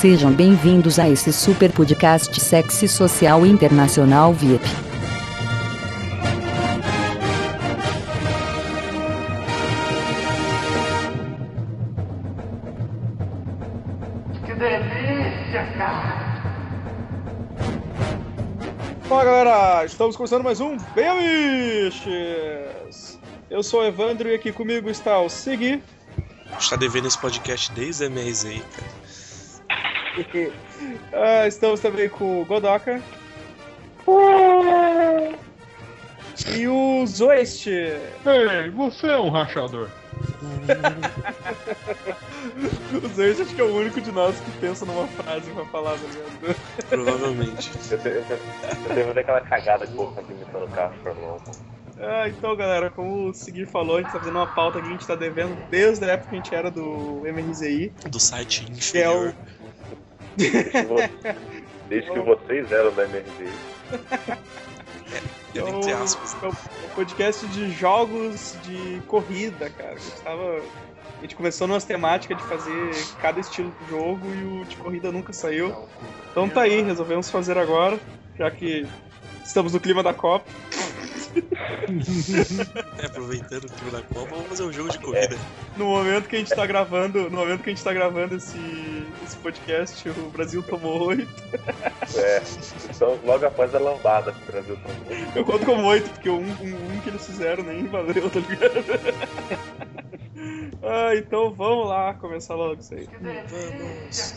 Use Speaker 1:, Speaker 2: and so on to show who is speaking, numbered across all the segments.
Speaker 1: Sejam bem-vindos a esse super podcast Sexy Social Internacional VIP.
Speaker 2: Que delícia, cara!
Speaker 3: Fala galera, estamos começando mais um Venha Mixes! Eu sou o Evandro e aqui comigo está o Sigui
Speaker 4: Está tá devendo esse podcast desde a MRZ aí, cara.
Speaker 3: Ah, estamos também com o Godoka. E o Zoeste.
Speaker 5: Ei, você é um rachador.
Speaker 3: O Zoeste acho que é o único de nós que pensa numa frase pra falar, tá ligado?
Speaker 4: Provavelmente.
Speaker 6: Eu te- eu te- eu lembro daquela cagada que o povo fazia imitando o Castro louco.
Speaker 3: Ah, então galera, como o Sigui falou, a gente tá fazendo uma pauta que a gente tá devendo desde a época que a gente era do MRZI.
Speaker 4: Do site
Speaker 3: Que é o-
Speaker 4: inferior.
Speaker 6: Desde que vocês eram da MRV.
Speaker 3: é o-
Speaker 4: Entre aspas. né?
Speaker 3: É um podcast de jogos de corrida, cara. A gente, tava... a gente começou numa temática de fazer cada estilo do jogo e o de corrida nunca saiu. Então tá aí, resolvemos fazer agora, já que estamos no clima da Copa.
Speaker 4: É, aproveitando o clima da Copa, vamos fazer um jogo de corrida.
Speaker 3: No momento que a gente tá gravando, no momento que a gente tá gravando esse, esse podcast, o Brasil tomou oito.
Speaker 6: É. Então, logo após a lambada que o Brasil tomou.
Speaker 3: Eu conto como oito, porque um, um, um que eles fizeram nem valeu, tá ligado? ah, então vamos lá começar logo isso aí.
Speaker 4: Vamos.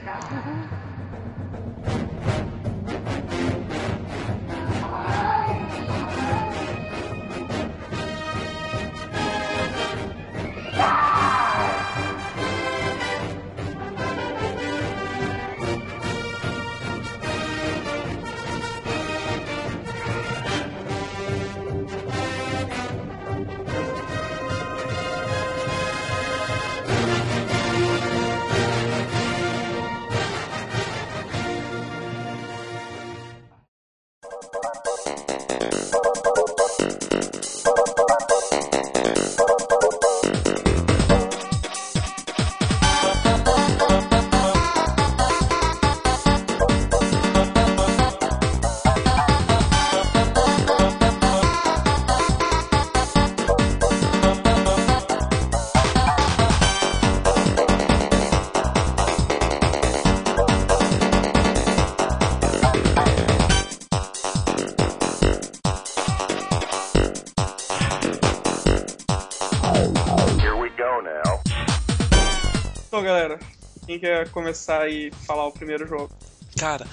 Speaker 3: Então, galera, quem quer começar e falar o primeiro jogo?
Speaker 4: Cara,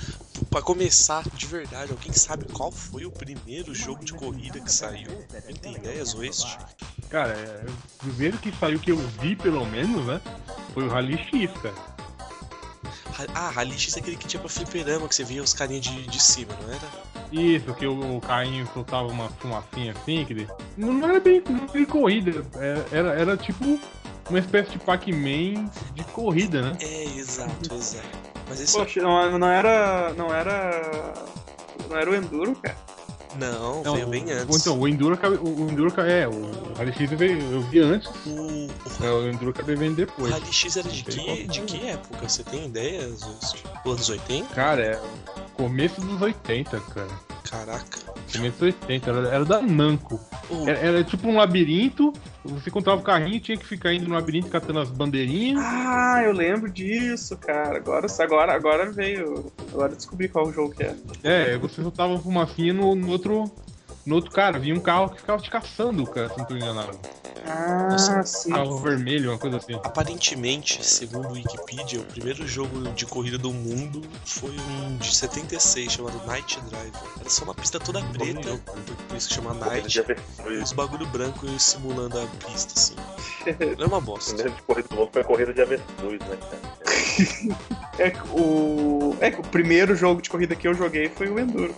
Speaker 4: pra começar, de verdade, alguém sabe qual foi o primeiro jogo de corrida que saiu? Alguém tem ideias, Oeste?
Speaker 5: Cara, é, o primeiro que saiu que eu vi, pelo menos, né? Foi o Rally X, cara.
Speaker 4: Ra- Ah, Rally X é aquele que tinha pra fliperama, que você via os carinha de, de cima, não era?
Speaker 5: Isso, que o, o carrinho soltava uma fumacinha assim, que ele... Não não era bem, não era bem corrida, é, era, era tipo uma espécie de Pac-Man de corrida, né?
Speaker 4: É, exato, exato. Mas esse.
Speaker 3: Poxa, não, não era. Não era. Não era o Enduro, cara.
Speaker 4: Não, veio
Speaker 5: o-
Speaker 4: bem
Speaker 5: o-
Speaker 4: antes.
Speaker 5: Então, o Enduro, acabe- o, o Enduro acabe- é, o Rally X eu vi, eu vi antes,
Speaker 4: O,
Speaker 5: né, o Enduro acabei vendo
Speaker 4: o
Speaker 5: depois.
Speaker 4: Rally X era de que, de que época? Você tem ideias, Oeste? Anos 80?
Speaker 5: Cara, é começo dos 80, cara.
Speaker 4: Caraca.
Speaker 5: Começo dos 80, era, era da Namco.
Speaker 4: Ô,
Speaker 5: Era, era tipo um labirinto, você encontrava o carrinho tinha que ficar indo no labirinto catando as bandeirinhas.
Speaker 3: Ah, eu lembro disso, cara. Agora, agora, agora veio. Agora eu descobri qual o jogo que é.
Speaker 5: É, você soltava fumacinha no, no outro. No outro cara, vinha um carro que ficava te caçando, cara, se não tô enganado.
Speaker 3: Ah, sim.
Speaker 5: Um carro vermelho, uma coisa assim.
Speaker 4: Aparentemente, segundo o Wikipedia, o primeiro jogo de corrida do mundo foi um de 76 chamado Night Drive. Era só uma pista toda preta, por, por isso que chama Night.
Speaker 6: Já
Speaker 4: E
Speaker 6: foi
Speaker 4: os bagulho branco simulando a pista, assim. Era uma bosta.
Speaker 6: primeiro de corrida do louco foi a corrida de avestruz, né, cara?
Speaker 3: É que o. É que o primeiro jogo de corrida que eu joguei foi o Enduro.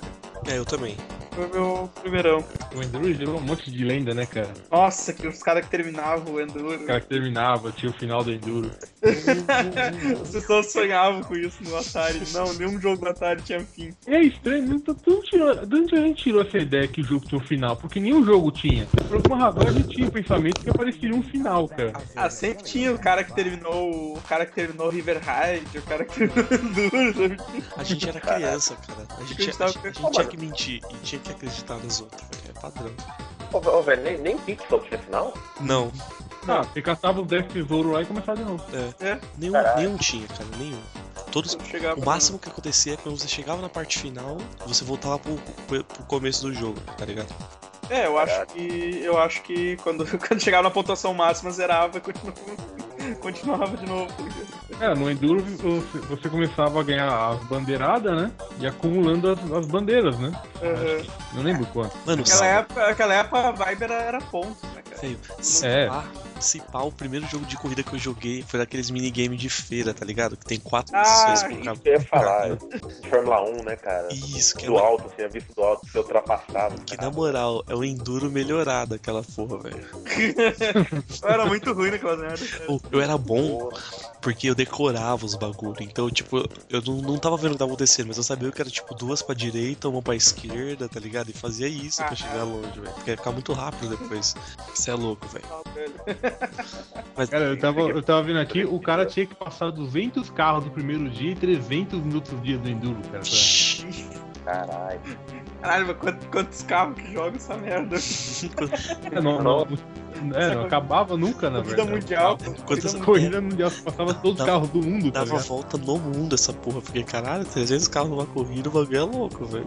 Speaker 4: É, eu também.
Speaker 3: Foi o meu primeirão.
Speaker 5: O Enduro gerou um monte de lenda, né, cara?
Speaker 3: Nossa, que os caras que terminavam o Enduro.
Speaker 5: O cara que terminava, tinha o final do Enduro.
Speaker 3: As pessoas sonhavam com isso no Atari. Não, nenhum jogo do Atari tinha fim.
Speaker 5: E é estranho, né? Então, tudo tirou- de onde a gente tirou essa ideia que o jogo tinha um final? Porque nenhum jogo tinha. Por alguma razão a gente tinha o pensamento que apareceria um final, cara.
Speaker 3: Ah, sempre tinha o cara que terminou. O cara que terminou River Ride, o cara que terminou Enduro, sabe?
Speaker 4: A gente era criança, cara. A gente, a,
Speaker 3: tava
Speaker 4: gente- a gente
Speaker 3: com-
Speaker 4: tinha que mentir e tinha que acreditar nos outros. velho. É padrão.
Speaker 6: Ô, ve- ô, velho, nem, nem Pixel tinha final?
Speaker 4: Não,
Speaker 5: Ah, você catava o Death Tesouro lá e começava de novo.
Speaker 4: nenhum,
Speaker 6: Caralho.
Speaker 4: nenhum tinha, cara. Nenhum. Todos.
Speaker 3: Quando chegava
Speaker 4: O máximo que acontecia é quando você chegava na parte final, você voltava pro, pro- pro começo do jogo, tá ligado?
Speaker 3: É, eu acho que. Eu acho que quando, quando chegava na pontuação máxima, zerava e continuava, continuava de novo.
Speaker 5: É, no Enduro você- você começava a ganhar as bandeiradas, né? E acumulando as, as bandeiras, né?
Speaker 3: Uhum.
Speaker 5: Não lembro quanto.
Speaker 4: Mano,
Speaker 3: Naquela
Speaker 4: se-
Speaker 3: época, naquela época a vibe era, era ponto, né, cara?
Speaker 4: Feio. Se,
Speaker 5: É.
Speaker 4: pá, se pá, o primeiro jogo de corrida que eu joguei foi daqueles minigames de feira, tá ligado? Que tem quatro
Speaker 3: Ah,
Speaker 4: posições pro cara.
Speaker 6: Eu ia falar. De Fórmula 1, né, cara?
Speaker 4: um. Isso, que, é
Speaker 6: Do
Speaker 4: na-
Speaker 6: alto, tinha visto do alto, se ultrapassava.
Speaker 4: que na
Speaker 6: cara.
Speaker 4: moral é o enduro melhorado aquela porra, velho.
Speaker 3: Eu era muito ruim né? naquela merda. cara.
Speaker 4: Eu- Eu era bom
Speaker 6: Porra.
Speaker 4: porque eu decorava os bagulho. Então, tipo, eu não, não tava vendo o que tava acontecendo, mas eu sabia que era tipo duas pra direita, uma pra esquerda, tá ligado? E fazia isso pra
Speaker 3: Ah.
Speaker 4: chegar longe, velho. Porque ia ficar muito rápido depois. Você é louco, velho. Mas
Speaker 5: Cara, eu tava, eu tava vendo aqui, o cara tinha que passar 200 carros no primeiro dia e 300 no outro dia do Enduro, cara.
Speaker 4: Shhh,
Speaker 6: Caralho.
Speaker 3: Caralho, mas quantos, quantos carros que joga essa merda?
Speaker 5: É, não, não, é, não acabava nunca, na
Speaker 3: Corrida
Speaker 5: verdade.
Speaker 3: mundial.
Speaker 4: Quantas
Speaker 3: corrida
Speaker 5: Corrida mundial, você passava todos os
Speaker 4: Dava-
Speaker 5: carros do mundo, tá
Speaker 4: dava
Speaker 5: ligado?
Speaker 4: volta no mundo essa porra. Porque, caralho, 300 carros numa corrida, o bagulho é louco, velho.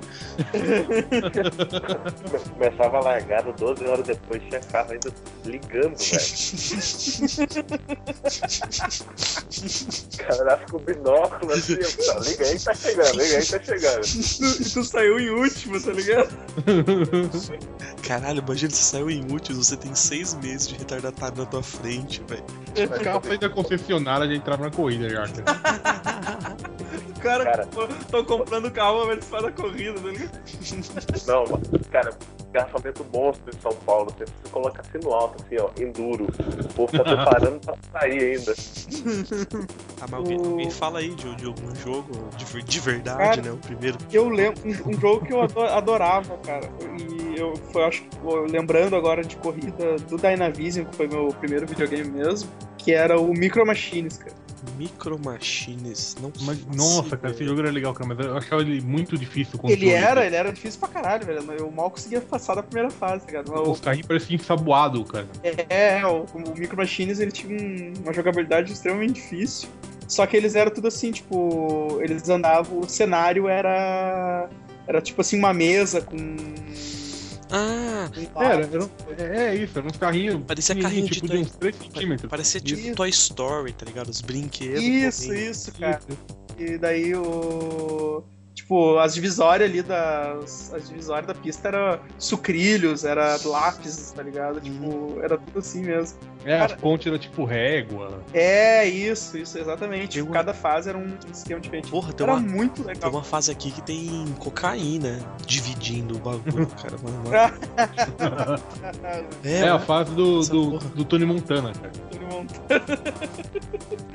Speaker 6: Come- Começava a largada 12 horas depois, tinha carro ainda ligando, velho. O cara olhava com binóculo assim, eu falava, liga aí que tá chegando, liga aí que tá chegando.
Speaker 3: E tu saiu em último, tá ligado?
Speaker 4: Caralho, imagina você saiu em úteis, você tem seis meses de retardatário na tua frente, velho.
Speaker 5: O carro saiu da concessionária já entrava na corrida já, cara.
Speaker 3: O cara,
Speaker 6: Cara.
Speaker 3: pô, tô comprando carro pra participar da corrida, tá ligado?
Speaker 6: Não, mano, cara, garrafamento monstro em São Paulo, você precisa colocar assim no alto, assim, ó, enduro. O povo tá preparando pra sair ainda.
Speaker 4: Ah, mas alguém,
Speaker 3: O-
Speaker 4: alguém fala aí de, de algum jogo de, ver- de verdade,
Speaker 3: Cara.
Speaker 4: né? O primeiro.
Speaker 3: Eu lembro, um um jogo que eu ado- adorava, cara. E eu foi, acho que, pô, lembrando agora de corrida do Dynavision, que foi meu primeiro videogame mesmo, que era o Micro Machines, cara.
Speaker 4: Micro Machines. Não
Speaker 5: Mas,
Speaker 4: faço
Speaker 5: nossa, cara, esse
Speaker 4: ideia.
Speaker 5: jogo era legal, cara, mas eu achava ele muito difícil o controle.
Speaker 3: Ele era,
Speaker 5: cara.
Speaker 3: ele era difícil pra caralho, velho. Eu mal conseguia passar da primeira fase, tá ligado? Mas o
Speaker 5: Os carrinhos pareciam ensaboados, cara.
Speaker 3: É, o, o Micro Machines ele tinha um- uma jogabilidade extremamente difícil. Só que eles eram tudo assim, tipo, eles andavam, o cenário era era tipo assim uma mesa com
Speaker 4: Ah,
Speaker 3: com
Speaker 5: Era, era um- é, é isso, eram uns carrinhos.
Speaker 4: Parecia carrinho
Speaker 5: pequenininhos,
Speaker 4: de
Speaker 5: tipo, de uns 3 centímetros.
Speaker 4: parecia tipo
Speaker 3: Isso.
Speaker 4: Toy Story, tá ligado? Os brinquedos.
Speaker 3: Isso,
Speaker 4: correndo.
Speaker 3: isso, cara. E daí o tipo, as divisórias ali das as divisórias da pista era sucrilhos, era lápis, tá ligado?
Speaker 4: Uhum.
Speaker 3: Tipo, era tudo assim mesmo.
Speaker 5: É, as
Speaker 3: Cara-
Speaker 5: pontes eram tipo régua.
Speaker 3: É, isso, isso exatamente.
Speaker 4: Eu-
Speaker 3: Cada fase era um, um esquema diferente.
Speaker 4: Porra, tem
Speaker 3: Era
Speaker 4: uma,
Speaker 3: muito legal.
Speaker 4: tem uma fase aqui que tem cocaína dividindo o bagulho, cara. Mano, mano.
Speaker 5: É, a fase do,
Speaker 4: né? essa
Speaker 5: do,
Speaker 4: porra.
Speaker 5: do Tony Montana, cara.
Speaker 3: Todo mundo-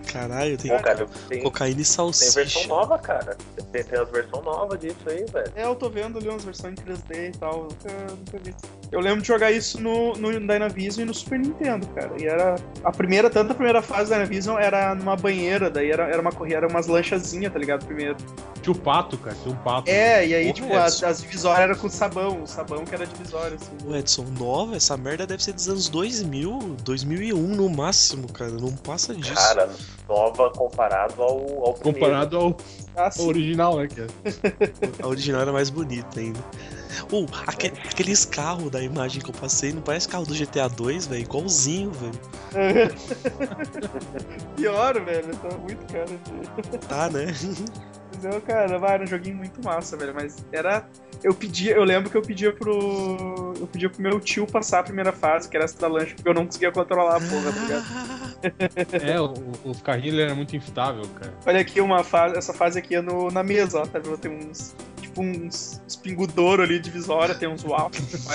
Speaker 4: caralho, tem
Speaker 6: Pô, cara, tem,
Speaker 4: cocaína e
Speaker 6: tem versão
Speaker 4: salsicha.
Speaker 6: nova, cara. Tem, tem as versões novas disso aí, velho.
Speaker 3: É, eu tô vendo ali umas versões em 3D e tal. Nunca, nunca vi. Eu lembro de jogar isso no, no Dynavision e no Super Nintendo, cara. E era. A primeira, tanto a primeira fase da Dynavision era numa banheira, daí era, era uma corrida, era umas lanchazinhas, tá ligado? Primeiro.
Speaker 5: Tinha o pato, cara, tinha um pato.
Speaker 3: É, e aí,
Speaker 4: Porra,
Speaker 3: tipo,
Speaker 4: é
Speaker 3: as,
Speaker 4: isso.
Speaker 3: as divisórias eram com sabão, o sabão que era divisória, assim.
Speaker 4: Ô, Edson, nova? Essa merda deve ser dos anos 2000, 2001 no máximo, cara. Não passa disso.
Speaker 6: Cara, nova comparado ao, ao primeiro.
Speaker 5: Comparado ao
Speaker 3: Ah,
Speaker 5: ao
Speaker 3: sim.
Speaker 5: original, né, cara?
Speaker 4: A original era mais bonita ainda. Ou aque- aqueles carros da imagem que eu passei, não parece carro do GTA 2, velho? Igualzinho, velho.
Speaker 3: Pior, velho. Tá muito cara. de-
Speaker 4: Tá, né?
Speaker 3: Mas eu, cara, vai, era um joguinho muito massa, velho. Mas era. Eu pedia, eu lembro que eu pedia pro. Eu pedia pro meu tio passar a primeira fase, que era essa da lancha, porque eu não conseguia controlar a porra, tá ligado?
Speaker 5: É, o- o- os carrinhos ele era muito instável, cara.
Speaker 3: Olha aqui uma fase, essa fase aqui é no, na mesa, ó, tá vendo? Tem uns, tipo, tipo uns, uns pingudouro ali, divisória, tem uns waffles, umas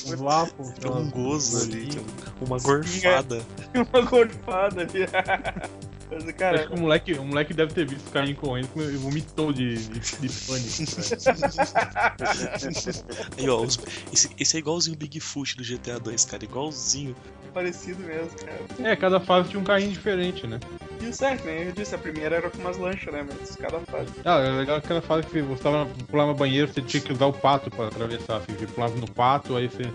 Speaker 5: Um
Speaker 3: coisas,
Speaker 5: Vapo,
Speaker 4: Tem um gozo ali, tem um- uma gorfada.
Speaker 3: tem uma gorfada ali. Mas,
Speaker 5: Acho
Speaker 3: cara, é
Speaker 5: que o moleque, o moleque deve ter visto o Caim correndo e vomitou de, de, de pânico. velho.
Speaker 6: é.
Speaker 4: Aí, ó, os- esse, esse é igualzinho o Bigfoot do GTA 2, cara. Igualzinho.
Speaker 3: é parecido mesmo, cara.
Speaker 5: É, cada fase tinha um Caim diferente, né?
Speaker 3: E o certo, né? Eu disse, a primeira era com umas lanchas, né? Mas cada fase.
Speaker 5: Ah, é legal aquela fase que você tava, pulava no banheiro, você tinha que usar o pato pra atravessar. Assim, você pulava no pato, aí você o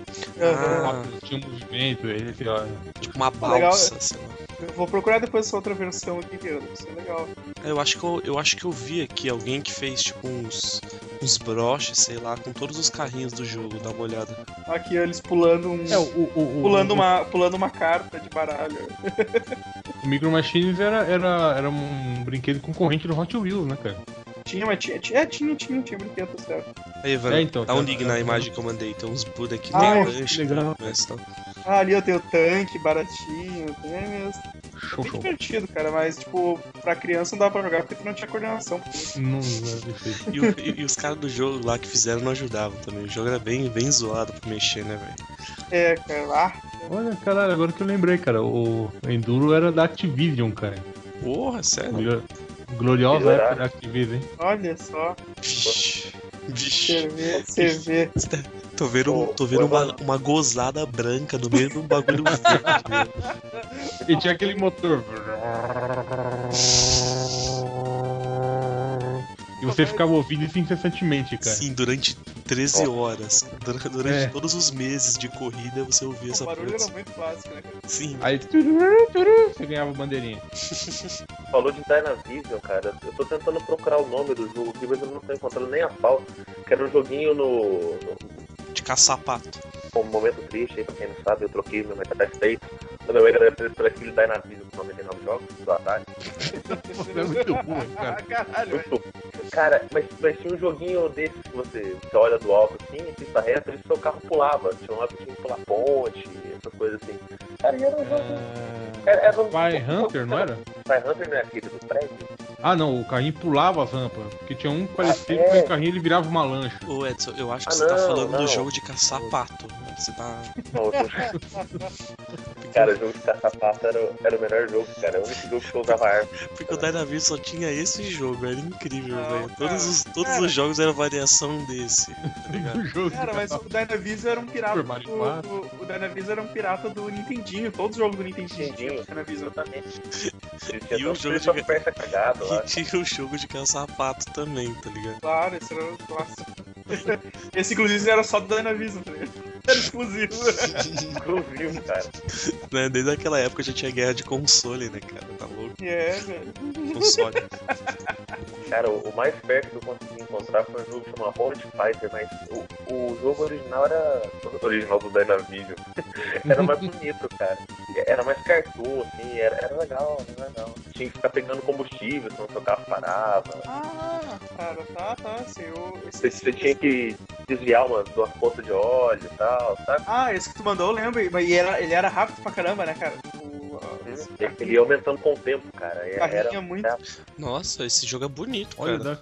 Speaker 4: Ah.
Speaker 5: pato tinha um movimento, aí sei lá.
Speaker 4: Tipo uma
Speaker 3: Legal.
Speaker 4: balsa, sei lá.
Speaker 3: Eu vou procurar depois essa outra versão aqui, que deve ser legal.
Speaker 4: É, Eu acho, que eu, eu acho que eu vi aqui alguém que fez tipo uns, uns broches, sei lá, com todos os carrinhos do jogo, dá uma olhada.
Speaker 3: Aqui eles pulando um.
Speaker 5: É, o, o, o,
Speaker 3: Pulando
Speaker 5: o,
Speaker 3: uma, pulando uma carta de baralho.
Speaker 5: o Micro Machines era, era, era um brinquedo concorrente do Hot Wheels, né, cara?
Speaker 3: Tinha, mas tinha. Tinha, é, tinha, tinha, tinha brinquedo, tá certo.
Speaker 4: Aí, velho,
Speaker 5: É, então,
Speaker 4: dá um
Speaker 5: tá-
Speaker 4: ligue
Speaker 5: tá-
Speaker 4: na
Speaker 5: tá-
Speaker 4: imagem que eu mandei, tem uns Buda aqui,
Speaker 3: Ah,
Speaker 4: tem
Speaker 3: é,
Speaker 4: lanche,
Speaker 5: legal.
Speaker 4: mas tá.
Speaker 3: Ah, ali eu tenho tanque baratinho, tem é mesmo.
Speaker 5: Show,
Speaker 3: Bem
Speaker 5: show.
Speaker 3: divertido, cara, mas tipo, pra criança não dá pra jogar porque tu não tinha coordenação.
Speaker 5: Não, não é difícil.
Speaker 4: E, o- e- e os caras do jogo lá que fizeram não ajudavam também. O jogo era bem, bem zoado pra mexer, né, velho?
Speaker 3: É, cara, ah,
Speaker 5: Olha, caralho, agora que eu lembrei, cara, o Enduro era da Activision, cara.
Speaker 4: Porra, sério?
Speaker 5: Glor- Gloriosa
Speaker 6: Verdade.
Speaker 5: época da Activision, hein?
Speaker 3: olha só,
Speaker 4: Vixe.
Speaker 3: você
Speaker 4: Vixe.
Speaker 3: vê, você vê.
Speaker 4: Tô vendo, um- tô vendo uma, uma gozada branca no meio de um bagulho
Speaker 5: É,
Speaker 4: verde, meu.
Speaker 5: E tinha aquele motor. E você ficava ouvindo isso incessantemente, cara.
Speaker 4: Sim, assim durante 13 horas. Dur- Durante
Speaker 5: É.
Speaker 4: todos os meses de corrida você ouvia
Speaker 3: O
Speaker 4: essa
Speaker 3: barulho era
Speaker 4: porra. assim.
Speaker 3: muito clássico, né, cara?
Speaker 4: Sim,
Speaker 5: Aí turu, turu, você ganhava bandeirinha.
Speaker 6: Falou de Dynavision, cara. Eu tô tentando procurar o nome do jogo aqui, mas eu não tô encontrando nem a pau. Que era um joguinho no, no-
Speaker 4: de caçapato.
Speaker 6: um momento triste aí, pra quem não sabe, eu troquei meu Mega Drive State. Quando eu era por aquele Dynavision com 99 jogos do Atari.
Speaker 5: Você é muito ruim, cara.
Speaker 3: Ah, caralho, velho.
Speaker 6: Muito. Cara, mas, mas tinha um joguinho desse que você, você olha do alto assim, pista reta, e seu carro pulava. Tinha uma tinha que pular ponte, essas coisas assim. Cara, e era um jogo. Era, era um...
Speaker 5: Spy Ah. É, Hunter, não era?
Speaker 6: Spy Hunter não é aquele do prédio?
Speaker 5: Ah, não, o carrinho pulava as rampas. Porque tinha um parecido,
Speaker 6: Ah, é.
Speaker 5: mas o carrinho ele virava uma lancha.
Speaker 4: Ô Edson, eu acho que
Speaker 6: Ah,
Speaker 4: você tá
Speaker 6: não,
Speaker 4: falando do
Speaker 6: não.
Speaker 4: jogo de caçapato. né? Você tá.
Speaker 6: Não, outro jogo. cara, o jogo de caça-pato era, o- era o melhor jogo, cara. Era o único jogo que eu usava arma.
Speaker 4: Porque o Dynavision só tinha esse jogo, era incrível,
Speaker 3: Não,
Speaker 4: velho.
Speaker 3: cara,
Speaker 4: Todos, os, todos
Speaker 3: cara.
Speaker 4: os jogos eram variação desse, tá ligado?
Speaker 5: O jogo
Speaker 3: Cara, mas o Dynavision era um pirata.
Speaker 5: Super Mario
Speaker 3: Do,
Speaker 5: 4.
Speaker 3: o, o Dynavision era um pirata do Nintendinho. Todos os jogos do Nintendinho tinham
Speaker 6: Nintendinho.
Speaker 3: Dynavision.
Speaker 6: Exatamente. Ele
Speaker 4: E
Speaker 6: tinha
Speaker 4: o
Speaker 6: tanto
Speaker 4: jogo
Speaker 6: jogo
Speaker 4: de-
Speaker 6: de persa cagado lá.
Speaker 4: E tinha o jogo de caçapato também, tá ligado?
Speaker 3: Claro, esse era o clássico. Esse, inclusive, era só do Dynavision, tá ligado? Era exclusivo.
Speaker 6: Inclusive, cara.
Speaker 4: Né, Desde aquela época já tinha guerra de console, né, cara? Tá louco?
Speaker 3: É, velho.
Speaker 4: Console.
Speaker 6: Cara, o, o mais perto que eu consegui encontrar foi um jogo que chama Road Fighter, mas o, o jogo original era. O original do Dynavision. era mais bonito, cara. Era mais cartoon, assim, era, era legal, era legal. Tinha que ficar pegando combustível, senão seu carro parava.
Speaker 3: Ah, cara, tá, tá. Assim, eu,
Speaker 6: Você, você tinha que desviar uma, duas pontas de óleo e tal, sabe?
Speaker 3: Ah, esse que tu mandou, eu lembro. Mas e era- ele era rápido pra caramba, né, cara? O,
Speaker 6: Uhum.
Speaker 3: a- esse
Speaker 6: Ele- Ele ia aumentando com o tempo, cara. E Era,
Speaker 3: carrinho é muito.
Speaker 4: Nossa, esse jogo é bonito,
Speaker 5: Olha,
Speaker 4: cara.
Speaker 5: da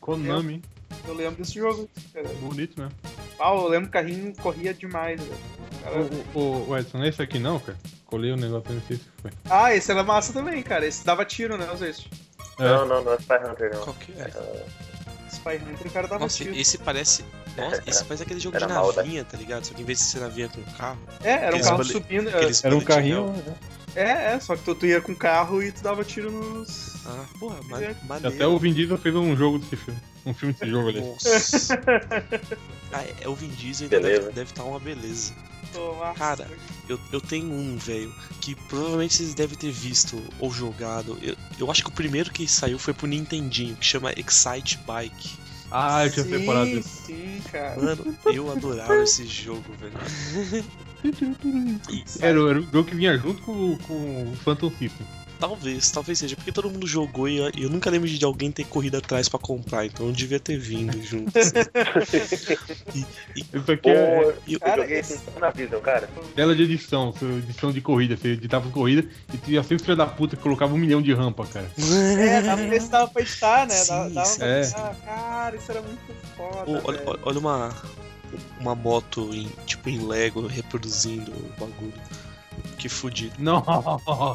Speaker 5: Konami, hein?
Speaker 3: Eu lembro desse jogo. Cara.
Speaker 5: bonito né? mesmo.
Speaker 3: Ah, eu lembro que o carrinho corria demais, velho. Cara,
Speaker 5: Ô, ô, ô, Edson, esse aqui não, cara. Colei o negócio, não sei se foi.
Speaker 3: Ah, esse era massa também, cara. Esse dava tiro, né, Zeste?
Speaker 5: um
Speaker 6: Não, não, não é Spy Hunter, não.
Speaker 4: Qual que é?
Speaker 3: Spy Hunter, o cara dava
Speaker 4: Nossa,
Speaker 3: tiro.
Speaker 4: esse parece. Nossa, esse parece aquele jogo de
Speaker 6: É, Era mal, né?
Speaker 4: navinha, tá ligado? Só que em vez de ser navinha com carro,
Speaker 3: É, era um
Speaker 4: aqueles
Speaker 3: carro
Speaker 4: bale-
Speaker 3: subindo. é.
Speaker 4: aqueles né?
Speaker 5: Era um
Speaker 4: boletinhão.
Speaker 5: carrinho.
Speaker 3: É, é, só que tu, tu ia com o carro e tu dava tiro nos.
Speaker 4: Ah, porra, ma
Speaker 3: É.
Speaker 4: maneiro.
Speaker 5: Até o Vin Diesel fez um jogo desse filme. Um filme desse jogo ali.
Speaker 4: Nossa. Ah, é- é o Vin Diesel, então
Speaker 6: Beleza.
Speaker 4: deve, deve tá uma beleza.
Speaker 3: Tomar.
Speaker 4: Cara. Eu, eu tenho um, velho, que provavelmente vocês devem ter visto ou jogado. Eu, eu acho que o primeiro que saiu foi pro Nintendinho, que chama Excite Bike.
Speaker 5: Ah, eu tinha
Speaker 3: sim,
Speaker 5: separado isso.
Speaker 3: Sim, cara.
Speaker 4: Mano, eu adorava esse jogo, velho. E-
Speaker 5: Era, era o jogo que vinha junto com, com o Phantom System.
Speaker 4: Talvez, talvez seja, porque todo mundo jogou e eu nunca lembro de alguém ter corrido atrás pra comprar, então eu devia ter vindo junto.
Speaker 5: Isso aqui
Speaker 6: Pô,
Speaker 5: é
Speaker 4: E-
Speaker 6: eu joguei isso só na Vision, cara.
Speaker 5: tela de edição, sua edição de corrida. Você editava corrida e tinha sempre filha da puta que colocava um milhão de rampa, cara.
Speaker 3: É, dava pra ver se dava pra editar, né?
Speaker 4: Sim,
Speaker 3: dava dava
Speaker 4: sim.
Speaker 3: pra
Speaker 5: É.
Speaker 3: editar. Cara, isso era muito foda.
Speaker 4: Ô, olha,
Speaker 3: velho.
Speaker 4: olha- olha uma, uma moto em, tipo em Lego reproduzindo o bagulho. Que fudido.
Speaker 5: Não.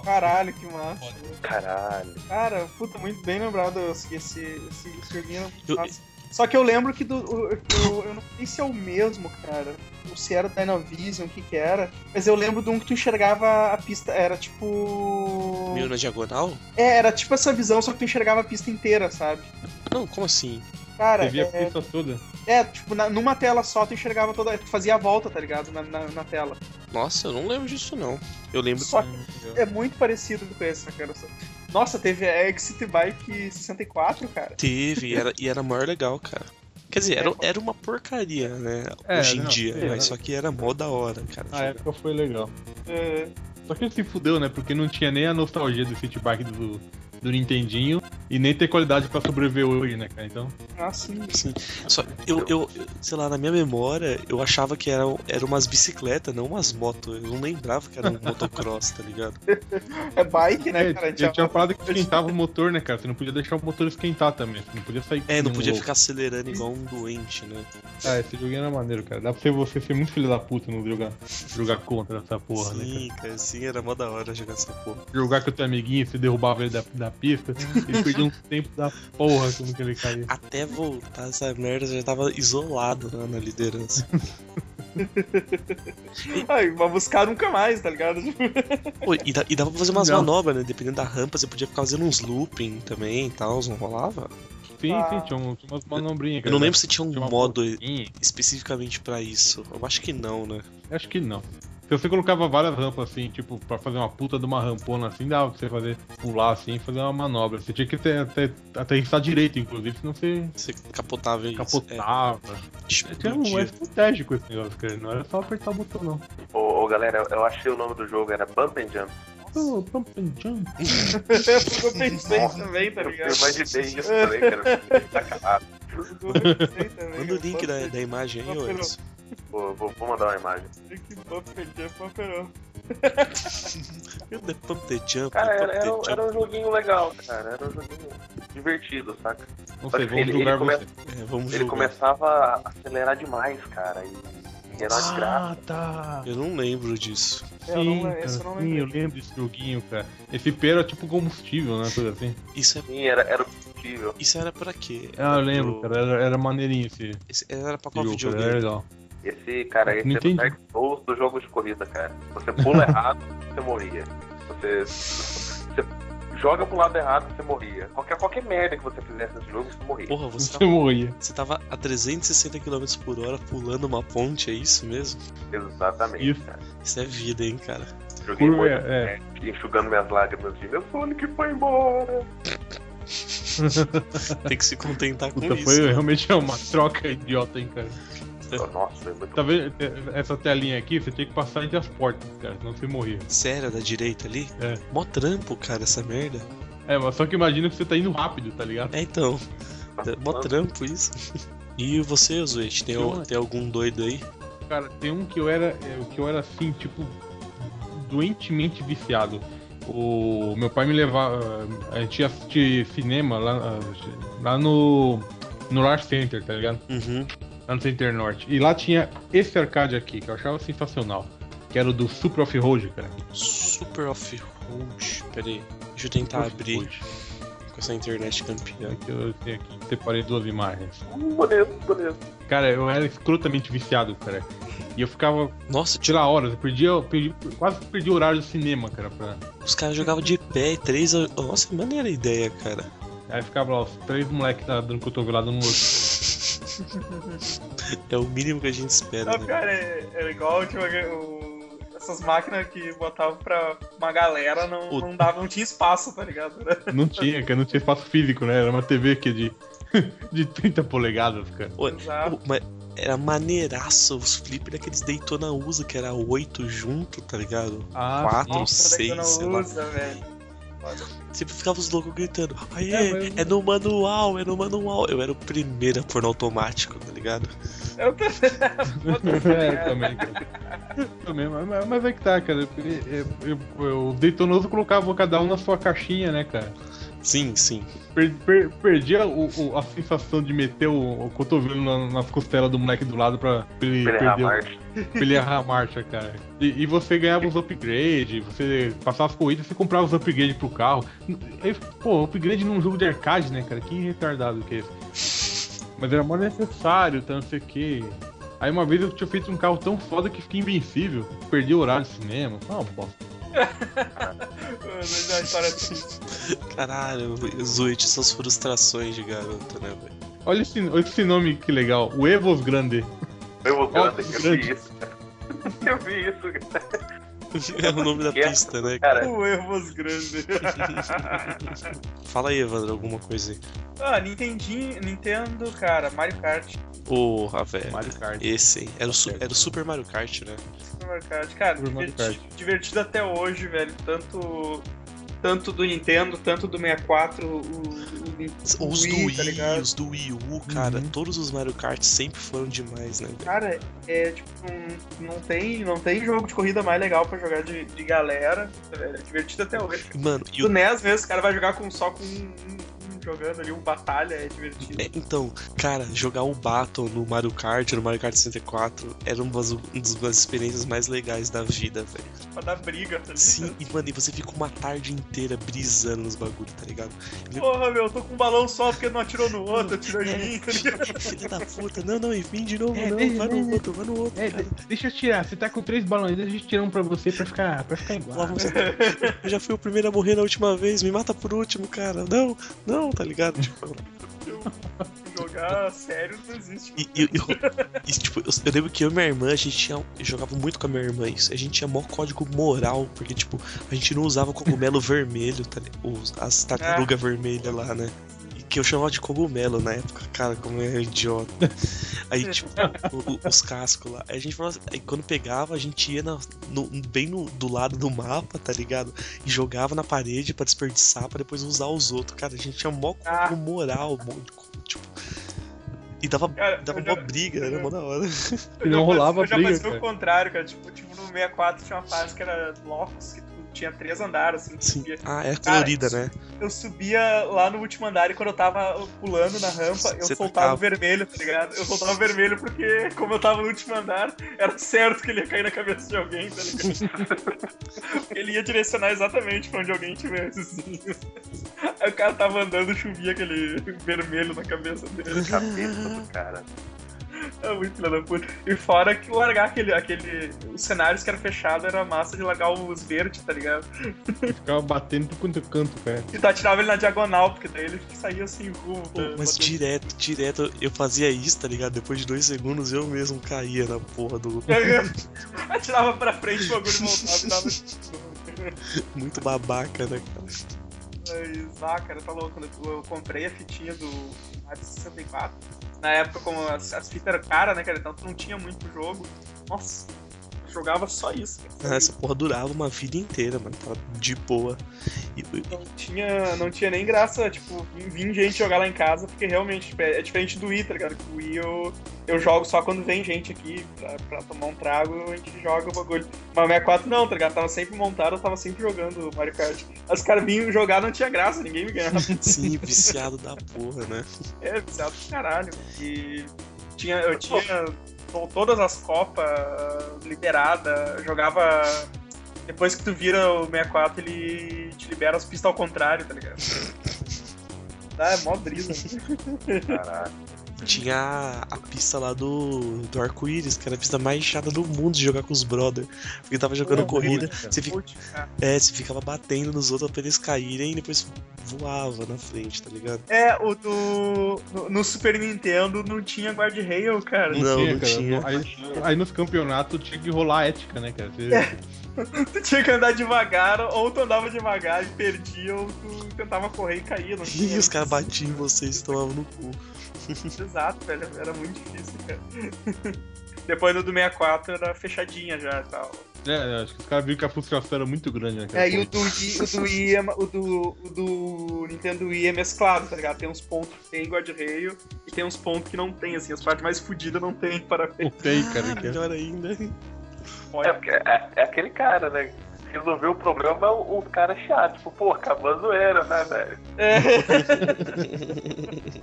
Speaker 3: Caralho, que massa.
Speaker 6: Caralho.
Speaker 3: Cara, puta, muito bem lembrado assim, esse, esse, esse joguinho.
Speaker 4: Eu-
Speaker 3: Nossa. Só que eu lembro que do, o- o- eu não sei se é o mesmo, cara. Ou se era o Dynavision, o que que era. Mas eu lembro de um que tu enxergava a pista. Era tipo.
Speaker 4: Meio na diagonal?
Speaker 3: É, era tipo essa visão, só que tu enxergava a pista inteira, sabe?
Speaker 4: Não, como assim?
Speaker 3: Cara,
Speaker 5: Você via a
Speaker 3: é,
Speaker 5: pista toda.
Speaker 3: é, tipo, na- numa tela só tu enxergava toda. Tu fazia a volta, tá ligado? Na, na, na tela.
Speaker 4: Nossa, eu não lembro disso não. Eu lembro.
Speaker 3: Só que é muito parecido com esse, cara. Nossa, teve a Exit Bike 64, cara.
Speaker 4: Teve, era, e era maior legal, cara. Quer dizer, era, era uma porcaria, né?
Speaker 5: É,
Speaker 4: hoje em
Speaker 5: não, Ah,
Speaker 4: dia,
Speaker 5: sei,
Speaker 4: mas
Speaker 5: né?
Speaker 4: só que era mó da hora, cara.
Speaker 5: Na
Speaker 4: jogar.
Speaker 5: época foi legal.
Speaker 3: É.
Speaker 5: Só que ele se fudeu, né? Porque não tinha nem a nostalgia do city bike do, do Nintendinho e nem ter qualidade pra sobreviver hoje, né, cara? Então.
Speaker 3: Ah, sim.
Speaker 4: Sim. Só, eu, eu, sei lá, na minha memória, eu achava que eram era umas bicicletas, não umas motos. Eu não lembrava que era um motocross, tá ligado?
Speaker 3: É bike, né,
Speaker 5: É,
Speaker 3: cara? A gente
Speaker 5: ele tinha
Speaker 3: já-
Speaker 5: uma parada que esquentava o motor, né, cara? Você não podia deixar o motor esquentar também. Você não podia sair.
Speaker 4: É,
Speaker 5: que
Speaker 4: não
Speaker 5: nem um
Speaker 4: podia
Speaker 5: louco.
Speaker 4: ficar acelerando igual um doente, né?
Speaker 5: Ah, esse joguinho era maneiro, cara. Dá pra ser você ser muito filho da puta no jogar, jogar contra essa porra, né, cara?
Speaker 4: sim, cara, sim, era mó da hora jogar essa porra.
Speaker 5: Jogar com o teu amiguinho, você derrubava ele da, da pista, ele perdia um tempo da porra como que ele caía.
Speaker 4: Até voltar essa merda, eu já tava isolado né, na liderança.
Speaker 3: Ai, vai buscar nunca mais, tá ligado? Tipo,
Speaker 4: Pô, e, da- e dava pra fazer umas
Speaker 5: Não.
Speaker 4: manobras, né? Dependendo da rampa, você podia ficar fazendo uns looping também e tal, não rolava?
Speaker 5: Sim,
Speaker 3: Ah.
Speaker 5: sim, tinha, um, tinha umas manobrinhas,
Speaker 4: Eu
Speaker 5: cara.
Speaker 4: não lembro se tinha um
Speaker 5: Tinha uma
Speaker 4: modo
Speaker 5: Sim,
Speaker 4: especificamente pra isso. Eu acho que não, né?
Speaker 5: Acho que não. Se você colocava várias rampas assim, tipo, pra fazer uma puta de uma rampona assim, dava pra você fazer, pular assim, fazer uma manobra. Você tinha que ter, até, aterrissar direito, inclusive, senão você
Speaker 4: Você capotava isso.
Speaker 5: capotava.
Speaker 4: É, tipo,
Speaker 5: Tinha um é estratégico esse negócio, cara. Não era só apertar o botão, não.
Speaker 6: Ô, ô, galera, eu achei o nome do jogo, era Bump and Jump.
Speaker 5: Pô, pump and jump.
Speaker 3: eu pensei também, tá
Speaker 6: Eu
Speaker 3: ligado?
Speaker 6: imaginei isso tá também, cara. Sacanagem.
Speaker 3: Eu pensei também.
Speaker 4: Manda o link da, da imagem aí, ô
Speaker 3: Não,
Speaker 4: Edson.
Speaker 6: Vou, vou, vou mandar uma imagem.
Speaker 3: Que bumper jump, bumper up.
Speaker 4: Meu The Pump the Jump,
Speaker 6: Cara,
Speaker 4: The
Speaker 6: era,
Speaker 4: Pump
Speaker 6: era, um-
Speaker 4: the
Speaker 6: era um joguinho legal, cara. Era um joguinho divertido, saca?
Speaker 5: Não
Speaker 6: Só que
Speaker 5: sei, vamos
Speaker 6: ele-
Speaker 5: julgar
Speaker 6: ele começa-
Speaker 5: você.
Speaker 4: Jump. É, vamos
Speaker 6: Ele
Speaker 4: jogar.
Speaker 6: começava a acelerar demais, cara. E, e era uma desgraça.
Speaker 5: Ah, tá.
Speaker 4: Eu não lembro disso.
Speaker 3: É, eu não
Speaker 5: Sim,
Speaker 3: lembro-
Speaker 5: cara,
Speaker 3: esse eu não
Speaker 5: sim, eu lembro desse joguinho, cara. Esse pera era tipo combustível, né? Coisa assim.
Speaker 4: Isso, é,
Speaker 6: Sim, era, era possível.
Speaker 4: isso era pra quê?
Speaker 5: Ah, eu
Speaker 4: Era
Speaker 5: lembro,
Speaker 4: pro-
Speaker 5: cara. Era, era maneirinho esse
Speaker 4: esse- Era pra qual
Speaker 5: jogo, né? cara. Era
Speaker 4: videogame?
Speaker 5: legal.
Speaker 6: Esse, cara, esse
Speaker 5: Não
Speaker 6: era o
Speaker 5: entendi.
Speaker 6: Dark Souls dos jogos de corrida, cara. Você pula errado, você morria. Você, você joga pro lado errado, você morria. Qualquer, qualquer merda que você fizesse nesse jogo, você morria.
Speaker 4: Porra, você é
Speaker 5: Você
Speaker 4: tava,
Speaker 5: morria.
Speaker 4: você tava a 360 km por hora pulando uma ponte, é isso mesmo?
Speaker 6: Exatamente,
Speaker 5: Isso.
Speaker 6: cara.
Speaker 4: Isso é vida, hein, cara.
Speaker 6: Joguei
Speaker 5: Por-
Speaker 6: muito,
Speaker 5: é,
Speaker 6: né, enxugando minhas lágrimas de meu Sonic foi embora.
Speaker 4: Tem que se contentar com
Speaker 5: Puta,
Speaker 4: né? isso.
Speaker 5: foi realmente uma troca idiota, hein, cara.
Speaker 6: Nossa, foi muito
Speaker 5: Tá vendo essa telinha aqui? Você tinha que passar entre as portas, cara, senão você morria.
Speaker 4: Sério, da direita ali?
Speaker 5: É.
Speaker 4: Mó trampo, cara, essa merda.
Speaker 5: É, mas só que imagina que você tá indo rápido, tá ligado?
Speaker 4: É, então. É Mó trampo isso. E você, Zuete, tem, al-
Speaker 5: Eu-
Speaker 4: tem algum doido aí?
Speaker 5: Cara, tem um que eu era. é, o que eu era assim, tipo, doentemente viciado. O meu pai me levava. A gente ia assistir cinema lá, lá no. No Lar Center, tá ligado?
Speaker 4: Uhum.
Speaker 5: Lá no Center Norte. E lá tinha esse arcade aqui, que eu achava sensacional. Que era o do Super Off-Road, cara.
Speaker 4: Super off-road. Pera aí. Deixa eu tentar abrir
Speaker 5: Off-road.
Speaker 4: com essa internet campeã.
Speaker 5: É que eu tenho aqui, separei duas imagens.
Speaker 6: bonito, bonito.
Speaker 5: Cara, eu era escrotamente viciado, cara. E eu ficava,
Speaker 4: Nossa, tipo,
Speaker 5: sei lá, horas, eu perdia, eu perdi, quase perdi o horário do cinema, cara. Pra...
Speaker 4: os caras jogavam de pé, três. Nossa, maneira a ideia, cara.
Speaker 5: Aí ficava lá, os três moleques tá dando cotovelada no outro.
Speaker 4: É o mínimo que a gente espera,
Speaker 3: Não,
Speaker 4: né?
Speaker 3: cara, é- era igual tipo, o- essas máquinas que botavam pra uma galera, não,
Speaker 4: O-
Speaker 3: não dava, não tinha espaço, tá ligado? Era-
Speaker 5: Não tinha, cara, não tinha espaço físico, né? Era uma TV que de, de 30 polegadas, cara.
Speaker 4: Pô,
Speaker 3: Exato.
Speaker 4: Pô, mas era maneiraço os flippers daqueles Daytona USA, que era oito junto, tá ligado?
Speaker 5: Ah,
Speaker 4: Quatro,
Speaker 3: Nossa, daí
Speaker 4: seis,
Speaker 3: eu não
Speaker 4: sei lá.
Speaker 3: usa, velho.
Speaker 4: Sempre ficava os loucos gritando, aê,
Speaker 5: É, mas-
Speaker 4: é no manual, é no manual. Eu era o primeiro a pôr no automático, tá ligado?
Speaker 3: Eu tô...
Speaker 5: é, também, cara. Também, mas, mas é que tá, cara. Eu, eu- eu- o Daytonoso colocava cada um na sua caixinha, né, cara?
Speaker 4: Sim, sim.
Speaker 5: Per, per- perdi a, o- o- a sensação de meter o, o cotovelo na- nas costelas do moleque do lado pra pra ele,
Speaker 6: Ele é
Speaker 5: perder, o-
Speaker 6: Marte.
Speaker 5: pra ele errar a marcha, cara. E, e você ganhava os upgrades, você passava as corridas, você comprava os upgrades pro carro. Eu- pô, upgrade num jogo de arcade, né, cara? Que retardado que é esse. Mas era mó necessário, tá, não sei o quê. Aí uma vez eu tinha feito um carro tão foda que fiquei invencível. Perdi o horário de cinema. Foi uma bosta.
Speaker 3: Mas é uma história assim.
Speaker 4: Caralho, eu zoei de suas frustrações de garoto, né, velho?
Speaker 5: Olha esse, olha esse nome que legal. O Evos Grande.
Speaker 6: Eu vou
Speaker 5: Ó,
Speaker 6: eu
Speaker 5: grande.
Speaker 6: vi isso, cara. Eu vi isso, cara.
Speaker 4: É o nome da
Speaker 6: Yeah.
Speaker 4: pista, né?
Speaker 6: Cara,
Speaker 3: O Ervos Grande.
Speaker 4: Fala aí, Evandro, alguma coisa aí.
Speaker 3: ah, Nintendinho, Nintendo, cara, Mario Kart,
Speaker 4: Porra, velho.
Speaker 5: Mario Kart.
Speaker 4: Esse, hein? Era o, su- era o Super Mario Kart, né?
Speaker 3: Super Mario Kart. Cara,
Speaker 5: Super Mario
Speaker 3: diverti- divertido até hoje, velho. Tanto, tanto do Nintendo, tanto do 64, o, o, o
Speaker 4: Os do
Speaker 3: Wii,
Speaker 4: Wii,
Speaker 3: tá ligado?
Speaker 4: os do Wii U, cara.
Speaker 5: Uhum.
Speaker 4: Todos os Mario Kart sempre foram demais, né, velho?
Speaker 3: Cara, é tipo, um- não, tem, não tem jogo de corrida mais legal pra jogar de, de galera. velho. É divertido até hoje.
Speaker 4: Mano, e
Speaker 3: Do
Speaker 4: o
Speaker 3: NES mesmo, o cara vai jogar com só com um, um- um jogando ali, um batalha, é divertido.
Speaker 4: É, então, cara, jogar o Battle no Mario Kart, no Mario Kart 64, era uma das, uma das experiências mais legais da vida, velho.
Speaker 3: Pra dar briga, tá ligado?
Speaker 4: Sim, e mano, e você fica uma tarde inteira brisando nos bagulhos, tá ligado?
Speaker 3: Porra, meu, eu tô com um balão só porque não atirou no outro, atirou em mim, tá ligado?
Speaker 4: Filha da puta, não, não, enfim, É. de novo,
Speaker 5: É,
Speaker 4: não,
Speaker 5: deixa,
Speaker 4: vai
Speaker 5: deixa.
Speaker 4: no outro, vai no outro.
Speaker 5: É,
Speaker 4: cara.
Speaker 5: de- deixa eu tirar. Você tá com três balões, deixa eu tirar um pra você pra ficar, pra ficar
Speaker 4: Lá
Speaker 5: igual.
Speaker 4: você- Eu já fui o primeiro a morrer na última vez, me mata por último, cara. Não, não, tá ligado? Tipo,
Speaker 3: Jogar sério não existe.
Speaker 4: E, e- e- e, tipo, eu, eu lembro que eu e minha irmã, a gente tinha. Eu jogava muito com a minha irmã isso. A gente tinha maior código moral, porque, tipo, a gente não usava cogumelo vermelho, tá, li- os, as tartarugas vermelhas lá, né? E que eu chamava de cogumelo na época, cara, como eu era idiota. Aí, tipo, o- o- os cascos lá. Aí a gente falava assim, aí quando pegava, a gente ia na- no- bem no- do lado do mapa, tá ligado? E jogava na parede pra desperdiçar, pra depois usar os outros. Cara, a gente tinha mó
Speaker 3: Ah.
Speaker 4: código moral, mó, tipo. E dava
Speaker 3: Cara,
Speaker 4: Dava
Speaker 3: eu
Speaker 4: uma
Speaker 3: já-
Speaker 4: briga, era mó da hora.
Speaker 5: E não
Speaker 3: Eu já passei-
Speaker 5: rolava
Speaker 3: Eu já
Speaker 5: briga,
Speaker 3: passei o
Speaker 5: cara.
Speaker 3: contrário, cara. Tipo, tipo, no 64 tinha uma fase que era blocos, que tu tinha três andares, assim, tu
Speaker 4: Sim.
Speaker 3: subia.
Speaker 4: Ah, é colorida,
Speaker 3: isso-
Speaker 4: né?
Speaker 3: Eu subia lá no último andar e quando eu tava pulando na rampa, eu
Speaker 4: Você
Speaker 3: soltava
Speaker 4: tacava.
Speaker 3: o vermelho, tá ligado? Eu soltava o vermelho porque, como eu tava no último andar, era certo que ele ia cair na cabeça de alguém, tá ligado? ele ia direcionar exatamente pra onde alguém tivesse, assim. Aí o cara tava andando, chovia aquele vermelho na cabeça dele.
Speaker 6: é Cabeça do cara.
Speaker 3: É muito filha da puta. E fora que largar aquele, aquele. Os cenários que era fechado era massa de largar os verdes, tá ligado?
Speaker 5: Eu ficava batendo por quanto canto, cara.
Speaker 3: E tu atirava ele na diagonal, porque daí ele saía assim, rumo.
Speaker 4: Pô, mas direto, direto eu fazia isso, tá ligado? Depois de dois segundos eu mesmo caía na porra do.
Speaker 3: É. Tá Atirava pra frente, o bagulho voltava tipo, e dava. de
Speaker 4: Muito babaca, né, cara?
Speaker 3: novo. Mas, ah, cara, tá louco. Eu eu comprei a fitinha do Mario 64. Na época, como as, as fitas eram caras, né, cara? Então tu não tinha muito jogo. Nossa, eu jogava só isso.
Speaker 4: Ah,
Speaker 3: Cara.
Speaker 4: Essa porra durava uma vida inteira, mano. Tava de boa. E, e-
Speaker 3: Então, Não tinha, não tinha nem graça, tipo, vir- vir gente jogar lá em casa, porque realmente tipo, é é diferente do Wii, tá ligado? Que O Wii eu, eu jogo só quando vem gente aqui pra, pra tomar um trago, a gente joga o bagulho. Mas o 64 não, tá ligado? Tava sempre montado, eu tava sempre jogando o Mario Kart. Os caras vinham jogar, não tinha graça, ninguém me ganhava.
Speaker 4: sim, viciado da porra, né?
Speaker 3: É, viciado do caralho. E tinha, eu tinha to- todas as copas liberadas, jogava... Depois que tu vira o 64, ele te libera as pistas ao contrário, tá ligado? Ah, é mó brisa.
Speaker 6: Caraca.
Speaker 4: E tinha a- a pista lá do, do arco-íris, que era a pista mais chata do mundo de jogar com os brother. Porque tava jogando
Speaker 5: É,
Speaker 3: Não,
Speaker 4: corrida,
Speaker 5: cara.
Speaker 4: você fica
Speaker 3: Putz, cara.
Speaker 4: É, você ficava batendo nos outros pra eles caírem e depois voava na frente, tá ligado?
Speaker 3: É, o do. No, no Super Nintendo não tinha guard-rail, cara.
Speaker 4: Não, não
Speaker 5: cara.
Speaker 4: tinha.
Speaker 5: Aí, aí nos campeonatos tinha que rolar ética, né, cara? Você-
Speaker 3: É. Tu tinha que andar devagar, ou tu andava devagar e perdia, ou tu tentava correr e caía. Não tinha.
Speaker 4: E os caras batiam em vocês e tomavam no cu.
Speaker 3: Exato, velho. Era muito difícil, cara. Depois do do 64 era fechadinha já e tal.
Speaker 5: É, acho que os caras viram que a frustração era muito grande, né? cara?
Speaker 3: É, e o do, Wii, o, do Wii é ma- o, do, o do Nintendo Wii é mesclado, tá ligado? Tem uns pontos que tem guarda-rail e tem uns pontos que não tem, assim. As partes mais fodidas não tem para
Speaker 5: Não tem, cara.
Speaker 4: Ah,
Speaker 5: que é-
Speaker 4: melhor ainda.
Speaker 6: É, porque é, é aquele cara, né? Resolveu o problema é o, o cara chato. Tipo, pô, acabou a zoeira, né, velho?
Speaker 4: É.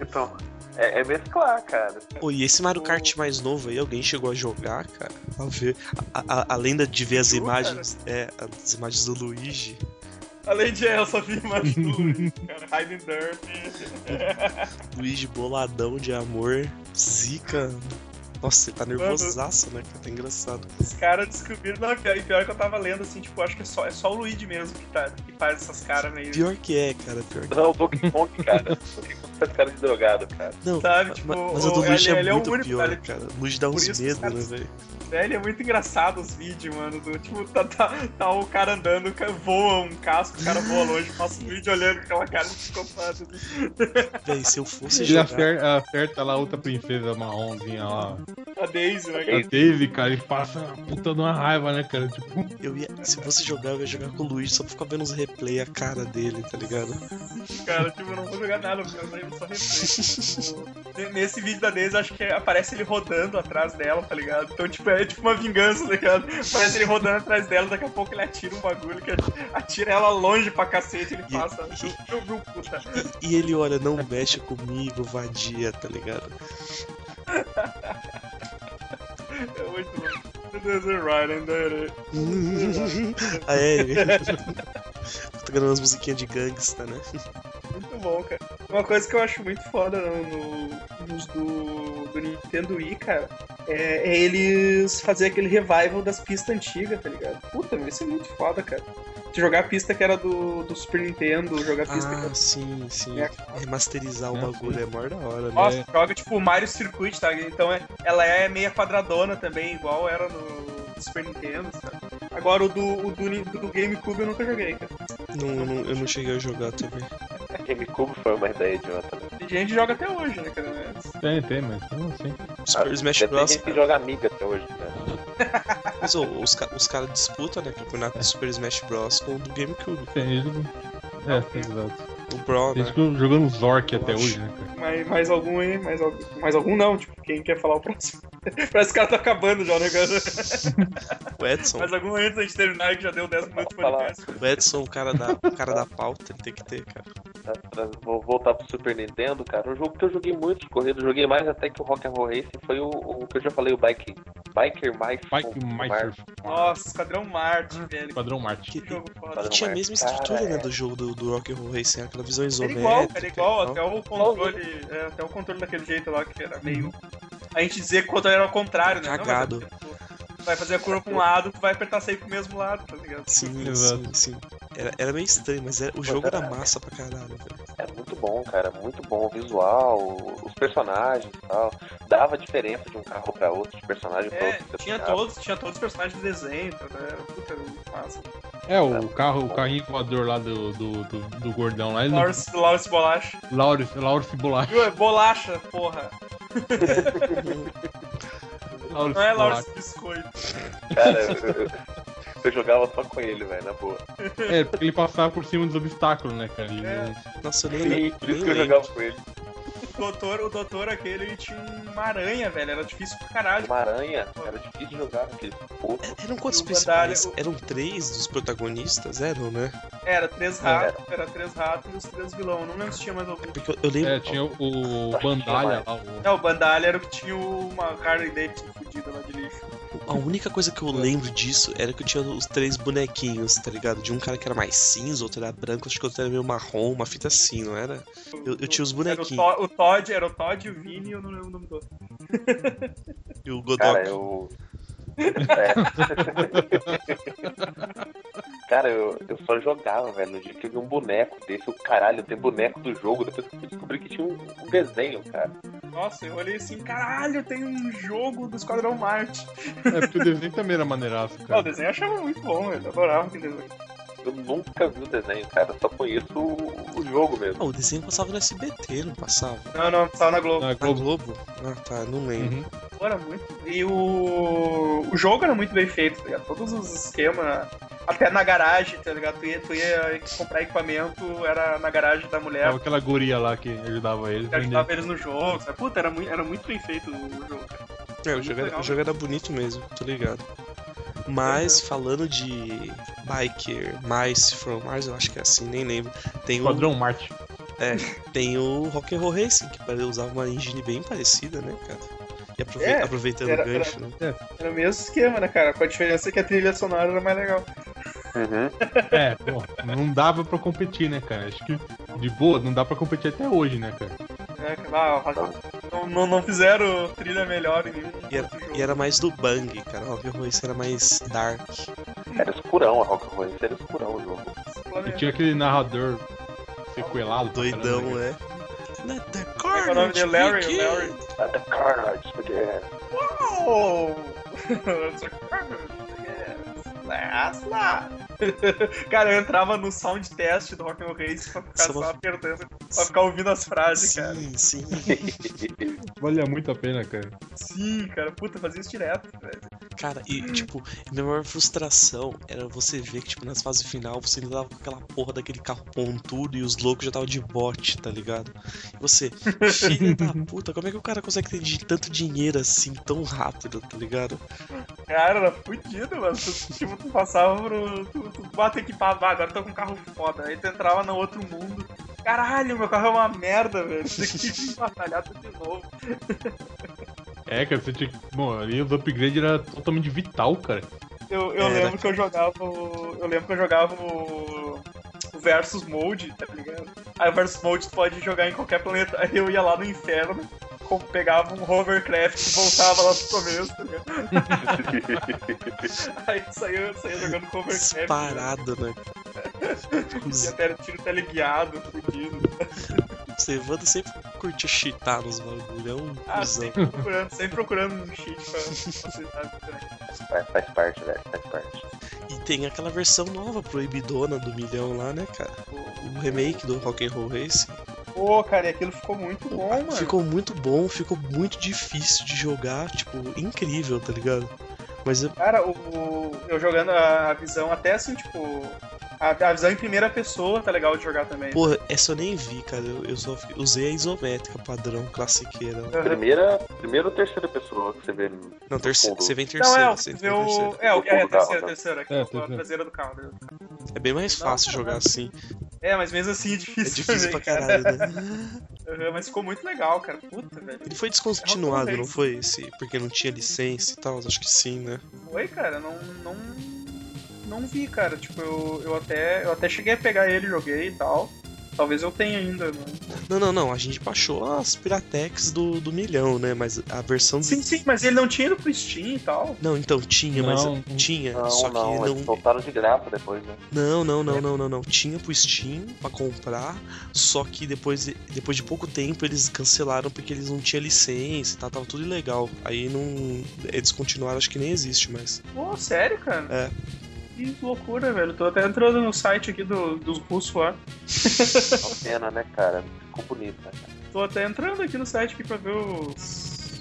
Speaker 6: Então, é, é mesclar, cara.
Speaker 4: Pô, e esse Mario Kart mais novo aí, alguém chegou a jogar, cara? A ver, a, a- a lenda de ver as
Speaker 3: Tu,
Speaker 4: imagens, é, as imagens do Luigi.
Speaker 3: Além de eu só vi mais tudo, cara. Hide and Dirt.
Speaker 4: Luigi boladão de amor, zica. Nossa, ele tá nervosaço, né? cara? Tá engraçado.
Speaker 3: Os caras descobriram. Não, pior, e pior que eu tava lendo, assim, tipo, acho que é só, é só o Luigi mesmo que, tá, que faz essas caras meio.
Speaker 4: Pior que é, cara, pior que
Speaker 6: Não, o Donkey Kong, cara. Donkey Kong tá com cara de drogado, cara.
Speaker 4: Não,
Speaker 3: Sabe,
Speaker 4: ma-
Speaker 3: tipo,
Speaker 4: mas o do
Speaker 3: o-
Speaker 4: Luigi
Speaker 3: ele-
Speaker 4: é
Speaker 3: ele é o
Speaker 4: muito
Speaker 3: único,
Speaker 4: pior,
Speaker 3: cara.
Speaker 4: cara. O Luigi dá
Speaker 3: Por
Speaker 4: uns
Speaker 3: isso os
Speaker 4: medos, né,
Speaker 3: caras-
Speaker 4: velho?
Speaker 3: Velho, é muito engraçado os vídeos, mano. Do, tipo, tá, tá, tá o cara andando, o cara voa um casco, o cara voa longe, passa o vídeo olhando com aquela cara de psicopata. assim.
Speaker 4: Véi, se eu fosse
Speaker 5: Ele
Speaker 4: jogar.
Speaker 5: é acerta, acerta lá outra princesa marronzinha lá.
Speaker 3: A Daisy, né?
Speaker 5: A Daisy, cara, ele passa uma puta de uma raiva, né, cara? Tipo,
Speaker 4: Eu ia, se eu fosse jogar, eu ia jogar com o Luigi só pra ficar vendo os replay, a cara dele, tá ligado?
Speaker 3: Cara, tipo, eu não vou jogar nada, porque eu só reflexo. Tipo, n- nesse vídeo da Daisy, acho que é, aparece ele rodando atrás dela, tá ligado? Então, tipo, é tipo uma vingança, tá ligado? Parece ele rodando atrás dela, daqui a pouco ele atira um bagulho que atira ela longe pra cacete, ele passa. Eu vi o puta.
Speaker 4: E ele olha, não mexe comigo, vadia, tá ligado?
Speaker 3: É muito bom. It doesn't rhyme, ainda era.
Speaker 4: ah, é, ele. Tocando umas musiquinhas de gangsta, né?
Speaker 3: Muito bom, cara. Uma coisa que eu acho muito foda no, no- nos do, do Nintendo Wii, cara, é, é eles fazer aquele revival das pistas antigas, tá ligado? Puta, meu, isso é muito foda, cara. De jogar a pista que era do, do Super Nintendo, jogar a pista É que
Speaker 4: Ah,
Speaker 3: era.
Speaker 4: sim, sim.
Speaker 3: É.
Speaker 4: Remasterizar o
Speaker 5: É,
Speaker 4: bagulho é maior da hora, né?
Speaker 3: Nossa, joga tipo o Mario Circuit, tá? Então é, ela é meia quadradona também, igual era no Super Nintendo, sabe? Agora o do, o do, Ni- do GameCube eu nunca joguei, cara.
Speaker 4: Não, não- eu não cheguei a jogar também.
Speaker 6: GameCube foi uma ideia idiota, né?
Speaker 3: Tem gente que joga até hoje, né, cara? Mas-
Speaker 5: tem, tem, mas não assim.
Speaker 3: Ah,
Speaker 4: Super Smash
Speaker 6: Tem
Speaker 4: Bros.
Speaker 6: gente que joga amiga até hoje, cara.
Speaker 4: Mas, ô, os, ca- os caras disputam, né? Campeonato do Super Smash Bros. com o do GameCube.
Speaker 5: Tem eles. É, tem, exato.
Speaker 4: O Pro,
Speaker 5: Tem
Speaker 4: né?
Speaker 5: gente jogando Zork
Speaker 4: Eu
Speaker 5: até
Speaker 4: acho.
Speaker 5: hoje, né, cara?
Speaker 3: Mais, mais algum aí? Mais, algum- mais algum não? Tipo, quem quer falar o próximo? Parece que o cara tá acabando já o negócio.
Speaker 4: O Edson.
Speaker 3: Mais algum antes da gente terminar que já deu 10 minutos de
Speaker 6: Fala.
Speaker 3: podcast.
Speaker 4: O Edson, o cara da, o cara da pauta, ele tem que ter, cara.
Speaker 6: Tá, pra- Vou voltar pro Super Nintendo, cara. Um jogo que eu joguei muito de corrida, joguei mais até que o Rock and Roll Racing foi o, o que eu já falei, o Biker. Biker Mike.
Speaker 5: Pike Meister.
Speaker 3: Nossa, Esquadrão Marte, velho.
Speaker 5: Padrão Marte.
Speaker 3: Que jogo foda.
Speaker 6: Padrão
Speaker 4: Tinha a
Speaker 6: Marte,
Speaker 4: mesma estrutura,
Speaker 6: cara,
Speaker 4: né,
Speaker 6: é.
Speaker 4: do jogo do, do Rock and Roll Racing, aquela visão
Speaker 3: Era
Speaker 4: isométrica.
Speaker 3: igual, era igual.
Speaker 4: e tal.
Speaker 3: Até o controle. é, até o controle daquele jeito lá, que era meio. A gente dizia que o controle era ao contrário, né? Não, mas
Speaker 4: Cagado.
Speaker 3: tu Vai fazer a curva pra um lado, tu vai apertar sair pro mesmo lado, tá ligado?
Speaker 4: Sim, sim,
Speaker 5: Exato.
Speaker 4: sim. Era, era meio estranho, mas era- o jogo era massa pra caralho, velho.
Speaker 6: É muito bom, cara. Muito bom o visual, os personagens e tal. Dava diferença de um carro pra outro, de personagem pra
Speaker 3: É,
Speaker 6: outro. que
Speaker 4: Então,
Speaker 6: você
Speaker 3: tinha
Speaker 6: pegava.
Speaker 3: todos, tinha todos os personagens do desenho, tá? né? Puta, era muito massa.
Speaker 5: É, o carro, o carrinho voador lá do, do, do, do gordão lá. Ele não...
Speaker 3: Lawrence, Lawrence Bolacha.
Speaker 5: Laurus, Laurus Bolacha.
Speaker 3: Viu? É bolacha, porra.
Speaker 5: Laurus
Speaker 3: Não é
Speaker 5: Bolacha.
Speaker 3: Lawrence Biscoito.
Speaker 6: Cara, eu, eu- eu jogava só com ele, velho, na boa.
Speaker 5: É, porque ele passava por cima dos obstáculos, né, cara? Ele-
Speaker 3: É.
Speaker 4: Nossa, eu nem,
Speaker 6: Sim,
Speaker 4: nem,
Speaker 6: por isso que eu
Speaker 4: lembro.
Speaker 6: jogava com ele.
Speaker 3: O doutor, o doutor aquele ele tinha uma aranha, velho. Era difícil pra caralho.
Speaker 6: Uma aranha, era difícil de jogar com aquele povo.
Speaker 4: Eram quantos
Speaker 3: E o Bandalho,
Speaker 4: principais?
Speaker 3: o-
Speaker 4: Eram três dos protagonistas? Eram, né?
Speaker 3: Era três ratos, era três ratos e os três vilão. Não lembro se tinha mais algum.
Speaker 4: Porque eu, eu lembro.
Speaker 5: É, tinha o, o Bandalha lá. O...
Speaker 3: É, o Bandalha era o que tinha uma Harley Davidson fudida lá de lixo.
Speaker 5: um-
Speaker 4: A única coisa
Speaker 5: É.
Speaker 4: que eu lembro disso era que eu tinha os três bonequinhos, tá ligado? De um cara que era mais cinza, outro era branco, acho que outro era meio marrom, uma fita assim, não era? Eu, eu tinha os
Speaker 3: Era o,
Speaker 4: bonequinhos
Speaker 3: To- o Todd, era o Todd, o Vini, eu não lembro o nome do outro.
Speaker 4: e o Godok.
Speaker 6: Cara, eu. É. Cara, eu, eu só jogava, velho. No dia que eu vi um boneco desse, o caralho, tem boneco do jogo. Depois que eu descobri que tinha um, um desenho, cara.
Speaker 3: Nossa, eu olhei assim, caralho, tem um jogo do Esquadrão Marte.
Speaker 5: É, porque o desenho também era maneiraço,
Speaker 3: Ah, o
Speaker 5: cara.
Speaker 3: desenho eu achava muito bom, velho. Eu adorava aquele desenho.
Speaker 6: Eu nunca vi o desenho, cara. Só conheço o, o jogo mesmo.
Speaker 4: Ah, o desenho passava no SBT, não passava?
Speaker 3: Não, não, tava na Globo.
Speaker 5: Na
Speaker 4: Na
Speaker 5: Globo.
Speaker 4: Globo? Ah, tá, não lembro.
Speaker 5: Uhum.
Speaker 3: era muito. E o, o jogo era muito bem feito, tá ligado? Todos os esquemas. Até na garagem, tá ligado? Tu ia, tu ia comprar equipamento, era na garagem da mulher.
Speaker 5: Tava aquela guria lá que ajudava ele.
Speaker 3: que ajudava eles no jogo, sabe? Puta, era muito, era muito bem feito o jogo. cara.
Speaker 4: É, o jogo, era, o jogo era bonito mesmo, tô ligado. Mas
Speaker 3: Uhum.
Speaker 4: falando de Biker, Mice from Mars, eu acho que é assim, nem lembro. Tem o,
Speaker 5: Esquadrão Marte.
Speaker 4: tem o Rock and Roll Racing, que pare- usava uma engine bem parecida, né, cara? E aprove-
Speaker 3: É,
Speaker 4: aproveitando
Speaker 3: era-
Speaker 4: o gancho, né?
Speaker 3: Era o mesmo esquema, né, cara? Com a diferença que a trilha sonora era mais legal.
Speaker 6: Uhum.
Speaker 5: É, pô, não dava pra competir, né, cara? Acho que de boa, não dá pra competir até hoje, né, cara?
Speaker 3: né? Ah, o Rock- não, não, não fizeram trilha melhor em nenhum
Speaker 4: E era,
Speaker 3: outro jogo.
Speaker 4: e era mais do Bang, cara. O Rock and Roll Racing era mais dark.
Speaker 6: Era escurão a Rock and Roll, era escurão o jogo.
Speaker 5: E tinha aquele narrador sequelado. pra caramba,
Speaker 4: Doidão,
Speaker 5: né?
Speaker 4: né? Let the
Speaker 3: Como é que é o
Speaker 4: carnage
Speaker 3: nome dele? Larry?
Speaker 4: begin!
Speaker 3: Larry.
Speaker 6: At the carnage began.
Speaker 3: Oh! It's a carnage, yes. That's not. cara, eu entrava no sound test do Rock and Roll Race pra ficar
Speaker 4: Só
Speaker 3: só
Speaker 4: pra-
Speaker 3: apertando, pra ficar ouvindo as frases, cara.
Speaker 4: Sim, sim.
Speaker 5: Valia muito a pena, cara.
Speaker 3: Sim, cara, puta, eu fazia isso direto, velho.
Speaker 4: Cara, e tipo, minha maior frustração era você ver que, tipo, nas fases final você lidava com aquela porra daquele carro pontudo e os loucos já estavam de bote, tá ligado? E você, filho da puta, como é que o cara consegue ter de- tanto dinheiro assim tão rápido, tá ligado?
Speaker 3: Cara, era fudido, mano. Tu, tipo, tu passava pro. Tu, tu bota equipado, ah, agora tô com um carro foda. Aí tu entrava no outro mundo. Caralho, meu carro é uma merda, velho. Isso aqui tem que batalhar tudo de novo.
Speaker 5: É, cara, você tinha que. Bom, ali os upgrades era totalmente vital, cara.
Speaker 3: Eu, eu
Speaker 4: Era.
Speaker 3: lembro que eu jogava. o- Eu lembro que eu jogava o. o Versus Mode, tá ligado? Aí o Versus Mode tu pode jogar em qualquer planeta. Aí eu ia lá no inferno, com- pegava um hovercraft e voltava lá pro começo, tá ligado? Aí eu saía, eu saía jogando com hovercraft.
Speaker 4: Disparado, né? Tipo,
Speaker 3: Tinha até tiro teleguiado, fudido.
Speaker 4: Você Evandro sempre curtiu cheatar nos bagulho, é um
Speaker 3: Ah,
Speaker 4: cuzão.
Speaker 3: sempre procurando, sempre procurando um cheat pra facilitar né? as coisas.
Speaker 6: Faz, faz parte, velho, faz parte.
Speaker 4: E tem aquela versão nova proibidona do milhão lá, né, cara? O o remake do Rock and Roll Racing.
Speaker 3: Pô, cara, e aquilo ficou muito bom, mano.
Speaker 4: Ah, Ficou muito bom, ficou muito difícil de jogar, tipo, incrível, tá ligado? Mas eu-
Speaker 3: Cara, o, o- eu jogando a, a visão até assim, tipo. A, a visão em primeira pessoa tá legal de jogar também.
Speaker 4: porra, essa eu nem vi, cara. Eu, eu só fi- usei a isométrica padrão, classiqueira. lá.
Speaker 6: Primeira, primeira ou terceira pessoa que você vê. no-
Speaker 4: Não, terceira,
Speaker 6: fundo?
Speaker 4: você vem
Speaker 3: Não, é,
Speaker 4: terceira,
Speaker 3: o
Speaker 4: você vem
Speaker 3: vê o.
Speaker 4: terceira.
Speaker 3: É, o, é,
Speaker 6: Fundo
Speaker 3: a
Speaker 6: do
Speaker 3: terceira,
Speaker 6: carro, né?
Speaker 3: terceira, que
Speaker 5: É,
Speaker 3: é, a
Speaker 5: terceira.
Speaker 3: traseira do carro. né?
Speaker 4: É bem mais
Speaker 3: Não,
Speaker 4: fácil
Speaker 3: cara,
Speaker 4: jogar
Speaker 3: mas-
Speaker 4: assim.
Speaker 3: É, mas mesmo assim é
Speaker 4: É
Speaker 3: difícil.
Speaker 4: difícil pra
Speaker 3: também,
Speaker 4: caralho, né?
Speaker 3: cara. Aham, mas ficou muito legal, cara. Puta, velho.
Speaker 4: Ele foi descontinuado, não
Speaker 3: Racing.
Speaker 4: foi? Esse, porque não tinha licença e tal, acho que sim, né?
Speaker 3: Foi, cara, não. não... Não vi, cara. Tipo, eu, eu, até, eu até cheguei a pegar ele, joguei e tal. Talvez eu tenha ainda. Né?
Speaker 4: Não, não, não. A gente baixou as Piratex do, do milhão, né? Mas a versão.
Speaker 3: Sim, sim, mas ele não tinha ido pro Steam e tal.
Speaker 4: Não, então tinha,
Speaker 5: Não,
Speaker 4: mas. Tinha,
Speaker 6: Não,
Speaker 4: só que
Speaker 6: não,
Speaker 3: é
Speaker 6: eles
Speaker 3: tipo,
Speaker 4: não,
Speaker 6: soltaram de graça depois, né?
Speaker 4: Não, não, não, não, não, não. Tinha pro Steam pra comprar, só que depois, depois de pouco tempo eles cancelaram porque eles não tinham licença e tal, tava tudo ilegal. Aí não. Eles continuaram, acho que nem existe mais.
Speaker 3: Pô, sério, cara?
Speaker 4: É.
Speaker 3: Que loucura, velho. Tô até entrando no site aqui do, dos russos lá.
Speaker 6: Uma pena, né, cara? Ficou bonito, né? cara?
Speaker 3: Tô até entrando aqui no site aqui pra ver os.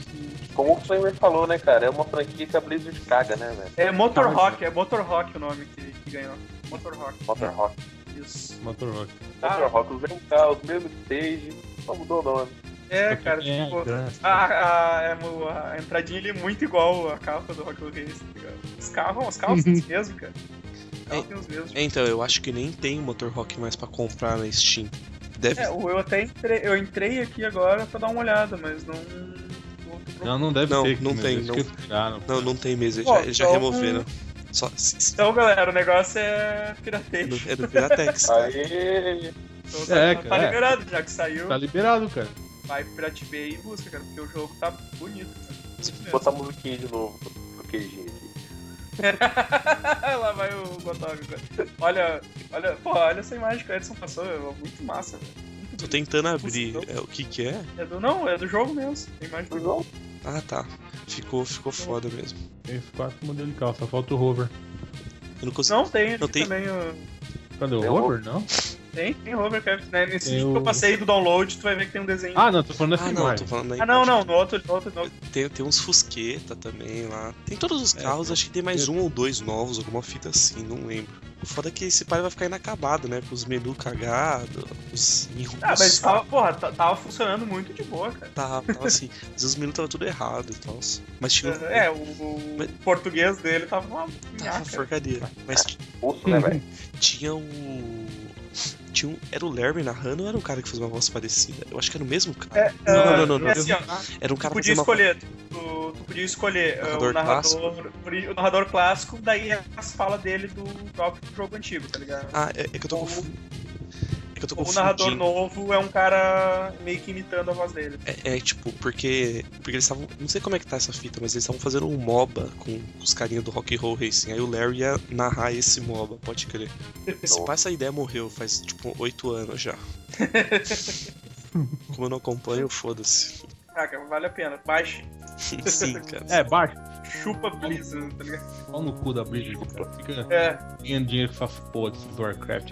Speaker 6: Como o Flamer falou, né, cara? É uma franquia que a Blizzard caga, né, velho?
Speaker 3: É Motor
Speaker 5: Tá,
Speaker 3: Rock, é Motor Rock o nome que, que ganhou. Motor Rock,
Speaker 6: Motor Rock.
Speaker 3: isso.
Speaker 5: Motor Rock.
Speaker 3: Ah.
Speaker 6: Motor Rock, os mesmos carros, os mesmos stage, só mudou o nome.
Speaker 3: É, cara,
Speaker 5: é,
Speaker 3: tipo.
Speaker 5: graça.
Speaker 3: A, a, é mo- a entradinha ali é muito igual a capa do Rock and Roll Race, tá ligado? Os carros, os carros têm os mesmos, cara. Os carros têm os mesmos.
Speaker 4: É, Então, eu acho que nem tem Motor Rock mais pra comprar na Steam. Deve.
Speaker 3: É, o- eu até entrei, eu entrei aqui agora pra dar uma olhada, mas não. não tô
Speaker 5: Não, não deve
Speaker 4: Não,
Speaker 5: ter.
Speaker 4: não
Speaker 5: né?
Speaker 4: tem,
Speaker 5: Eles
Speaker 4: não.
Speaker 5: que tiraram.
Speaker 4: Não, não tem mesmo, eles
Speaker 3: Pô,
Speaker 4: já, eles já
Speaker 3: então-
Speaker 4: removeram. Só. se- se-
Speaker 3: Então, galera, o negócio é pirateio.
Speaker 4: é do- É do Piratex. cara.
Speaker 6: Aí,
Speaker 3: Então,
Speaker 5: É,
Speaker 3: tá, tá
Speaker 5: cara, é.
Speaker 3: liberado, já que saiu.
Speaker 5: Tá liberado, cara.
Speaker 3: Vai pro Piratibay e busca, cara, porque o jogo tá bonito. cara. Isso mesmo.
Speaker 6: botar a musiquinha de novo pro queijinho aqui.
Speaker 3: Lá vai o Gotog. cara. Olha, olha, pô, olha essa imagem que o Edson passou, é muito massa, velho.
Speaker 4: Tô tentando abrir. É, o que que é?
Speaker 3: É do, não, é do jogo mesmo. A imagem do jogo.
Speaker 6: Não,
Speaker 4: Ah, tá. Ficou, ficou foda mesmo.
Speaker 5: Tem os quatro modelos de carro, só falta o rover.
Speaker 4: Eu não consigo.
Speaker 3: Não tem,
Speaker 4: Não
Speaker 3: aqui
Speaker 4: tem?
Speaker 3: também o.
Speaker 4: É
Speaker 5: Cadê o
Speaker 6: Tem o
Speaker 5: rover? Não?
Speaker 3: Tem, tem Hovercraft, né? Nesse
Speaker 5: Tem
Speaker 3: vídeo que eu
Speaker 5: o-
Speaker 3: passei do download, tu vai ver que tem um desenho.
Speaker 5: Ah, não, tô falando da
Speaker 4: Ah, não, tô
Speaker 5: filmagem.
Speaker 4: falando aí.
Speaker 3: Ah, não, não, no outro, no outro, no outro.
Speaker 4: Tem, tem uns Fusqueta também lá. Tem todos os carros, acho que tem mais um ou dois novos, alguma fita assim, não lembro. O foda é que esse pai vai ficar inacabado, né? Com os menus cagados, os enroscados.
Speaker 3: Ah, mas tava, porra, ta- tava funcionando muito de boa, cara.
Speaker 4: Tava, tava assim, mas os menus tava tudo errado e tal. Mas tinha. um, Ah,
Speaker 3: É, o, o
Speaker 4: Mas-
Speaker 3: português dele tava uma
Speaker 4: Tava
Speaker 3: minhaca.
Speaker 4: porcaria. Mas t-
Speaker 6: Pulso, né, velho?
Speaker 4: tinha o. Tinha um... Era o Lerby narrando ou era o cara que fez uma voz parecida? Eu acho que era o mesmo cara.
Speaker 3: É,
Speaker 4: Não,
Speaker 3: ah,
Speaker 4: não, não, não,
Speaker 3: é assim, ó,
Speaker 4: Era um
Speaker 3: tu
Speaker 4: cara
Speaker 3: podia
Speaker 4: fazendo uma-
Speaker 3: escolher, tu, tu podia escolher ah,
Speaker 4: Narrador
Speaker 3: o narrador, ori- o narrador clássico, daí é as falas dele do próprio jogo antigo, tá ligado?
Speaker 4: Ah, é, é que eu tô confu- É que eu tô
Speaker 3: o narrador
Speaker 4: confundindo.
Speaker 3: novo é um cara meio que imitando a voz dele.
Speaker 4: É, é, tipo, porque. Porque eles estavam. Não sei como é que tá essa fita, mas eles estavam fazendo um MOBA com os carinha do Rock and Roll Racing. Aí o Larry ia narrar esse MOBA, pode crer. Se pá, essa ideia morreu faz, tipo, oito anos já. Como eu não acompanho, foda-se.
Speaker 3: Ah, cara, vale a pena. Baixe,
Speaker 4: Sim, cara.
Speaker 5: É, baixa.
Speaker 3: chupa Blizzard, tá ligado?
Speaker 5: Pau no cu da Blizzard, cara. Fica
Speaker 3: É,
Speaker 5: ganhando dinheiro com essas porra desses Warcraft,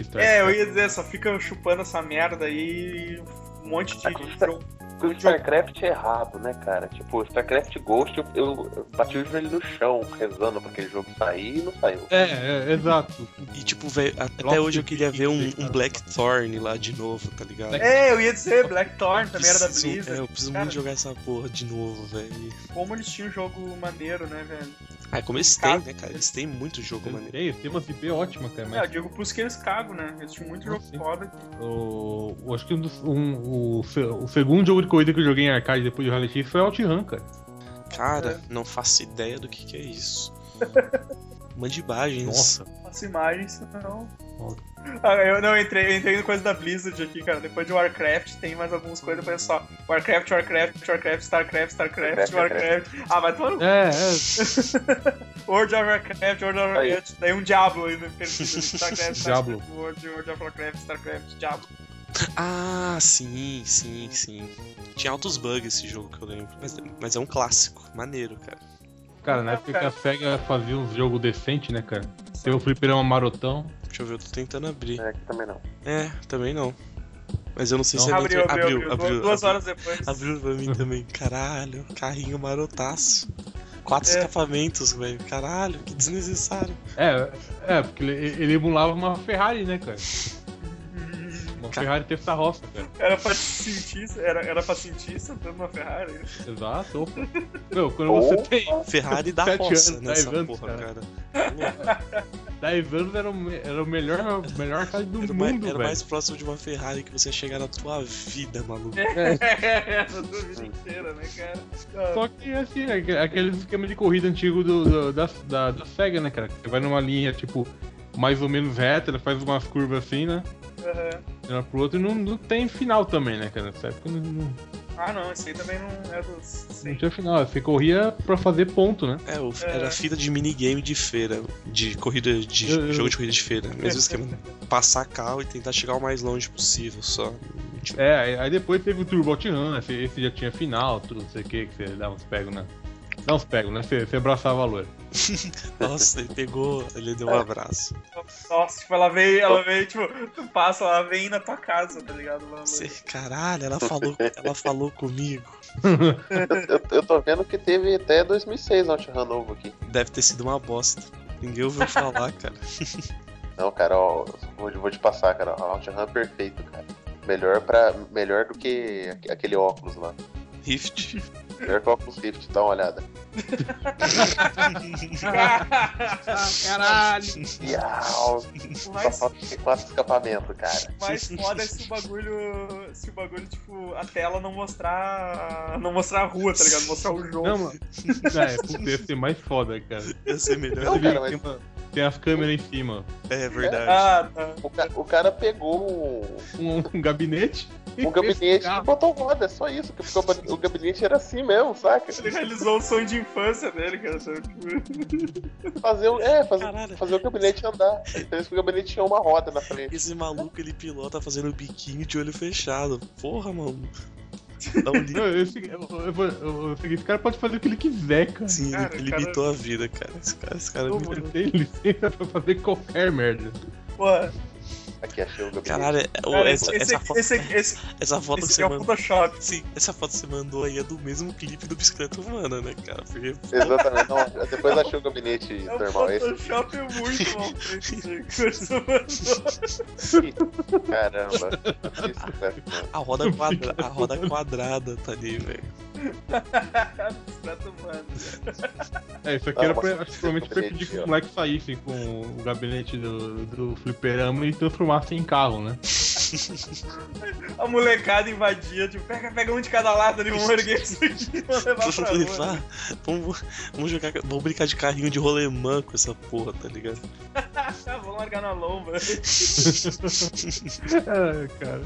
Speaker 3: é, eu
Speaker 5: StarCraft.
Speaker 3: ia dizer, só fica chupando essa merda aí e um monte de jogo.
Speaker 6: O StarCraft é errado, né, cara? Tipo, o StarCraft Ghost, eu, eu- eu bati o joelho no chão, rezando pra aquele jogo sair e não saiu.
Speaker 5: É, é, exato.
Speaker 4: E tipo, velho,
Speaker 3: É
Speaker 4: a- até
Speaker 5: Nossa,
Speaker 4: hoje eu queria ver um,
Speaker 5: cara.
Speaker 4: um Blackthorn lá de novo, tá ligado?
Speaker 3: É, eu ia dizer, Blackthorn também era da
Speaker 4: Preciso- É,
Speaker 3: Blizzard.
Speaker 4: eu preciso
Speaker 3: Cara.
Speaker 4: muito jogar essa porra de novo, velho.
Speaker 3: Como eles tinham um jogo maneiro, né, velho?
Speaker 4: Ah, como eles têm,
Speaker 3: Cara.
Speaker 4: né, cara? Eles têm muito jogo, mano.
Speaker 5: Tem, é tem umas IP ótimas até,
Speaker 3: É, eu
Speaker 5: mas
Speaker 3: digo por isso que eles cagam, né? Eles tinham muito
Speaker 5: Ah,
Speaker 3: jogo
Speaker 5: sim.
Speaker 3: foda.
Speaker 4: É.
Speaker 5: o, eu acho que um dos- um- o, se- o segundo jogo de corrida que eu joguei em arcade depois de Rally X foi OutRun, cara.
Speaker 4: Cara,
Speaker 5: É.
Speaker 4: não faço ideia do que, que é isso. Mande imagens.
Speaker 5: Nossa.
Speaker 3: As imagens, senão.
Speaker 5: Foda.
Speaker 3: Ah, eu não eu entrei, eu entrei no coisa da Blizzard aqui, cara. Depois de Warcraft tem mais algumas coisas, depois é só Warcraft, Warcraft, Warcraft, Starcraft, Starcraft, Warcraft. Ah, vai tomar no
Speaker 5: É, é,
Speaker 3: World of Warcraft, World of
Speaker 6: Aí.
Speaker 3: Warcraft, daí um Diablo ainda perdido. Starcraft,
Speaker 5: Diablo.
Speaker 3: Starcraft, World, World of Warcraft, Starcraft, Diablo.
Speaker 4: Ah, sim, sim, sim. Tinha altos bugs esse jogo que eu lembro. Mas, mas é um clássico. Maneiro, cara.
Speaker 5: cara, na época que
Speaker 4: É,
Speaker 5: a SEGA fazia uns jogos decentes, né, cara? Teve o fliperama marotão.
Speaker 4: Deixa eu ver, eu tô tentando abrir.
Speaker 6: É, aqui também não.
Speaker 4: É, também não. Mas eu não sei se
Speaker 5: Não.
Speaker 4: ele
Speaker 3: Abriu,
Speaker 4: entra-
Speaker 3: abriu, abriu. Duas- Duas
Speaker 4: abriu.
Speaker 3: horas depois.
Speaker 4: Abriu pra mim também. Caralho, carrinho marotaço. Quatro
Speaker 3: É.
Speaker 4: escapamentos, velho. Caralho, que desnecessário.
Speaker 5: É, é, porque ele, ele emulava uma Ferrari, né, cara? Uma Ferrari terça-roça, cara.
Speaker 3: Era pra sentir, era, era pra sentir sentando na Ferrari.
Speaker 5: Exato, opa. Meu, quando você tem
Speaker 4: Ferrari da
Speaker 5: Sete
Speaker 4: roça
Speaker 5: anos,
Speaker 4: nessa
Speaker 5: dez anos,
Speaker 4: porra,
Speaker 5: cara.
Speaker 4: cara. Tá louco?
Speaker 5: 10 anos, era o, me- era o melhor, melhor carro do
Speaker 4: Era, mais,
Speaker 5: mundo,
Speaker 4: era
Speaker 5: velho.
Speaker 4: mais próximo de uma Ferrari que você ia chegar na tua vida, maluco.
Speaker 3: Essa tua vida É, inteira, né, cara?
Speaker 5: Só que, assim, é aque- aquele esquema de corrida antigo do, do- da, da, da SEGA, né, cara? Você vai numa linha, tipo, mais ou menos reta, ela faz umas curvas assim, né?
Speaker 3: Aham.
Speaker 5: De uma pro outro, e não, não tem final também, né, cara? Nessa época não, não,
Speaker 3: Ah, não, esse aí também não é dos.
Speaker 5: não
Speaker 3: Sim.
Speaker 5: tinha final, você corria pra fazer ponto, né?
Speaker 4: É, o-
Speaker 3: É.
Speaker 4: era fita de minigame de feira, de corrida de
Speaker 5: Eu- eu-
Speaker 4: jogo de corrida de feira. Mesmo esquema, passar carro e tentar chegar o mais longe possível só.
Speaker 5: É, aí- aí depois teve o Turbo Out Run, né? esse, esse já tinha final, tudo, não sei o que, que você dava uns pegos, né? Dá uns pegos, né? Você, você abraçava a loira.
Speaker 4: Nossa, ele pegou, ele deu um abraço.
Speaker 3: Nossa, tipo, ela veio, ela veio, tipo, tu passa, ela vem na tua casa, tá ligado? Ela-
Speaker 4: Você- caralho, ela falou, ela falou comigo.
Speaker 6: Eu, eu- eu tô vendo que teve até 2006 OutRun novo aqui.
Speaker 4: Deve ter sido uma bosta. Ninguém ouviu falar, cara.
Speaker 6: Não, cara, ó, vou, vou te passar, cara. A OutRun é perfeito, cara. Melhor, pra, melhor do que aque- aquele óculos lá.
Speaker 4: Rift.
Speaker 6: Melhor que o óculos Rift, dá uma olhada.
Speaker 5: Caralho!
Speaker 6: Iau,
Speaker 3: O
Speaker 6: só
Speaker 3: mais,
Speaker 6: falta ter quatro escapamentos, cara.
Speaker 3: o mais foda é se o bagulho. Se o bagulho, tipo, a tela não mostrar. Não mostrar a rua, tá ligado? Mostrar o jogo.
Speaker 5: Não, mano. É, puta, ia ser mais foda, cara.
Speaker 4: Ia ser melhor.
Speaker 6: Não, cara, mas-
Speaker 5: tem, tem as câmeras em cima.
Speaker 4: É verdade.
Speaker 3: Ah, tá.
Speaker 6: O, ca- o cara pegou um,
Speaker 5: Um, um gabinete.
Speaker 6: um gabinete e botou roda, é só isso. Que ficou, o gabinete era assim mesmo, saca?
Speaker 3: Ele realizou o sonho de infância dele, cara. sabe? Tipo,
Speaker 6: Fazer, o- é,
Speaker 4: Caralho.
Speaker 6: fazer, fazer o gabinete andar. Então isso que o gabinete tinha uma roda na frente.
Speaker 4: Esse maluco, ele pilota fazendo biquinho de olho fechado. Porra, mano. Dá um livro.
Speaker 5: Não, esse, eu, eu, eu- eu- esse cara pode fazer o que ele quiser, cara.
Speaker 4: Sim,
Speaker 3: Cara,
Speaker 4: ele
Speaker 3: cara-
Speaker 4: imitou a vida, cara. Esse cara, esse cara é
Speaker 5: Ele tem licença pra fazer qualquer merda.
Speaker 3: Porra.
Speaker 6: Aqui, achei o gabinete.
Speaker 4: Caralho, é- ô,
Speaker 3: Cara,
Speaker 4: essa,
Speaker 3: esse,
Speaker 4: essa
Speaker 3: aqui-
Speaker 4: foto,
Speaker 3: esse aqui- esse-
Speaker 4: essa foto
Speaker 3: esse
Speaker 4: que você
Speaker 3: aqui é o
Speaker 4: mandou.
Speaker 3: Photoshop.
Speaker 4: Sim, essa foto que você mandou aí é do mesmo clipe do Bicicleta Humana, né, cara? Porque
Speaker 6: Exatamente, não, depois achei o gabinete
Speaker 3: É um
Speaker 6: normal. Esse,
Speaker 3: Photoshop muito mal feito. Curso mandou.
Speaker 6: caramba. Isso, cara.
Speaker 4: a roda, quadra, a roda quadrada tá ali, velho.
Speaker 3: Bicicleta humana.
Speaker 5: É, isso aqui
Speaker 6: Ah,
Speaker 5: era
Speaker 6: mas-
Speaker 5: pra, acho que provavelmente pra pedir que os moleques saíssem com o gabinete do, do fliperama e transformassem em carro, né?
Speaker 3: A molecada invadia, tipo, pega, pega um de cada lado ali, um erguer isso aqui e vamos levar pra
Speaker 4: Vamos
Speaker 3: rua. né?
Speaker 4: levar. Vamos, vamos jogar. Vamos brincar de carrinho de rolemã com essa porra, tá ligado?
Speaker 3: vamos largar na lomba.
Speaker 5: É, cara.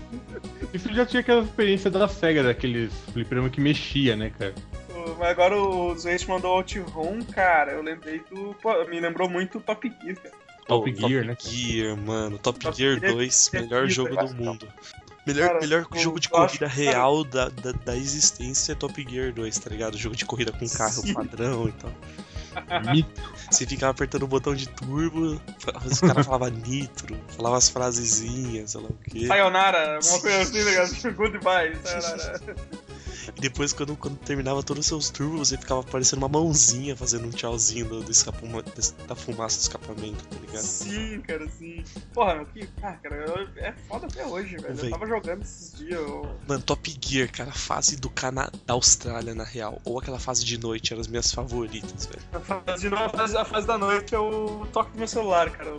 Speaker 5: Isso já tinha aquela experiência da SEGA, daqueles fliperama que mexia, né, cara?
Speaker 3: Pô, Mas agora o Zweit mandou Outrun, cara. Eu lembrei do. pô, me lembrou muito o Top Gear, cara.
Speaker 5: Top
Speaker 4: Pô,
Speaker 5: Gear, né?
Speaker 4: Top Gear, mano. Top,
Speaker 3: Top
Speaker 4: Gear
Speaker 3: Gear
Speaker 4: 2,
Speaker 3: é
Speaker 4: melhor
Speaker 3: fita,
Speaker 4: jogo
Speaker 6: cara.
Speaker 4: do mundo. Melhor,
Speaker 3: Cara,
Speaker 4: melhor
Speaker 3: eu
Speaker 4: jogo de
Speaker 3: acho-
Speaker 4: corrida real da, da, da existência é Top Gear 2, tá ligado? Jogo de corrida com carro
Speaker 3: Sim.
Speaker 4: padrão e tal.
Speaker 5: Mito.
Speaker 4: Você ficava apertando o botão de turbo, os caras falavam nitro, falava as frasezinhas, sei lá o quê.
Speaker 3: Sayonara, alguma coisa assim, ligado? Goodbye, Sayonara.
Speaker 4: E depois, quando, quando terminava todos os seus turbos, você ficava parecendo uma mãozinha fazendo um tchauzinho do, do escapuma- des- da fumaça do escapamento, tá ligado?
Speaker 3: Sim, cara, sim. Porra, meu, que. Ah, cara, eu- é foda até hoje, velho. Eu
Speaker 4: Véi.
Speaker 3: tava jogando esses dias. eu-
Speaker 4: Mano, Top Gear, cara, a fase do Cana da Austrália, na real. Ou aquela fase de noite, eram as minhas favoritas, velho.
Speaker 3: A fase, não, a fase, a fase da noite é eu toco no meu celular, cara. Eu,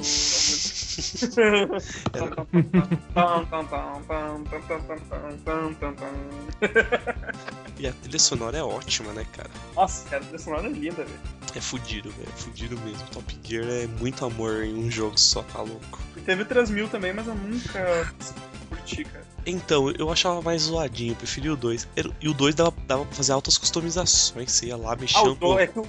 Speaker 4: E a trilha sonora é ótima, né, cara?
Speaker 3: Nossa, cara, a trilha sonora é linda, velho.
Speaker 4: É fudido, velho. É fudido mesmo. Top Gear é muito amor em um jogo só, tá louco.
Speaker 3: E teve 3000 também, mas eu nunca curti, cara.
Speaker 4: Então, eu achava mais zoadinho, eu preferia o 2. E o 2 dava, dava pra fazer altas customizações, você ia lá um
Speaker 3: Ah,
Speaker 4: mexendo.
Speaker 3: o 2, é que o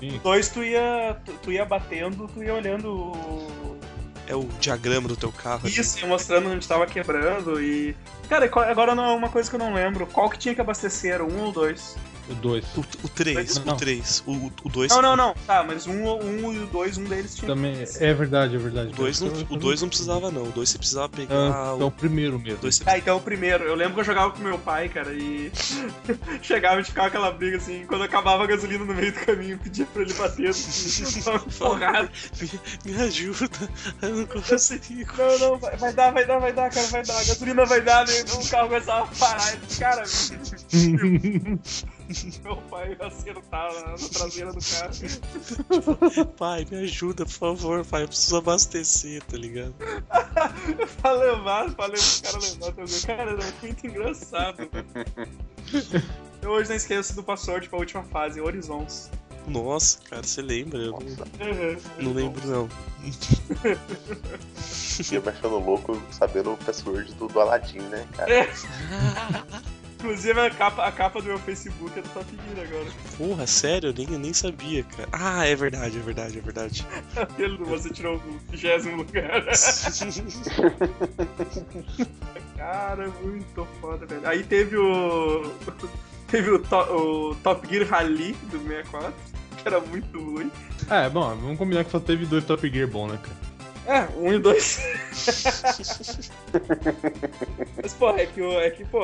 Speaker 5: Sim, sim.
Speaker 3: 2 tu ia, tu, tu ia batendo, tu ia olhando o-
Speaker 4: é o diagrama do teu carro. ali.
Speaker 3: isso, ia mostrando onde tava quebrando e... Cara, e qual- agora não é uma coisa que eu não lembro. Qual que tinha que abastecer? Era um ou dois?
Speaker 5: O 2.
Speaker 4: O, o 3,
Speaker 5: Não.
Speaker 4: o 3. O 2
Speaker 3: Não, não, não. Tá, mas um, um e o dois, um deles tinha.
Speaker 5: Também é verdade, é verdade.
Speaker 4: O 2 não, o dois não precisava, não. O 2 você precisava
Speaker 5: Ah,
Speaker 4: pegar.
Speaker 5: então
Speaker 4: o
Speaker 5: o primeiro mesmo.
Speaker 4: dois você
Speaker 3: Ah, então o primeiro. Eu lembro que eu jogava com meu pai, cara, e chegava e ficava aquela briga assim. Quando acabava a gasolina no meio do caminho, eu pedia pra ele bater. assim, tava Porrada.
Speaker 4: Me ajuda, eu não consigo.
Speaker 3: Não, não, vai, vai dar, vai dar, vai dar, cara, vai dar. A gasolina vai dar, né? o carro começava a parar. Eu disse, Cara, meu pai acertava na na traseira do carro.
Speaker 4: Pai, me ajuda, por favor, pai. Eu preciso abastecer, tá ligado?
Speaker 3: pra levar, pra levar o cara levar também. Cara, era muito engraçado. Eu hoje não esqueço do password pra última fase, Horizons.
Speaker 4: Nossa, cara, você lembra? Eu não-
Speaker 3: Uhum.
Speaker 4: não lembro, não.
Speaker 6: Eu me achando louco sabendo o password do, do Aladdin, né, cara?
Speaker 3: Inclusive a capa, a capa do meu Facebook é do Top Gear agora.
Speaker 4: Porra, sério, eu nem, eu nem sabia, cara. Ah, é verdade, é verdade, é verdade.
Speaker 3: Ele você tirou o vigésimo lugar. Cara, muito foda, velho. Aí teve o. Teve o, to, o Top Gear Rally do 64, que era muito ruim.
Speaker 5: É, bom, vamos combinar que só teve dois Top Gear bom, né, cara?
Speaker 3: É, um e dois. Mas, porra, é que, o- é que, pô,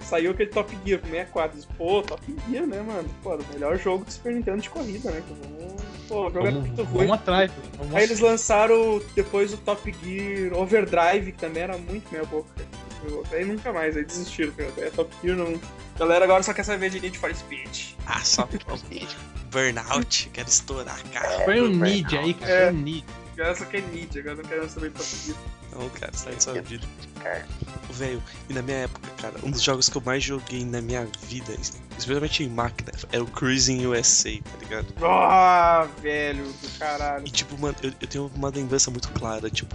Speaker 3: saiu aquele Top Gear pro 64. Diz, Pô, Top Gear, né, mano? Pô, era o melhor jogo do Super Nintendo de corrida, né? cara? Vamos- Pô, o jogo era
Speaker 5: Vamos,
Speaker 3: muito ruim.
Speaker 5: vamos atrás. Vamos
Speaker 3: Aí eles lançaram depois o Top Gear Overdrive, que também era muito meia boca. Eu- Aí nunca mais, aí desistiram, cara. Aí Top Gear não. Galera agora só quer saber de Need for Speed.
Speaker 4: ah, só Burnout, quero estourar, cara.
Speaker 5: Foi o Need aí, cara.
Speaker 3: É.
Speaker 5: Foi o Need.
Speaker 3: Agora só quer Need, agora não quer saber de Top Gear.
Speaker 4: Não, cara, sai dessa vida.
Speaker 6: Cara,
Speaker 4: Velho, e na minha época, cara, um dos jogos que eu mais joguei na minha vida, especialmente em máquina, era o Cruising USA, tá ligado?
Speaker 3: Ah, velho do caralho.
Speaker 4: E tipo, mano, eu, eu tenho uma lembrança muito clara, tipo,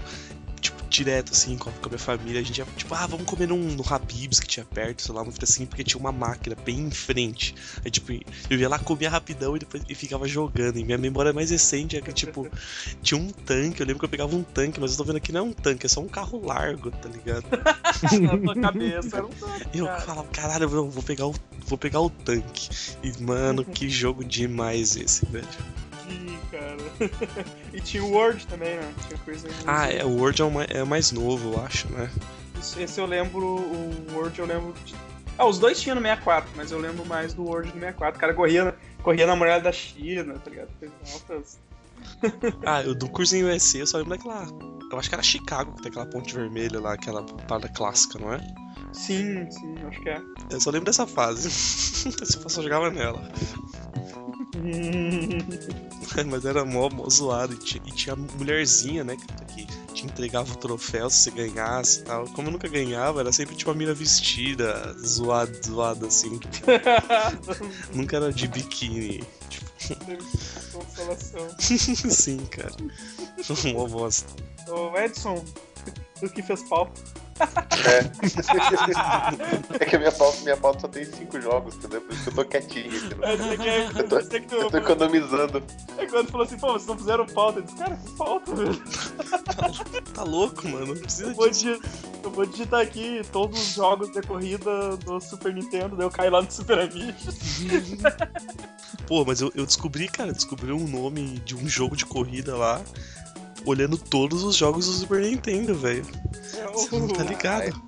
Speaker 4: tipo, direto assim, com a, com a minha família, a gente ia, tipo, ah, vamos comer num, no Habib's que tinha perto, sei lá, uma fita assim, porque tinha uma máquina bem em frente. Aí, tipo, eu ia lá, comia rapidão e depois e ficava jogando. E minha memória mais recente é que, tipo, tinha um tanque, eu lembro que eu pegava um tanque, mas eu tô vendo que não é um tanque, é só um carro largo, tá ligado?
Speaker 3: na tua cabeça. Não tá,
Speaker 4: Eu
Speaker 3: cara.
Speaker 4: falava, caralho, não, vou pegar o, vou pegar o tanque. E, mano, que jogo demais esse, velho.
Speaker 3: Sim, cara. e tinha o Word também, né? Tinha coisa
Speaker 4: Ah, é, o Word é, o mais, é o mais novo, eu acho, né?
Speaker 3: Esse, esse eu lembro, o Word eu lembro. de- Ah, os dois tinham no 64, mas eu lembro mais do Word no 64. O cara corria, corria na muralha da China, tá ligado? Fez altas.
Speaker 4: Ah, eu do cursinho USC, eu só lembro daquela. Eu acho que era Chicago que tem aquela ponte vermelha lá, aquela parada clássica, não é?
Speaker 3: Sim, sim, acho que é.
Speaker 4: Eu só lembro dessa fase. eu só jogava nela. Mas era mó, mó zoado. E tinha, e tinha a mulherzinha, né? cara, Que te entregava o troféu se você ganhasse e tal. Como eu nunca ganhava, era sempre tipo a mina vestida, zoada, zoada assim. tipo, nunca era de biquíni. Tipo,
Speaker 3: Consolação.
Speaker 4: assim, cara. Mó bosta.
Speaker 3: Ô, Edson, tu que fez pau.
Speaker 6: É que a minha pauta, minha pauta só tem cinco jogos, entendeu? Por isso que eu tô quietinho aqui. né?
Speaker 3: Você que, é-
Speaker 6: Eu tô-
Speaker 3: você que
Speaker 6: Eu tô
Speaker 3: tu,
Speaker 6: economizando.
Speaker 3: é quando falou assim, pô, vocês não fizeram pauta. Eu disse, cara, fiz pauta, velho.
Speaker 4: Tá louco, mano. Não precisa
Speaker 3: Eu vou,
Speaker 4: disso.
Speaker 3: digi- eu vou digitar aqui todos os jogos de corrida do Super Nintendo, daí eu caio lá no Super Amigos.
Speaker 4: Pô, mas eu, eu descobri, cara, descobri um nome de um jogo de corrida lá. Olhando todos os jogos do Super Nintendo, velho.
Speaker 3: É
Speaker 4: Você não tá ligado?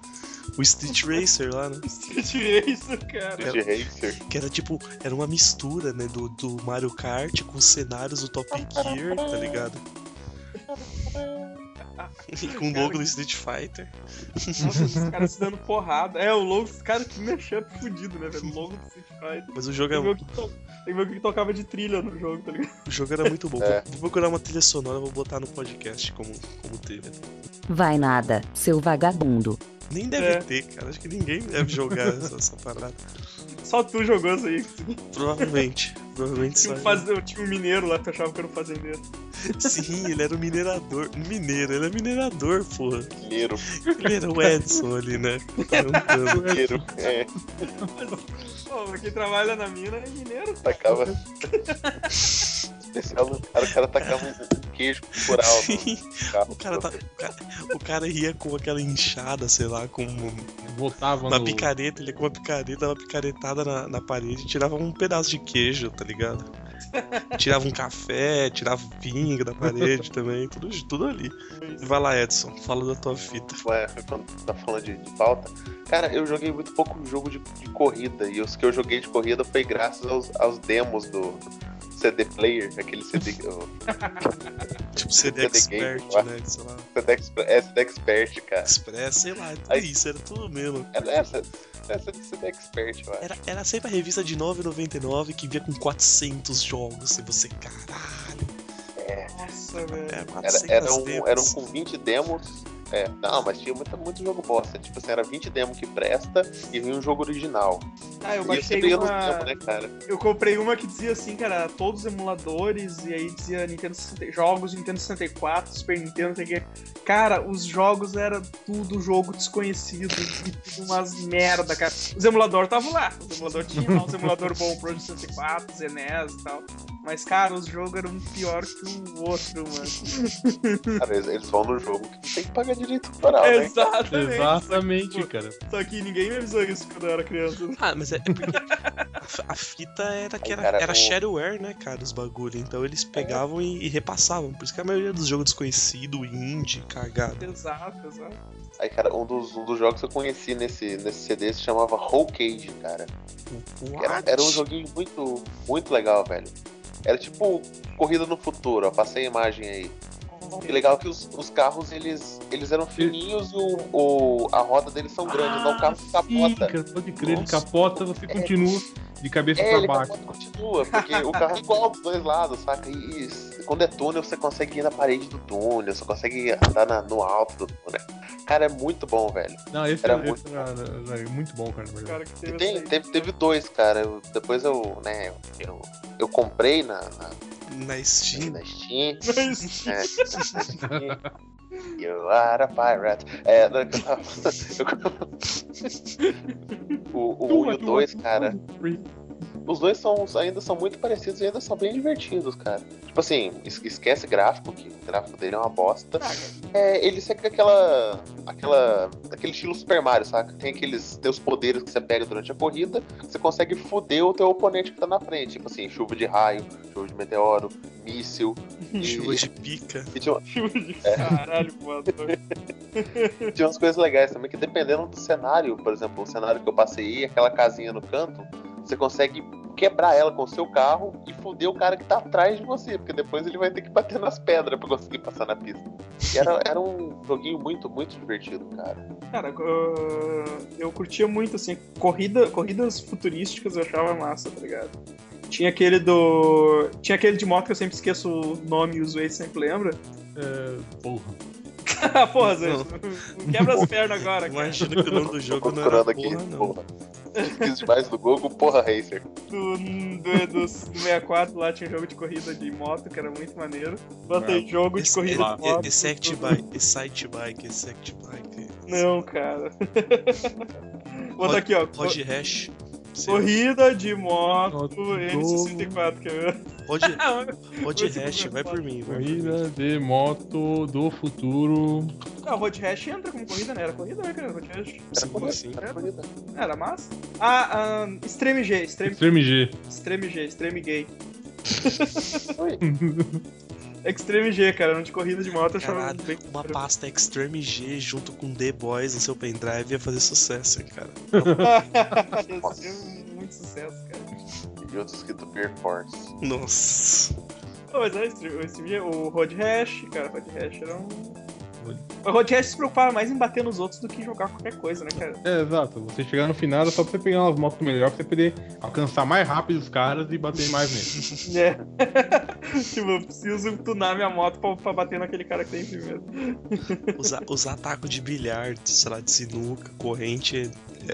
Speaker 4: O Street Racer lá, né?
Speaker 3: Street Racer, cara.
Speaker 6: De Racer.
Speaker 4: Que era tipo, era uma mistura, né, do, do Mario Kart com os cenários do Top Gear, tá ligado? E com o logo do Street Fighter.
Speaker 3: Nossa, os caras se dando porrada. É, o logo, cara, que mashup fudido, né, velho? O logo do Street Fighter.
Speaker 4: Mas o jogo,
Speaker 3: Tem
Speaker 4: é-
Speaker 3: que ver o que, to... tem que ver o que tocava de trilha no jogo, tá ligado?
Speaker 4: o jogo era muito bom.
Speaker 6: É.
Speaker 4: Vou, vou procurar uma trilha sonora e vou botar no podcast como, como teve.
Speaker 1: Vai nada, seu vagabundo.
Speaker 4: Nem deve
Speaker 3: É.
Speaker 4: ter, cara. Acho que ninguém deve jogar essa, essa parada.
Speaker 3: Só tu jogou isso aí.
Speaker 4: Provavelmente. Provavelmente só.
Speaker 3: Tinha um, faze- tinha um mineiro lá, tu achava que era um fazendeiro.
Speaker 4: Sim, ele era um minerador. Mineiro, ele é minerador, porra.
Speaker 6: Dinheiro.
Speaker 4: Ele era o Edson ali, né? Cantando.
Speaker 6: Dinheiro. É,
Speaker 3: Pô, mas quem trabalha na mina é mineiro, cara.
Speaker 6: tacava.
Speaker 4: Uhum.
Speaker 6: Especial do cara, o cara tacava um queijo cultural no carro.
Speaker 4: O cara, tá- o, cara, o cara ia com aquela inchada, sei lá, com uma
Speaker 5: Voltava no.
Speaker 4: picareta, ele ia com uma picareta, dava uma picaretada na, na parede, tirava um pedaço de queijo, tá ligado? Tirava um café, tirava vinho da parede também, tudo, tudo ali. Vai lá, Edson, fala da tua fita.
Speaker 6: Ué, quando tá falando de, de pauta. Cara, eu joguei muito pouco jogo de, de corrida. E os que eu joguei de corrida foi graças aos, aos demos do CD Player, aquele CD. que eu-
Speaker 4: Tipo, CD
Speaker 6: Game,
Speaker 4: Expert,
Speaker 6: lá.
Speaker 4: né? Sei lá,
Speaker 6: CD Expert, é, CD Expert, cara.
Speaker 4: Express, sei lá, tudo
Speaker 6: Aí-
Speaker 4: isso, era tudo mesmo.
Speaker 6: Era essa, essa de CD Expert, eu acho.
Speaker 4: Era, era sempre a revista de 9,99 que vinha com 400 jogos, e você, caralho, é
Speaker 3: Nossa, velho.
Speaker 4: era 400
Speaker 6: Era, era, um,
Speaker 4: demos.
Speaker 6: era um com 20 demos. É, não, mas tinha muito, muito jogo bosta. Tipo assim, era 20 demos que presta e vinha um jogo original.
Speaker 3: Ah, eu
Speaker 6: e eu sempre
Speaker 3: baixei
Speaker 6: ia no demo,
Speaker 3: uma...
Speaker 6: né, cara?
Speaker 3: Eu comprei uma que dizia assim, cara, todos os emuladores, e aí dizia Nintendo 60, jogos, Nintendo 64, Super Nintendo, não sei o quê. Cara, os jogos era tudo jogo desconhecido, e tudo umas merda, cara. Os emuladores estavam lá, os emuladores tinham lá, os emuladores bons pro de 64, Zenes e tal. Mas, cara, os jogos eram um pior que o outro, mano.
Speaker 6: Cara, eles, eles vão no jogo que tem que pagar direito autoral, né?
Speaker 3: Exatamente. tipo,
Speaker 5: Exatamente, cara.
Speaker 3: Só que ninguém me avisou isso quando eu era criança.
Speaker 4: Ah, mas é, é porque a, f- a fita era que
Speaker 6: Aí,
Speaker 4: era,
Speaker 6: cara,
Speaker 4: era
Speaker 6: o-
Speaker 4: shareware, né, cara, os bagulho. Então eles pegavam e, e repassavam. Por isso que a maioria dos jogos desconhecido, indie, cagado.
Speaker 3: Exato, exato.
Speaker 6: Aí, cara, um dos, um dos jogos que eu conheci nesse, nesse CD se chamava Whole Cage, cara. Era, era um joguinho muito, muito legal, velho. Era tipo Corrida no Futuro, ó. Passei a imagem aí. E legal que os, os carros, eles, eles eram fininhos e o, o- a roda deles são grandes,
Speaker 3: Ah,
Speaker 6: então o carro
Speaker 5: Sim,
Speaker 6: capota.
Speaker 5: cara, pode crer, ele
Speaker 4: Nossa.
Speaker 5: capota, você continua de cabeça
Speaker 6: É,
Speaker 5: pra
Speaker 6: ele
Speaker 5: baixo.
Speaker 6: capota e continua, porque o carro é igual dos dois lados, saca? E s- quando é túnel, você consegue ir na parede do túnel, você consegue andar na- no alto do túnel. Cara, é muito bom, velho.
Speaker 5: Não, esse
Speaker 6: Era
Speaker 5: era, esse é,
Speaker 6: muito
Speaker 5: era, era muito bom, cara. na
Speaker 3: O
Speaker 5: verdade.
Speaker 3: cara que
Speaker 6: E
Speaker 3: teve
Speaker 6: tem-
Speaker 3: essa aí.
Speaker 6: teve, teve dois, cara. Eu- depois eu, né, eu, eu, eu comprei na, na,
Speaker 4: Na Steam.
Speaker 6: na Steam.
Speaker 3: Mas-
Speaker 6: É. You are a pirate. É, não, eu- eu- o o
Speaker 5: Tua,
Speaker 6: 1 e
Speaker 5: tua,
Speaker 6: o 2,
Speaker 5: tua,
Speaker 6: um cara,
Speaker 5: tua, tua.
Speaker 6: os dois são, ainda são muito parecidos e ainda são bem divertidos, cara. Tipo assim, es- esquece gráfico, que o gráfico dele é uma bosta. É, ele segue aquela. aquela. aquele estilo Super Mario, saca? Tem aqueles teus poderes que você pega durante a corrida, que você consegue foder o teu oponente que tá na frente. Tipo assim, chuva de raio, chuva de meteoro, míssil. e-
Speaker 4: Chuva de pica.
Speaker 6: e tinha,
Speaker 3: É. Caralho, voador.
Speaker 6: tinha umas coisas legais também, que dependendo do cenário, por exemplo, o cenário que eu passei, aquela casinha no canto, você consegue quebrar ela com o seu carro e foder o cara que tá atrás de você, porque depois ele vai ter que bater nas pedras pra conseguir passar na pista. E era, era um joguinho muito, muito divertido, cara.
Speaker 3: Cara, eu- eu curtia muito, assim, corrida, corridas futurísticas eu achava massa, tá ligado? Tinha aquele do. Tinha aquele de moto que eu sempre esqueço o nome e os ways sempre lembra.
Speaker 5: É, porra.
Speaker 3: Ah, porra, Zé,
Speaker 4: Não.
Speaker 3: quebra as pernas agora, cara.
Speaker 4: Imagina que o nome do
Speaker 6: Tô
Speaker 4: jogo não era
Speaker 6: procurando aqui,
Speaker 4: porra, não.
Speaker 6: porra. Quis demais do Gogo, porra, Racer.
Speaker 3: Do, do, do, do 64 lá tinha um jogo de corrida de moto, que era muito maneiro. Bota aí, jogo de
Speaker 4: Esse, é-
Speaker 3: corrida de moto.
Speaker 4: esse Act Bike, esse Act Bike, esse Act Bike.
Speaker 3: Não, cara. Bota aqui, ó.
Speaker 4: Rod Hash. Sei lá.
Speaker 3: Corrida de moto
Speaker 5: Moto
Speaker 3: N64, quer ver?
Speaker 4: Rod,
Speaker 3: Ah,
Speaker 4: Rod
Speaker 3: Esse
Speaker 4: Hash,
Speaker 3: programa
Speaker 4: vai
Speaker 3: é
Speaker 4: por mim. Vai por mim.
Speaker 5: Corrida de moto do futuro.
Speaker 3: Ah, o Road Rash entra como corrida, né? Era corrida, né, cara? Road Rash.
Speaker 4: Sim,
Speaker 3: assim?
Speaker 4: sim.
Speaker 6: Era corrida.
Speaker 3: Era massa. Ah, ah, Extreme G, Extreme,
Speaker 5: Extreme G.
Speaker 3: Extreme G, Extreme Gay.
Speaker 6: Ui.
Speaker 3: Extreme G, cara, era um de corrida de moto, eu achava
Speaker 4: Caralho,
Speaker 3: bem...
Speaker 4: Uma pasta Extreme G junto com The Boys no seu pendrive ia fazer sucesso, hein, cara.
Speaker 3: Ia ser é muito sucesso, cara.
Speaker 6: E outro escrito Beer Force.
Speaker 4: Nossa.
Speaker 3: Não, mas é, o Extreme- o Extreme G, o Road Rash, cara, o Road Rash era um... O Road Rash se preocupava mais em bater nos outros do que jogar qualquer coisa, né, cara?
Speaker 5: É, exato. Você chegar no final é só pra você pegar umas motos melhor pra você poder alcançar mais rápido os caras e bater mais neles.
Speaker 3: É. tipo, eu preciso tunar minha moto pra, pra bater naquele cara que tem em primeiro.
Speaker 4: Usar, usar taco de bilhar, de, sei lá, de sinuca, corrente,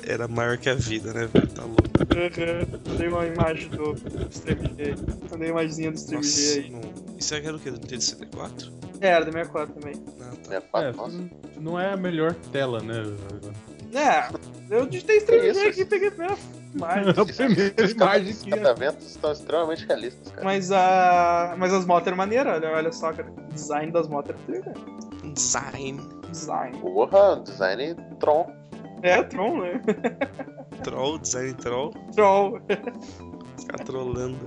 Speaker 4: era maior que a vida, né, velho? Tá louco.
Speaker 3: Aham. Mandei uma imagem do Extreme G. Mandei uma imagenzinha do Extreme G
Speaker 4: Nossa,
Speaker 3: aí.
Speaker 4: não. Isso era o que? Do Nintendo 64?
Speaker 3: É, era da 64 também.
Speaker 4: Ah, tá.
Speaker 6: Né?
Speaker 5: É,
Speaker 6: Quatro, nossa.
Speaker 5: não é a melhor tela, né?
Speaker 3: É, eu digitei Extreme
Speaker 6: Isso.
Speaker 3: G aqui e peguei a primeira imagem.
Speaker 5: A primeira
Speaker 6: Os
Speaker 5: imagem
Speaker 6: catamentos- Os
Speaker 5: que é- ia
Speaker 6: catamentos estão extremamente realistas, cara.
Speaker 3: Mas, a... Mas as motos eram maneiras, olha, olha só, cara. O design das motos era tri, né?
Speaker 4: Design.
Speaker 3: Design.
Speaker 6: Porra, design Tron.
Speaker 3: É, Tron, né?
Speaker 4: Troll, design troll.
Speaker 3: Troll.
Speaker 4: Ficar trolando.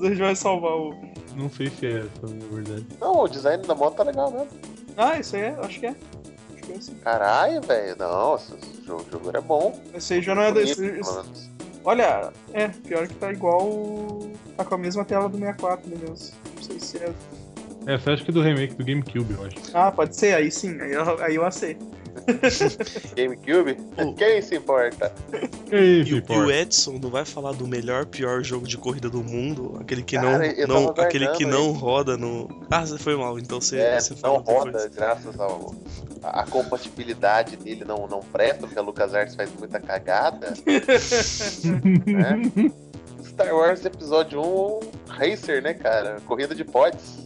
Speaker 3: A gente vai salvar o.
Speaker 5: Não sei se é essa, na verdade.
Speaker 6: Não, o design da moto tá legal mesmo.
Speaker 3: Ah, isso aí é, acho que é. Acho que é assim.
Speaker 6: Caralho, velho. Não, esse esse jogo, o jogo era bom.
Speaker 3: Esse aí já não é
Speaker 6: Bonito,
Speaker 3: desse. esse-
Speaker 6: pelo menos.
Speaker 3: Olha, é, pior que tá igual. o- Tá com a mesma tela do 64, meu Deus. Não sei se é.
Speaker 5: É, você acha que é do remake do GameCube, eu acho.
Speaker 3: Ah, pode ser, aí sim, aí eu, aí eu aceito.
Speaker 6: GameCube?
Speaker 4: Oh.
Speaker 6: Quem se importa?
Speaker 5: Que isso,
Speaker 4: E, o- e
Speaker 5: porra?
Speaker 4: o Edson não vai falar do melhor, pior jogo de corrida do mundo? Aquele que não,
Speaker 6: Cara, eu
Speaker 4: não,
Speaker 6: tava
Speaker 4: aquele que
Speaker 6: guardando
Speaker 4: não roda no. Ah, você foi mal, então você,
Speaker 6: É,
Speaker 4: você
Speaker 6: não
Speaker 4: fala
Speaker 6: roda
Speaker 4: depois.
Speaker 6: graças ao. A a compatibilidade dele não, não presta, porque a LucasArts faz muita cagada. né? Star Wars Episódio 1 Racer, né, cara? Corrida de pods.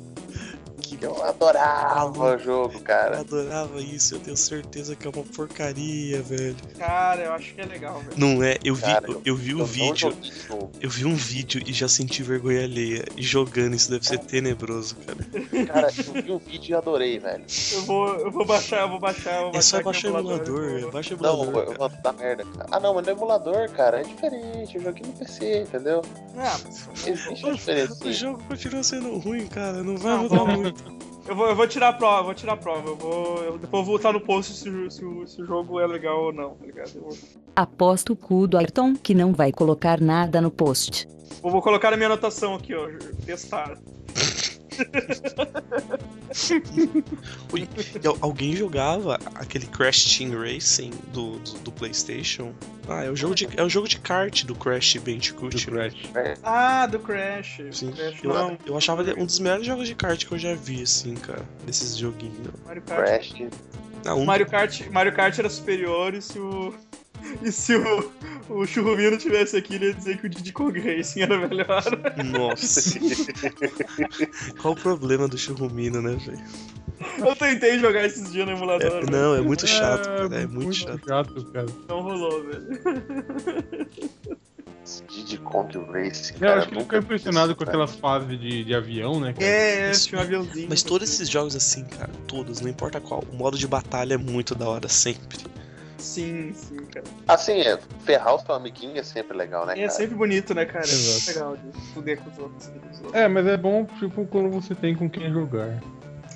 Speaker 4: Que
Speaker 6: Eu adorava o jogo,
Speaker 4: Eu
Speaker 6: cara.
Speaker 4: adorava isso, eu tenho certeza que é uma porcaria, velho.
Speaker 3: Cara, eu acho que é legal, velho.
Speaker 4: Não é, eu vi,
Speaker 6: Cara,
Speaker 4: eu, eu vi
Speaker 6: Eu
Speaker 4: o
Speaker 6: não
Speaker 4: vídeo,
Speaker 6: joguei esse jogo.
Speaker 4: eu vi um vídeo e já senti vergonha alheia. E jogando isso deve ser tenebroso, cara.
Speaker 6: Cara, eu vi o vídeo e adorei, velho.
Speaker 3: Eu vou, eu vou baixar, eu vou baixar, eu vou
Speaker 4: É
Speaker 3: baixar.
Speaker 4: só
Speaker 3: aqui
Speaker 4: baixar o
Speaker 3: eu
Speaker 4: emulador, é
Speaker 3: vou-
Speaker 4: baixa o
Speaker 6: Não,
Speaker 4: emulador. cara.
Speaker 6: mano, dá merda. cara. Ah, não, mas no emulador, cara, é diferente. Eu joguei no PC, entendeu?
Speaker 3: Ah, mas eu vou-
Speaker 6: Existe uma diferença.
Speaker 4: O
Speaker 6: sim.
Speaker 4: jogo continua sendo ruim, cara. Não vai
Speaker 3: Não,
Speaker 4: mudar
Speaker 3: não.
Speaker 4: muito.
Speaker 3: eu vou, eu vou tirar a prova, eu vou tirar a prova. Eu vou, eu- depois eu vou voltar no post se, o- se o- se o jogo é legal ou não, tá ligado? Eu vou,
Speaker 1: Aposto o cu do Ayrton que não vai colocar nada no post.
Speaker 3: eu vou colocar na minha anotação aqui, ó. Testar.
Speaker 4: Ui, e al- alguém jogava aquele Crash Team Racing do, do, do PlayStation? Ah, é o jogo de, é o jogo de kart do Crash Bandicoot.
Speaker 5: Do
Speaker 4: né?
Speaker 5: Crash.
Speaker 3: Ah, do Crash.
Speaker 4: Sim.
Speaker 3: Crash
Speaker 4: Eu,
Speaker 3: não.
Speaker 4: eu achava ele um dos melhores jogos de kart que eu já vi, assim, cara. Desses joguinhos.
Speaker 3: Mario Kart.
Speaker 6: Crash.
Speaker 4: Ah, um
Speaker 3: Mario Kart, Mario Kart era superior e se o. E se o, o Churrumino tivesse aqui, ele ia dizer que o Diddy Kong Racing era melhor.
Speaker 4: Nossa. Qual o problema do Churrumino, né, velho?
Speaker 3: Eu tentei jogar esses dias no
Speaker 4: É,
Speaker 3: emulador, mas
Speaker 4: não, é muito chato, cara. É muito chato.
Speaker 5: cara.
Speaker 3: não rolou, velho.
Speaker 6: Diddy Kong Racing.
Speaker 5: Eu
Speaker 6: cara,
Speaker 5: acho que ele
Speaker 6: nunca
Speaker 5: ficou impressionado
Speaker 6: fiz,
Speaker 5: com
Speaker 6: cara.
Speaker 5: aquelas fases de, de avião, né? cara?
Speaker 3: É,
Speaker 4: Mas-
Speaker 3: tinha um aviãozinho.
Speaker 4: tipo, Mas todos esses jogos assim, cara, todos, não importa qual, o modo de batalha é muito da hora sempre.
Speaker 3: Sim, sim, cara.
Speaker 6: Assim, é, ferrar o seu amiguinho é sempre legal, né?
Speaker 3: E é
Speaker 6: cara?
Speaker 3: sempre bonito, né, cara? É
Speaker 5: Exato.
Speaker 3: legal de fuder com os outros. né, com os outros.
Speaker 5: É, mas é bom, tipo, quando você tem com quem jogar.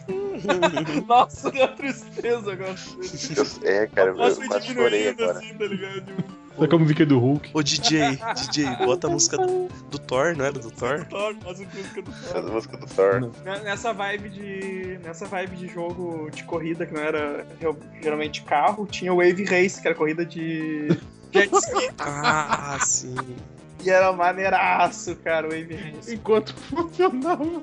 Speaker 3: Nossa, deu uma tristeza agora.
Speaker 6: Eu- É, cara, eu,
Speaker 3: Nossa,
Speaker 6: eu quase chorei
Speaker 3: diminuindo
Speaker 6: agora.
Speaker 3: assim, tá ligado?
Speaker 5: Só que a música do Hulk.
Speaker 4: Ô DJ, DJ, bota a música do, do Thor, não era do Thor?
Speaker 3: Thor, nossa, música do
Speaker 6: Essa
Speaker 3: Thor.
Speaker 6: música do Thor.
Speaker 3: Né- Nessa vibe de. Nessa vibe de jogo de corrida que não era real- geralmente carro, tinha o Wave Race, que era corrida de jet ski.
Speaker 4: Ah, sim.
Speaker 3: E era maneiraço, cara, o Wave Race.
Speaker 5: Enquanto funcionava.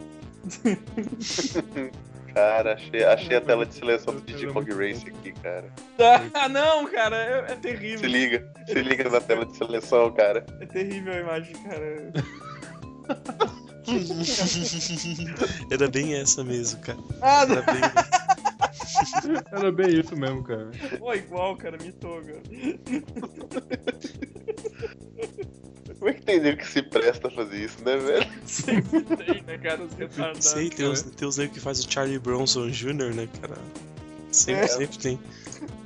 Speaker 6: Cara, achei, achei a tela de seleção do Digi Kong Racing aqui, cara.
Speaker 3: Ah, não, cara, é, é
Speaker 6: Se
Speaker 3: terrível.
Speaker 6: liga, se liga na tela de seleção, cara.
Speaker 3: É terrível a imagem, cara.
Speaker 4: Era bem essa mesmo, cara.
Speaker 3: Ah,
Speaker 4: Era bem...
Speaker 5: Era bem isso mesmo, cara.
Speaker 3: não, pô, igual, cara, mitou, cara.
Speaker 6: Como é que tem nego que se presta a fazer isso, né, velho?
Speaker 3: Sempre tem, né, cara, os
Speaker 4: Não
Speaker 3: retardados.
Speaker 4: sei, tem uns, tem uns nego que faz o Charlie Bronson Jr., né, cara? Sempre,
Speaker 6: É.
Speaker 4: sempre tem.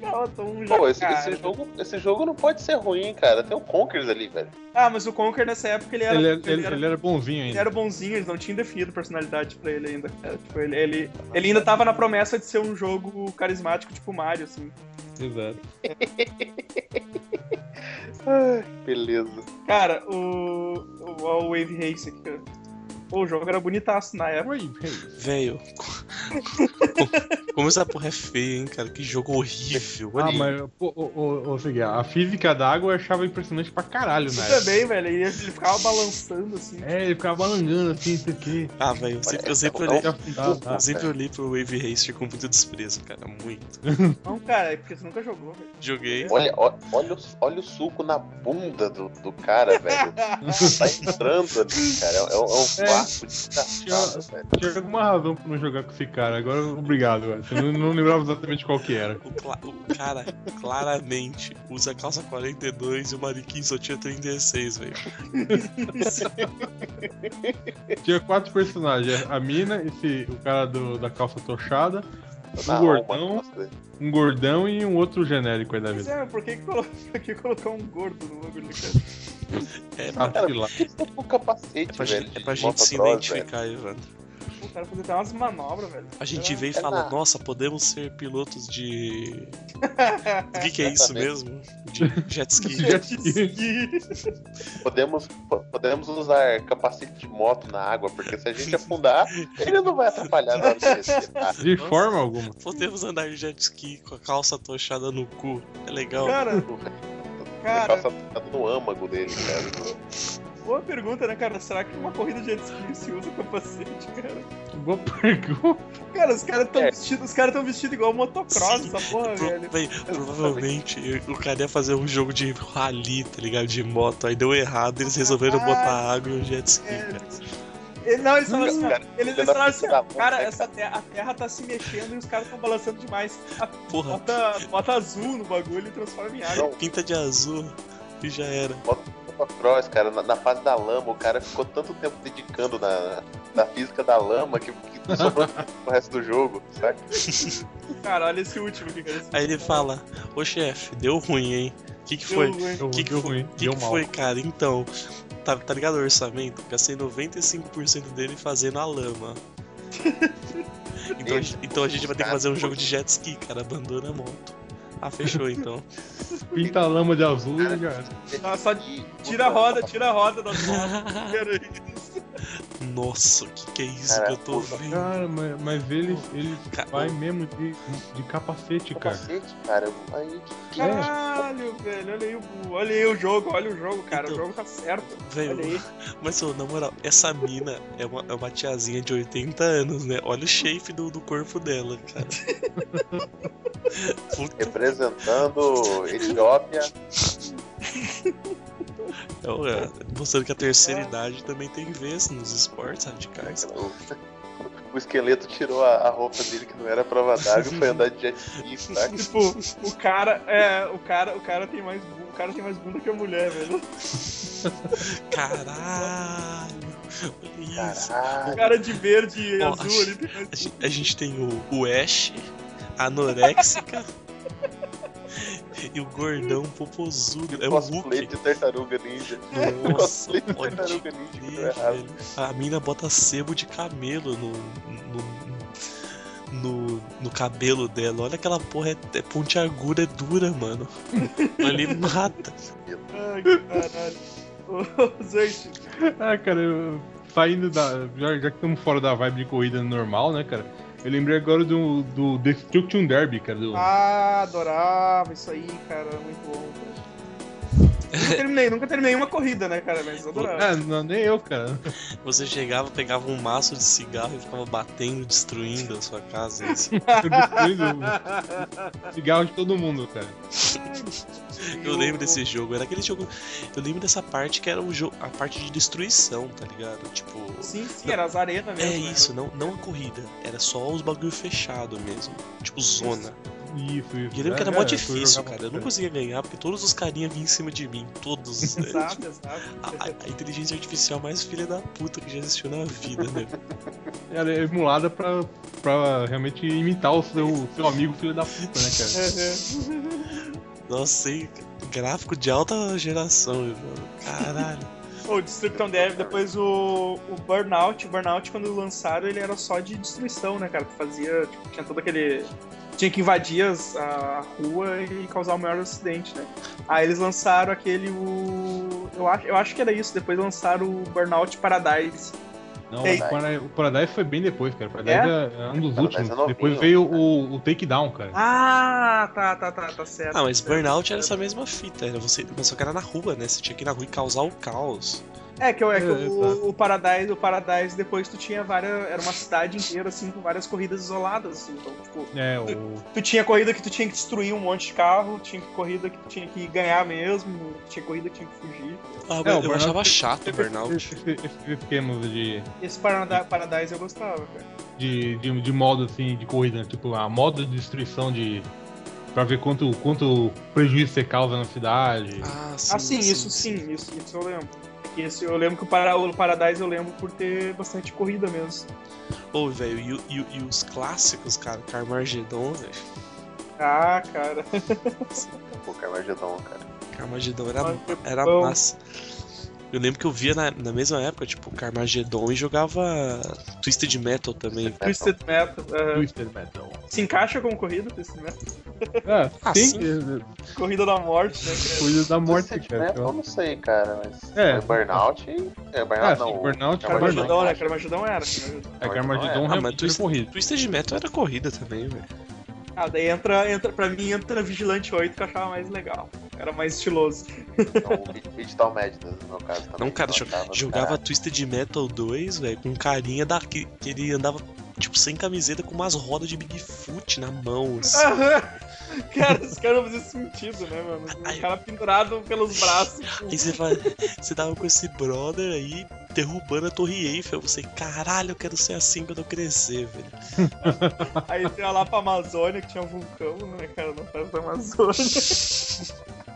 Speaker 3: Não, eu tô um
Speaker 6: Pô, esse,
Speaker 3: jacaré.
Speaker 6: esse jogo, esse jogo não pode ser ruim, cara. Tem o Conkers ali, velho.
Speaker 3: Ah, mas o Conker nessa época ele era.
Speaker 5: Ele, era- ele- ele era bonzinho
Speaker 3: Ele
Speaker 5: ainda.
Speaker 3: era bonzinho, eles não tinham definido personalidade pra ele ainda, cara. Tipo, ele, ele, ele ainda tava na promessa de ser um jogo carismático, tipo Mario, assim.
Speaker 5: Exato.
Speaker 6: Ai, beleza.
Speaker 3: Cara, o, o, ó, o Wave Race aqui, cara. Pô, o jogo era é bonitaço na época.
Speaker 5: Oi, hey.
Speaker 4: Velho, co- como essa porra é feia, hein, cara? Que jogo horrível.
Speaker 5: Ah,
Speaker 4: olha aí.
Speaker 5: mas, pô, ô, ô, ô, Segui, a física da água eu achava impressionante pra caralho, né?
Speaker 3: Isso é também, velho. Ele, ele ficava balançando, assim.
Speaker 5: É, ele ficava balangando assim, isso aqui.
Speaker 4: Ah, velho, eu sempre, eu sempre
Speaker 6: é
Speaker 4: olhei,
Speaker 6: um-
Speaker 5: Tá, tá.
Speaker 4: eu sempre olhei pro Wave Racer com muito desprezo, cara. Muito.
Speaker 3: Não, cara, é porque você nunca jogou, velho.
Speaker 4: Joguei.
Speaker 6: Olha, ó- olha, o- olha o suco na bunda do, do cara, velho. Tá entrando ali, cara. É, um- é um
Speaker 5: É.
Speaker 6: vácuo desgraçado, velho.
Speaker 5: Tinha um alguma razão pra não jogar com esse cara. Agora, obrigado, velho. Eu não, não lembrava exatamente qual que era.
Speaker 4: O, cla- o cara claramente usa calça 42 e o Mariquinho só tinha 36, velho.
Speaker 5: Tinha quatro personagens. A mina, esse, o cara do- da calça tochada,
Speaker 6: Tá Na
Speaker 5: um gordão,
Speaker 6: alma, nossa.
Speaker 5: um gordão e um outro genérico aí da
Speaker 3: Mas
Speaker 5: vida.
Speaker 3: é, mas por que, que, colo- por que colocou um gordo no bagulho, cara?
Speaker 4: É,
Speaker 5: Ah, sei lá.
Speaker 6: Tudo com capacete,
Speaker 4: é pra,
Speaker 6: velho.
Speaker 4: gente, é pra
Speaker 6: de
Speaker 4: gente se
Speaker 6: motocross, velho.
Speaker 4: identificar, Evandro.
Speaker 3: Pô, O cara fazia até umas manobras, velho.
Speaker 4: A gente
Speaker 3: Era-
Speaker 4: vem e
Speaker 6: É
Speaker 4: fala,
Speaker 6: na-
Speaker 4: nossa, podemos ser pilotos de. O que, que é isso mesmo? De jet ski.
Speaker 5: Jet ski.
Speaker 6: Podemos, po- podemos usar capacete de moto na água, porque se a gente afundar, ele não vai atrapalhar na hora de descer. Ah,
Speaker 5: De
Speaker 4: Nossa.
Speaker 5: forma alguma.
Speaker 4: Podemos andar de jet ski com a calça tochada no cu. É legal.
Speaker 3: Cara,
Speaker 6: Ele
Speaker 3: cara,
Speaker 6: calça tá no âmago dele, cara.
Speaker 3: boa pergunta, né, cara? Será que uma corrida de jet ski se usa capacete, cara?
Speaker 5: Boa pergunta.
Speaker 3: Cara, os caras tão
Speaker 6: É.
Speaker 3: vestidos, os caras tão vestidos igual motocross, essa porra,
Speaker 4: Pro-
Speaker 3: velho.
Speaker 4: véi, provavelmente o cara ia fazer um jogo de rally, tá ligado? De moto. Aí deu errado, eles resolveram
Speaker 3: Ah,
Speaker 4: botar água no jet ski.
Speaker 3: é.
Speaker 4: cara.
Speaker 3: Ele- não, eles falaram assim, ó,
Speaker 6: Cara,
Speaker 3: eles
Speaker 6: filha
Speaker 3: eles
Speaker 6: da
Speaker 3: falaram assim,
Speaker 6: puta
Speaker 3: ó,
Speaker 6: da né,
Speaker 3: cara,
Speaker 6: puta,
Speaker 3: essa terra, a terra tá se mexendo e os caras tão balançando demais. A-
Speaker 4: Porra,
Speaker 3: Bota, bota azul no bagulho e transforma em água.
Speaker 6: Não,
Speaker 4: pinta de azul e já era.
Speaker 6: motocross, cara, na, na fase da lama, o cara ficou tanto tempo dedicando na, na física da lama que, que sobrou o resto do jogo, saca?
Speaker 3: Cara, olha esse último aqui, cara. esse
Speaker 4: Aí ele
Speaker 3: último.
Speaker 4: fala: Ô chefe, deu ruim, hein? O que, que
Speaker 3: Deu
Speaker 4: foi?
Speaker 3: ruim.
Speaker 5: Deu,
Speaker 4: que, que,
Speaker 5: deu
Speaker 4: foi?
Speaker 5: ruim.
Speaker 4: que,
Speaker 5: Deu
Speaker 4: que
Speaker 5: mal.
Speaker 4: foi, cara? Então, tá, tá ligado o orçamento? Gastei 95% dele fazendo a lama. então, a gente- então a gente vai ter que fazer um jogo de jet ski, cara. Abandona a moto. Ah, fechou então.
Speaker 5: Pinta a lama de azul e já era.
Speaker 3: Ah, só Tira a roda, tira a roda das motos. Cara, isso.
Speaker 4: Nossa, o que, que é isso
Speaker 6: Cara,
Speaker 4: que eu tô
Speaker 6: puta.
Speaker 4: vendo?
Speaker 5: Cara, mas, mas ele, ele
Speaker 4: Ca-
Speaker 5: vai mesmo de, de capacete, cara.
Speaker 6: Capacete, cara. Aí, que- que-
Speaker 3: Caralho, velho, olha aí, o, olha aí o jogo, olha o jogo, cara. O
Speaker 4: Então,
Speaker 3: jogo tá certo.
Speaker 4: Velho,
Speaker 3: Olha aí.
Speaker 4: mas ô, na moral, essa mina é uma, é uma tiazinha de 80 anos, né? Olha o shape do, do corpo dela, cara. Puta,
Speaker 6: Representando Etiópia,
Speaker 4: Então, é, mostrando que a terceira idade também tem vez nos esportes radicais.
Speaker 6: o, o esqueleto tirou a, a roupa dele que não era prova d'água e foi andar de jet ski, saca?
Speaker 3: Tipo, o cara, é, o cara, o cara tem mais, bu- o cara tem mais bunda que a mulher, velho.
Speaker 4: Caralho! Olha isso.
Speaker 3: O
Speaker 6: Caralho.
Speaker 3: cara de verde e
Speaker 4: Ó,
Speaker 3: azul ali tem mais
Speaker 4: A gen- A gente tem o, o Ash, a anoréxica e o gordão popozudo. É o
Speaker 6: Cosplay
Speaker 4: Hulk.
Speaker 6: de tartaruga ninja.
Speaker 4: Nossa,
Speaker 6: Cosplay de
Speaker 4: pode
Speaker 6: tartaruga ninja que deu
Speaker 4: crer,
Speaker 6: errado.
Speaker 4: velho. A mina bota sebo de camelo no. no, no, no cabelo dela. Olha aquela porra, é, é ponte aguda, é dura, mano. Ali mata.
Speaker 3: Ai, que caralho. Ô, gente,
Speaker 5: Ah, cara, eu- saindo da. Já, já que estamos fora da vibe de corrida normal, né, cara? Eu lembrei agora do, do Destruction Derby, cara. do-
Speaker 3: ah, adorava isso aí, cara, muito bom. Cara. Nunca terminei, nunca terminei uma corrida, né, cara, mas adorava.
Speaker 5: Ah, não, nem eu, cara.
Speaker 4: Você chegava, pegava um maço de cigarro e ficava batendo, destruindo a sua casa. assim.
Speaker 5: Eu destruí o cigarro de todo mundo, cara.
Speaker 4: Eu lembro desse jogo, era aquele jogo. Eu lembro dessa parte que era o jogo, a parte de destruição, tá ligado? Tipo.
Speaker 3: Sim, sim, era as arenas mesmo.
Speaker 4: É
Speaker 3: né?
Speaker 4: isso, não, não a corrida. Era só os bagulho fechado mesmo. Tipo, zona.
Speaker 5: Isso, isso.
Speaker 4: E eu lembro que era
Speaker 5: É,
Speaker 4: mó
Speaker 5: eu
Speaker 4: difícil,
Speaker 5: jogava-
Speaker 4: cara. Eu não conseguia ganhar porque todos os carinhas vinham em cima de mim. Todos. né?
Speaker 3: Exato, exato.
Speaker 4: A, a- a inteligência artificial mais filha da puta que já existiu na vida, né?
Speaker 5: Era emulada pra, pra realmente imitar o seu, seu amigo filho da puta, né, cara?
Speaker 4: Nossa, e gráfico de alta geração, mano. Caralho.
Speaker 3: O Destruction Dev, depois o, o Burnout. O Burnout, quando lançaram, ele era só de destruição, né, cara? Tu fazia, tipo, tinha todo aquele. Tinha que invadir as- a rua e causar o maior acidente, né? Aí eles lançaram aquele. O, eu, acho, eu acho que era isso. Depois lançaram o Burnout Paradise.
Speaker 5: Não,
Speaker 3: Ei.
Speaker 5: o, Paradi- o Paradise foi bem depois, cara. O Paradise
Speaker 3: É?
Speaker 5: era- era um dos
Speaker 6: Paradise é
Speaker 5: últimos.
Speaker 6: novinho,
Speaker 5: depois veio o, o Takedown, cara.
Speaker 3: Ah, tá, tá, tá, tá certo.
Speaker 4: Ah, mas
Speaker 3: tá certo.
Speaker 4: Burnout era essa mesma fita. Era você, mas só que era na rua, né? Você tinha que ir na rua e causar o caos.
Speaker 3: É que, eu- é que
Speaker 5: É,
Speaker 4: tá.
Speaker 3: o, o Paradise, o Paradise, depois tu tinha várias. Era uma cidade inteira, assim, com várias corridas isoladas, assim, então, tipo.
Speaker 5: É, o.
Speaker 3: Tu tinha corrida que tu tinha que destruir um monte de carro, tinha corrida que tu tinha que ganhar mesmo, tinha corrida que tinha que fugir.
Speaker 4: Ah,
Speaker 5: É,
Speaker 4: mas
Speaker 5: o
Speaker 4: eu
Speaker 5: Burnout-
Speaker 4: achava chato o
Speaker 5: Esse-
Speaker 4: Burnout.
Speaker 5: esse- Esses esquemas de,
Speaker 3: Esse Parada- Paradise eu gostava, cara.
Speaker 5: de, de, de modo assim, de corrida, né? tipo, a modo de destruição de. pra ver quanto, quanto prejuízo você causa na cidade.
Speaker 4: Ah, sim.
Speaker 3: Ah, sim, isso sim, isso, isso eu lembro. E Esse, eu lembro que o, Para- o Paradise eu lembro por ter bastante corrida mesmo.
Speaker 4: Ô, velho, e, o- e o- e os clássicos, cara? Carmageddon, velho.
Speaker 3: Ah, cara.
Speaker 6: Pô, Carmageddon, cara.
Speaker 4: Carmageddon era,
Speaker 3: Mas foi
Speaker 4: era
Speaker 3: bom.
Speaker 4: massa. Eu lembro que eu via na, na mesma época, tipo, Carmageddon e jogava Twisted Metal
Speaker 6: é
Speaker 4: também.
Speaker 3: Twisted Metal. aham.
Speaker 5: Twisted Metal.
Speaker 3: Se encaixa como corrida, Twisted Metal?
Speaker 5: Ah,
Speaker 4: Ah,
Speaker 5: sim,
Speaker 4: sim.
Speaker 5: é,
Speaker 3: Corrida da morte, né? cara?
Speaker 5: coisa da morte,
Speaker 6: Twisted
Speaker 5: cara. então.
Speaker 6: Metal, né? eu não sei, cara, mas.
Speaker 5: É.
Speaker 6: É. Burnout. É, Burnout
Speaker 5: Ah, sim,
Speaker 6: não.
Speaker 5: Burnout,
Speaker 3: Carmagedon, né? Carmagedon era. Carmagedon.
Speaker 5: É que Armagedon
Speaker 6: Ah,
Speaker 4: mas
Speaker 5: realmente
Speaker 4: Twisted-
Speaker 5: foi corrida.
Speaker 4: Twisted Metal era corrida também, velho.
Speaker 3: Ah, daí entra, entra, pra mim entra Vigilante 8 que eu achava mais legal. Era mais estiloso.
Speaker 6: Não, então, o Beat- Beatdown Madness, no meu caso também.
Speaker 4: Não, cara, jo-
Speaker 6: Jogava,
Speaker 4: jogava Twisted Metal 2, velho, com um carinha da, que, que ele andava, tipo, sem camiseta, com umas rodas de Bigfoot na mão. assim.
Speaker 3: Aham. Cara, esse cara não fazia sentido, né, mano? O cara pendurado pelos braços. tipo,
Speaker 4: Aí você vai, você tava com esse brother aí derrubando a Torre Eiffel. Você, caralho, eu quero ser assim quando eu crescer, velho. Então,
Speaker 3: Aí você ia lá pra Amazônia, que tinha um vulcão, né, cara? Não faz da Amazônia.
Speaker 5: Ah,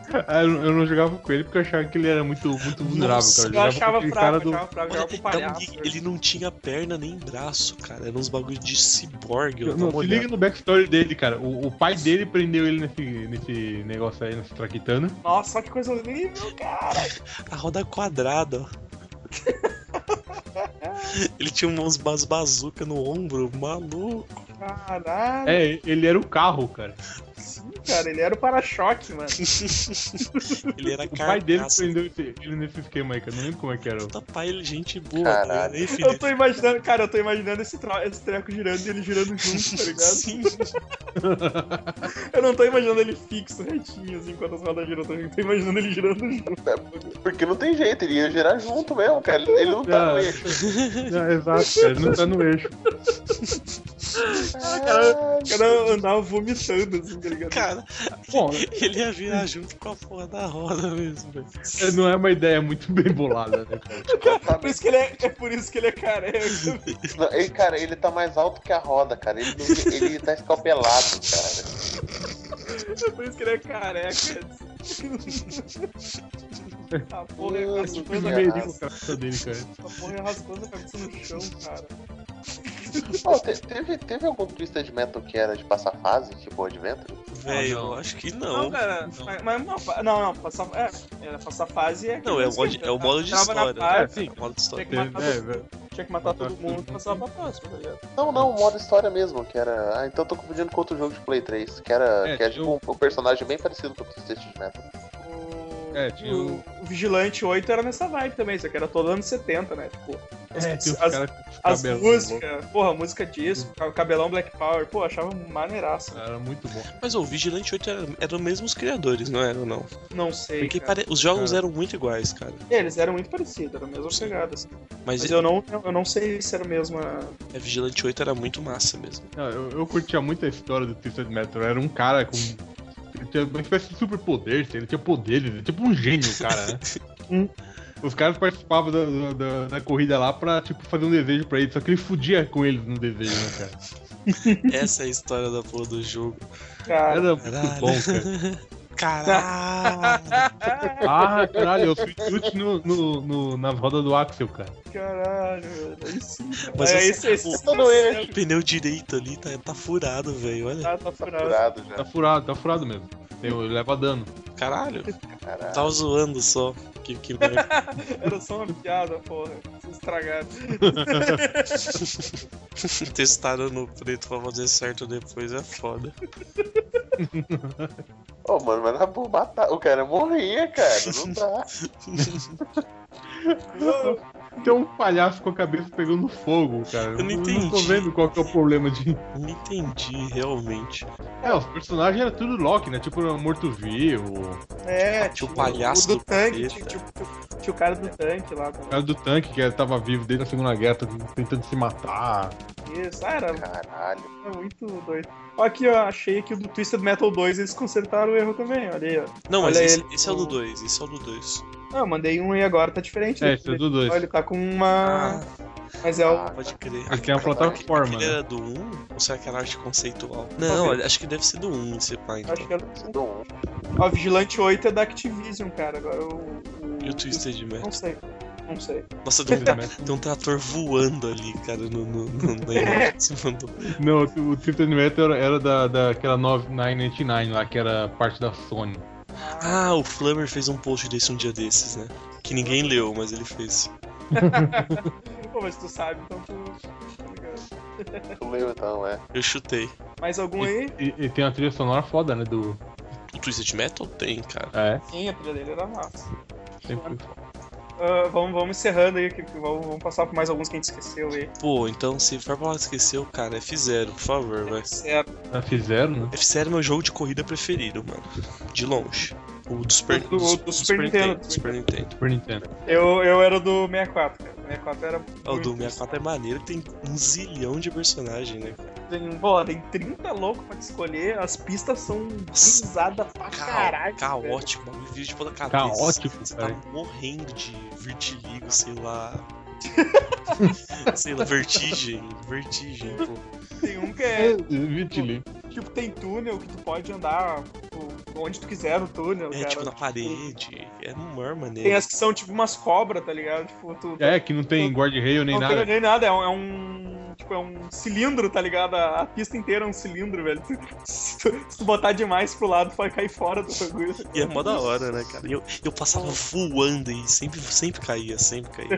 Speaker 5: Eu, eu não jogava com ele porque eu achava que ele era muito, muito vulnerável,
Speaker 4: Nossa,
Speaker 5: cara.
Speaker 3: Eu
Speaker 5: jogava
Speaker 3: achava
Speaker 5: com aquele
Speaker 3: fraco,
Speaker 5: cara do.
Speaker 3: achava fraco, jogava com
Speaker 4: Então,
Speaker 3: palhaço. né? assim.
Speaker 4: e- ele não tinha perna nem braço, cara. Era uns bagulho de ciborgue. Eu
Speaker 5: Não,
Speaker 4: tava
Speaker 5: se
Speaker 4: olhando.
Speaker 5: liga no backstory dele, cara. O, o pai dele prendeu ele nesse, nesse negócio aí, nessa traquitana.
Speaker 3: Nossa, que coisa horrível, cara.
Speaker 4: A roda quadrada, ó. Ele tinha uns bas bazuca no ombro, maluco.
Speaker 3: Caralho.
Speaker 5: É, ele era o carro, cara.
Speaker 3: Sim, cara, ele era o para-choque, mano.
Speaker 4: Ele era
Speaker 5: O pai dele
Speaker 4: carcaça.
Speaker 5: prendeu esse- ele nesse esquema aí, cara. Não lembro como é que era.
Speaker 4: Puta pai, ele gente boa,
Speaker 6: Caralho.
Speaker 4: tá ligado? Enfim,
Speaker 3: Eu tô imaginando, cara, eu tô imaginando esse, tro- esse treco girando e ele girando junto, tá ligado?
Speaker 4: sim.
Speaker 3: Eu não tô imaginando ele fixo, retinho, assim, enquanto as rodas giram, eu tô imaginando ele girando junto.
Speaker 6: Cara. É, Porque não tem jeito, ele ia girar junto mesmo, cara. Ele, ele não tá
Speaker 5: Ah.
Speaker 6: no eixo.
Speaker 5: Não, exato, cara. Ele não tá no eixo.
Speaker 6: Ah,
Speaker 3: O cara andava vomitando, assim, tá ligado?
Speaker 4: Cara,
Speaker 5: Bom,
Speaker 4: ele ia virar junto com a porra da roda mesmo, velho.
Speaker 5: não é uma ideia muito bem bolada, né, cara?
Speaker 6: Tá
Speaker 3: Por isso que ele é, é por isso que ele é careca.
Speaker 6: Não, ele, cara, ele tá mais alto que a roda, cara. Ele, não- ele tá escalpelado, cara.
Speaker 3: É por isso que ele é careca. a porra é
Speaker 5: Tipo,
Speaker 3: rascando
Speaker 5: eu
Speaker 3: a
Speaker 5: não
Speaker 6: merda.
Speaker 3: cabeça.
Speaker 5: verifico a cabeça dele, cara.
Speaker 3: A porra é rascando a cabeça no chão, cara.
Speaker 6: Pô, te- teve, teve algum Twisted Metal que era de passar fase, tipo Adventure?
Speaker 4: Velho,
Speaker 5: não.
Speaker 4: eu acho que
Speaker 3: Não,
Speaker 4: não.
Speaker 3: cara,
Speaker 4: não.
Speaker 3: Mas, mas não, fa- não, não, passar, é, era passar fase é.
Speaker 4: Não, é o, mod- é o modo de
Speaker 3: Entrava na
Speaker 4: história. né?
Speaker 3: fase,
Speaker 5: sim.
Speaker 4: É o modo de história.
Speaker 3: Tem que matar
Speaker 5: É,
Speaker 3: todo
Speaker 5: velho.
Speaker 3: mundo. Tinha que matar todo mundo e passar pra próxima, tá ligado?
Speaker 6: Não, não, o modo história mesmo, que era. Ah, então eu tô confundindo com outro jogo de Play 3, que era,
Speaker 5: É,
Speaker 6: que era
Speaker 5: tinha
Speaker 6: tipo um, um personagem bem parecido com o Twisted Metal.
Speaker 3: O,
Speaker 5: É, tinha
Speaker 3: o, o Vigilante 8 era nessa vibe também, só que era todo ano 70, né? Tipo,
Speaker 5: É, tem os
Speaker 3: as-
Speaker 5: caras com os
Speaker 3: as
Speaker 5: cabelos loucos.
Speaker 3: músicas, porra, música disco, ca- cabelão Black Power, pô, achava maneiraço.
Speaker 5: Era muito bom.
Speaker 4: Mas o Vigilante 8 era, eram mesmo os criadores, não eram, não?
Speaker 3: Não sei.
Speaker 4: Porque
Speaker 3: cara.
Speaker 4: pare- os jogos
Speaker 5: Cara.
Speaker 4: eram muito iguais, cara.
Speaker 3: Eles eram muito parecidos, era a mesma
Speaker 4: Sim.
Speaker 3: pegada. assim.
Speaker 4: Mas, é,
Speaker 3: Mas eu não, eu não sei se era a mesma.
Speaker 4: a Vigilante 8 era muito massa mesmo.
Speaker 5: Não, eu, eu curtia muito a história do Twisted Metal. Era um cara com. Ele tinha uma espécie de superpoder, ele tinha poderes, ele é tipo um gênio, cara, né?
Speaker 3: Hum.
Speaker 5: Os caras participavam da, da- da, da corrida lá pra, tipo, fazer um desejo pra ele, só que ele fudia com eles no desejo, né, cara?
Speaker 4: Essa é a história da porra do jogo. Ah,
Speaker 3: Cara.
Speaker 5: Era muito bom, cara.
Speaker 3: Tá.
Speaker 4: Caralho!
Speaker 5: Ah, caralho, eu fui chute no, no, no- na roda do Axel, cara.
Speaker 3: Caralho, velho. é Isso,
Speaker 4: Mas
Speaker 3: é
Speaker 4: essa-
Speaker 3: isso, é isso.
Speaker 6: Tá no eixo.
Speaker 4: o pneu direito ali tá, tá furado, velho. Olha.
Speaker 3: Tá, tá furado.
Speaker 6: Curado já,
Speaker 5: Tá furado, tá furado mesmo. Tem, ele leva dano.
Speaker 4: Caralho,
Speaker 6: caralho.
Speaker 4: tava zoando só. Que, que merda.
Speaker 3: Era só uma piada, porra. Vocês estragaram.
Speaker 4: Testaram no preto pra fazer certo depois é foda.
Speaker 6: Ô, mano, mas dá pra matar. O cara morria, cara. Não dá.
Speaker 5: Tem um palhaço com a cabeça pegando fogo, cara.
Speaker 4: Eu não
Speaker 5: tô
Speaker 4: entendi.
Speaker 5: vendo qual que é o problema de.
Speaker 4: Não entendi realmente.
Speaker 5: É, os personagens eram tudo Loki, né? Tipo, era morto-vivo, o
Speaker 3: É,
Speaker 4: Tinha o palhaço
Speaker 3: do,
Speaker 4: do
Speaker 3: tanque, tinha,
Speaker 4: capeta.
Speaker 3: tinha- tinha o cara do tanque lá também.
Speaker 5: cara do tanque que tava vivo desde a Segunda Guerra, tá tentando se matar.
Speaker 3: Isso, ah, era,
Speaker 6: Caralho.
Speaker 3: era muito doido. Ó, aqui, ó, achei que o do Twisted Metal 2 eles consertaram o erro também, olha aí, ó.
Speaker 4: Não, mas
Speaker 3: Olha
Speaker 4: esse,
Speaker 3: ele.
Speaker 4: esse é o do 2, esse é o do 2.
Speaker 3: Ah, mandei um e agora tá diferente.
Speaker 5: É,
Speaker 3: né?
Speaker 5: esse é do dois.
Speaker 3: Ó, Ele tá
Speaker 4: Ah,
Speaker 3: com uma. Mas é o.
Speaker 6: Ah,
Speaker 4: Pode crer.
Speaker 5: Aqui é uma plataforma,
Speaker 4: Aquele
Speaker 5: né?
Speaker 4: era do 1? Ou será que era arte conceitual? Não,
Speaker 3: Talvez.
Speaker 4: acho que deve ser do 1 esse pai. Então.
Speaker 3: Acho que era...
Speaker 6: não.
Speaker 3: Ó, Vigilante 8 é da Activision, cara. Agora o.
Speaker 4: E o né? Twisted
Speaker 3: Não
Speaker 4: Metal.
Speaker 3: sei. Não sei.
Speaker 4: Nossa, tem um, tem um trator voando ali, cara, no, no, no, na imagem que você mandou.
Speaker 5: Não, o o Twisted Metal era, era da, daquela 999 lá, que era parte da Sony.
Speaker 4: Ah, o Flammer fez um post desse um dia desses, né? Que ninguém leu, mas ele fez.
Speaker 3: Pô, mas tu sabe, então tu. tá ligado.
Speaker 6: Tu leu então, é.
Speaker 4: Eu chutei.
Speaker 3: Mais algum aí?
Speaker 5: E, e tem uma trilha sonora foda, né? Do.
Speaker 4: O Twisted Metal tem, cara.
Speaker 5: É,
Speaker 3: Sim, a trilha dele era massa.
Speaker 5: sempre.
Speaker 3: Ah, vamos, vamos encerrando aí, que, que vamos, vamos passar por mais alguns que a gente esqueceu aí.
Speaker 4: Pô, então se for pra lá esqueceu, cara, F0, por favor, vai.
Speaker 3: Certo.
Speaker 5: Ah, Fizeram, né?
Speaker 4: F0 é meu jogo de corrida preferido, mano. De longe. O do Super,
Speaker 3: O do- o do Super Nintendo.
Speaker 4: Super Nintendo.
Speaker 5: Super Nintendo.
Speaker 3: Eu, eu era do 64, cara. O 64 era.
Speaker 4: Ah, O do
Speaker 3: muito-
Speaker 4: 64 é maneiro, tem um zilhão de personagens, né?
Speaker 3: Tem, pô, tem 30 loucos pra te escolher, as pistas são pisadas pra caralho.
Speaker 4: Ca
Speaker 3: velho.
Speaker 4: caótico, o bagulho vira de ponta cabeça.
Speaker 5: Caótico,
Speaker 4: Você tá
Speaker 5: cara.
Speaker 4: morrendo de vertiligo, sei lá. sei lá, vertigem. Vertigem, pô.
Speaker 3: Tem um que é.
Speaker 5: É, Vitili.
Speaker 3: Tipo, tem túnel que tu pode andar tipo, onde tu quiser no túnel,
Speaker 4: É
Speaker 3: cara.
Speaker 4: tipo na parede. É a maior maneira.
Speaker 3: Tem as que são tipo umas cobras, tá ligado? Tipo, tu.
Speaker 5: É, que não tem guard-rail nem
Speaker 3: não tem
Speaker 5: nada.
Speaker 3: nem nada, é um. é um- Tipo, é um cilindro, tá ligado? A, a pista inteira é um cilindro, velho. Se tu, se tu botar demais pro lado, tu vai cair fora do bagulho.
Speaker 4: E é mó da hora, né, cara? E Eu, eu passava voando e sempre, sempre caía, sempre caía.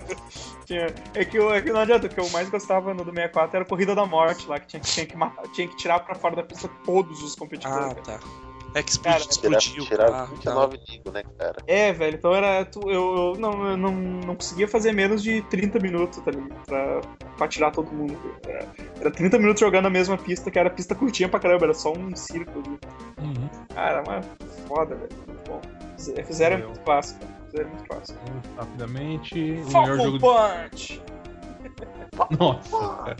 Speaker 3: Tinha- É que, eu, é que não adianta, o que eu mais gostava no do 64 era a Corrida da Morte lá, que tinha, que tinha que matar, tinha que tirar pra fora da pista todos os competidores.
Speaker 4: Ah,
Speaker 3: cara.
Speaker 4: tá. É que
Speaker 3: Cara,
Speaker 4: explodiu,
Speaker 6: Tirar,
Speaker 4: explodiu o
Speaker 6: tirar
Speaker 4: carro e tal.
Speaker 6: 29 digo, né, cara?
Speaker 3: É, velho, então era. tu- Eu, eu não, eu não, não conseguia fazer menos de 30 minutos, tá ligado? Pra, pra tirar todo mundo. Era, era 30 minutos jogando a mesma pista, que era pista curtinha pra caramba, era só um circo. ali.
Speaker 5: Uhum.
Speaker 3: Cara, mas foda, velho. Muito bom. Fizeram é muito clássico, cara. Fizeram muito clássico. um
Speaker 5: Rapidamente, o melhor
Speaker 3: Falcon
Speaker 5: jogo
Speaker 3: Punch!
Speaker 5: Nossa, cara.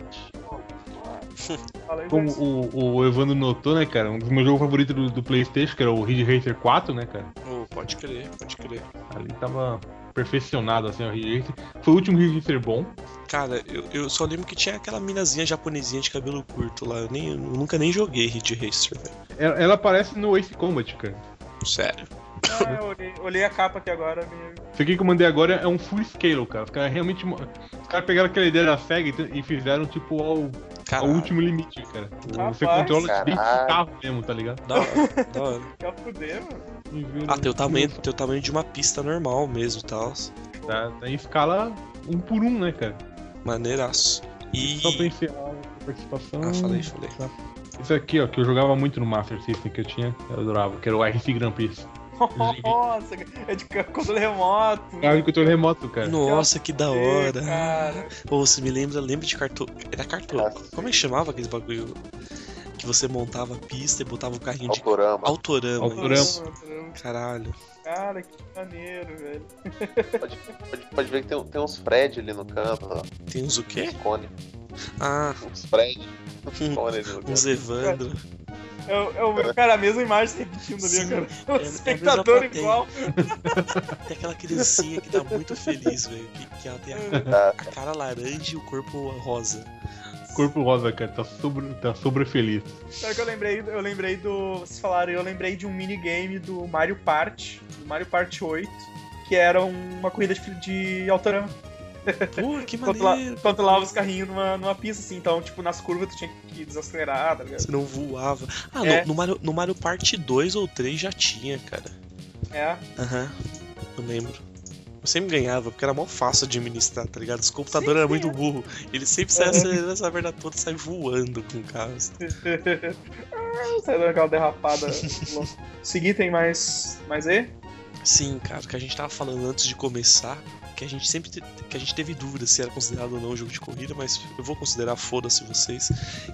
Speaker 3: Fala aí,
Speaker 5: Como
Speaker 3: Garcia.
Speaker 5: o, o Evandro notou, né, cara? Um dos meus jogos favoritos do, do PlayStation, que era o Ridge Racer 4, né, cara?
Speaker 4: Oh, pode crer, pode crer.
Speaker 5: Ali tava perfeccionado, assim, o Ridge Racer. Foi o último Ridge Racer bom.
Speaker 4: Cara, eu, eu só lembro que tinha aquela minazinha japonesinha de cabelo curto lá. Eu, nem, eu nunca nem joguei Ridge Racer, velho.
Speaker 5: Ela, ela aparece no Ace Combat, cara.
Speaker 4: Sério.
Speaker 3: Ah, eu olhei, olhei a capa aqui agora. Me...
Speaker 5: Isso aqui que eu mandei agora é um full scale, cara. Os caras realmente. mo- Os caras pegaram aquela ideia da SEGA e t- e fizeram, tipo, ao, ao
Speaker 4: Cara,
Speaker 5: último limite, cara. Você
Speaker 3: Rapaz,
Speaker 5: controla dentro do
Speaker 6: caralho.
Speaker 5: carro mesmo, tá ligado? um
Speaker 4: da hora, da hora.
Speaker 3: Quer fuder, mano.
Speaker 4: Ah, tem o tamanho, tem o tamanho de uma pista normal mesmo e tal.
Speaker 5: Tá, tá em escala um por um, né, cara?
Speaker 4: Maneiraço. E.
Speaker 5: Só um pra encerrar a participação.
Speaker 4: Ah, falei, falei.
Speaker 5: Isso aqui, ó, que eu jogava muito no Master System que eu tinha, eu adorava, que era o RC Grand Prix.
Speaker 3: Nossa, é de controle remoto.
Speaker 5: Cara, que eu tô É um remoto, cara.
Speaker 4: Nossa, que da hora.
Speaker 3: Cara,
Speaker 4: Pô, você me lembra, lembra de cartão. Era cartão.
Speaker 6: Nossa.
Speaker 4: Como é que chamava aqueles bagulho? Que você montava a pista e botava o carrinho de.
Speaker 6: Autorama.
Speaker 4: Autorama.
Speaker 5: Autorama.
Speaker 4: isso.
Speaker 3: mano,
Speaker 4: Caralho.
Speaker 3: cara, que maneiro, velho.
Speaker 6: Pode, pode ver que tem, tem uns Fred ali no canto, ó.
Speaker 4: Tem uns o quê?
Speaker 6: Uns cone.
Speaker 4: Ah,
Speaker 6: Uns Fred. Uns cone ali no canto.
Speaker 4: uns Evandro.
Speaker 3: É, o- é o- cara, a mesma imagem se repetindo ali,
Speaker 4: Sim,
Speaker 3: cara.
Speaker 4: é a
Speaker 3: O
Speaker 4: mesma
Speaker 3: espectador
Speaker 4: plateia.
Speaker 3: igual.
Speaker 4: Tem aquela criancinha que tá muito feliz, velho. Que, que ela tem a,
Speaker 6: Tá.
Speaker 4: a cara laranja e o corpo rosa.
Speaker 5: Corpo rosa, cara, tá sobre, tá sobre feliz.
Speaker 3: Sabe que eu lembrei, eu lembrei do. Vocês falaram, eu lembrei de um minigame do Mario Party, do Mario Party 8, que era um, uma corrida de, de autorama.
Speaker 4: Pô, que
Speaker 3: Controlava,
Speaker 4: maneiro.
Speaker 3: controlava os carrinhos numa, numa pista, assim, então, tipo, nas curvas tu tinha que desacelerar, tá ligado?
Speaker 4: Você não voava. Ah,
Speaker 3: É.
Speaker 4: não, no, Mario, no Mario Party 2 ou 3 já tinha, cara.
Speaker 3: É.
Speaker 4: Aham, eu lembro. Eu sempre ganhava, porque era mó fácil de administrar, tá ligado? Os computadores eram
Speaker 3: Sim,
Speaker 4: muito burro. Ele sempre sai acelerando essa merda toda e sai voando com o carro. assim.
Speaker 3: Ah, Saiu dando aquela derrapada louca. Seguir tem mais. Mais E?
Speaker 4: Sim, cara, o que a gente tava falando antes de começar, que a gente sempre te- que a gente teve dúvida se era considerado ou não um jogo de corrida, mas eu vou considerar foda-se vocês,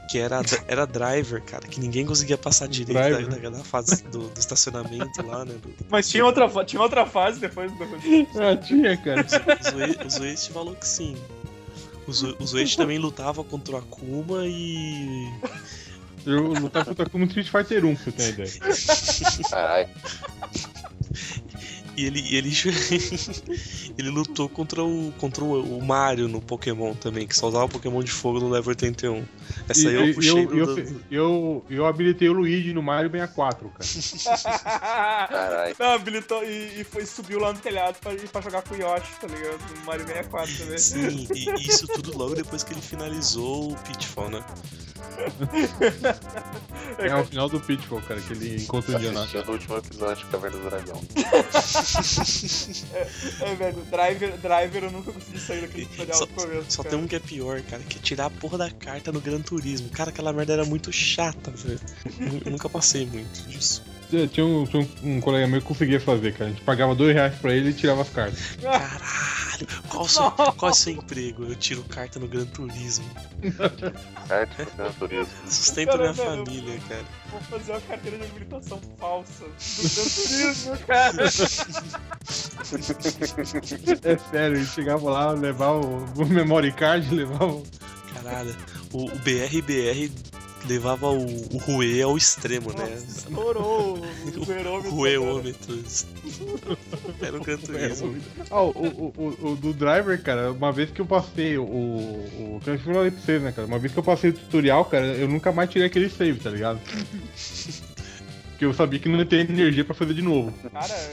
Speaker 4: que era, era driver, cara, que ninguém conseguia passar direito
Speaker 5: Driver. né?
Speaker 4: da, da, da fase do, do estacionamento lá, né? Do,
Speaker 3: Mas tinha outra, fa- tinha outra fase depois do.
Speaker 5: Ah, tinha, cara.
Speaker 4: O Zoe- O Zoeste falou que sim. O Zo- o Zoeste também lutava contra o Akuma e.
Speaker 5: Eu lutava contra como Street Fighter 1, pra você ter uma ideia.
Speaker 6: Caralho.
Speaker 4: E ele. e ele, ele lutou contra o. contra o, o Mario no Pokémon também, que só usava o Pokémon de fogo no level 81. Essa aí
Speaker 5: E-
Speaker 4: eu
Speaker 5: e-
Speaker 4: puxei
Speaker 5: eu,
Speaker 4: do-
Speaker 5: eu,
Speaker 4: do-
Speaker 5: eu, eu, habilitei o Luigi no Mario 64, cara.
Speaker 6: Caralho.
Speaker 3: Não, habilitou e, e foi, subiu lá no telhado pra, pra jogar com o Yoshi, tá ligado? No Mario 64 também.
Speaker 4: Sim, e e isso tudo logo depois que ele finalizou o Pitfall, né?
Speaker 5: É o final do Pitfall, cara, que ele encontra um o Indianato.
Speaker 6: Assistindo o último episódio de Caverna do Dragão.
Speaker 3: É, velho, driver, driver eu nunca consegui sair daquele tutorial
Speaker 4: Só,
Speaker 3: do começo.
Speaker 4: só
Speaker 3: cara.
Speaker 4: tem um que é pior, cara, que é tirar a porra da carta no Gran Turismo. Cara, aquela merda era muito chata, velho. Nu- Nunca passei muito disso.
Speaker 5: Tinha, tinha um, tinha um- um colega meu que conseguia fazer, cara. A gente pagava dois reais pra ele e tirava as cartas.
Speaker 4: Caralho, qual o seu, qual é o seu emprego? Eu tiro carta no Gran Turismo.
Speaker 6: Arte do Gran Turismo.
Speaker 4: Sustento minha
Speaker 3: Caramba, meu.
Speaker 4: família, cara.
Speaker 3: Vou fazer uma carteira de habilitação falsa do Gran Turismo, cara.
Speaker 5: É sério, ele chegava lá, levava o, o memory card, levava o...
Speaker 4: Caralho. O, o BRBR levava o, o Rue ao extremo, né?
Speaker 3: Nossa, estourou o
Speaker 4: O
Speaker 3: verômetro.
Speaker 4: Rueômetro. Era o Gran Turismo.
Speaker 5: Ah, o, o, o- o do driver, cara, uma vez que eu passei o. o que eu falei pra vocês, né, cara? Uma vez que eu passei o tutorial, cara, eu nunca mais tirei aquele save, tá ligado? Porque eu sabia que não ia ter energia pra fazer de novo.
Speaker 3: Cara,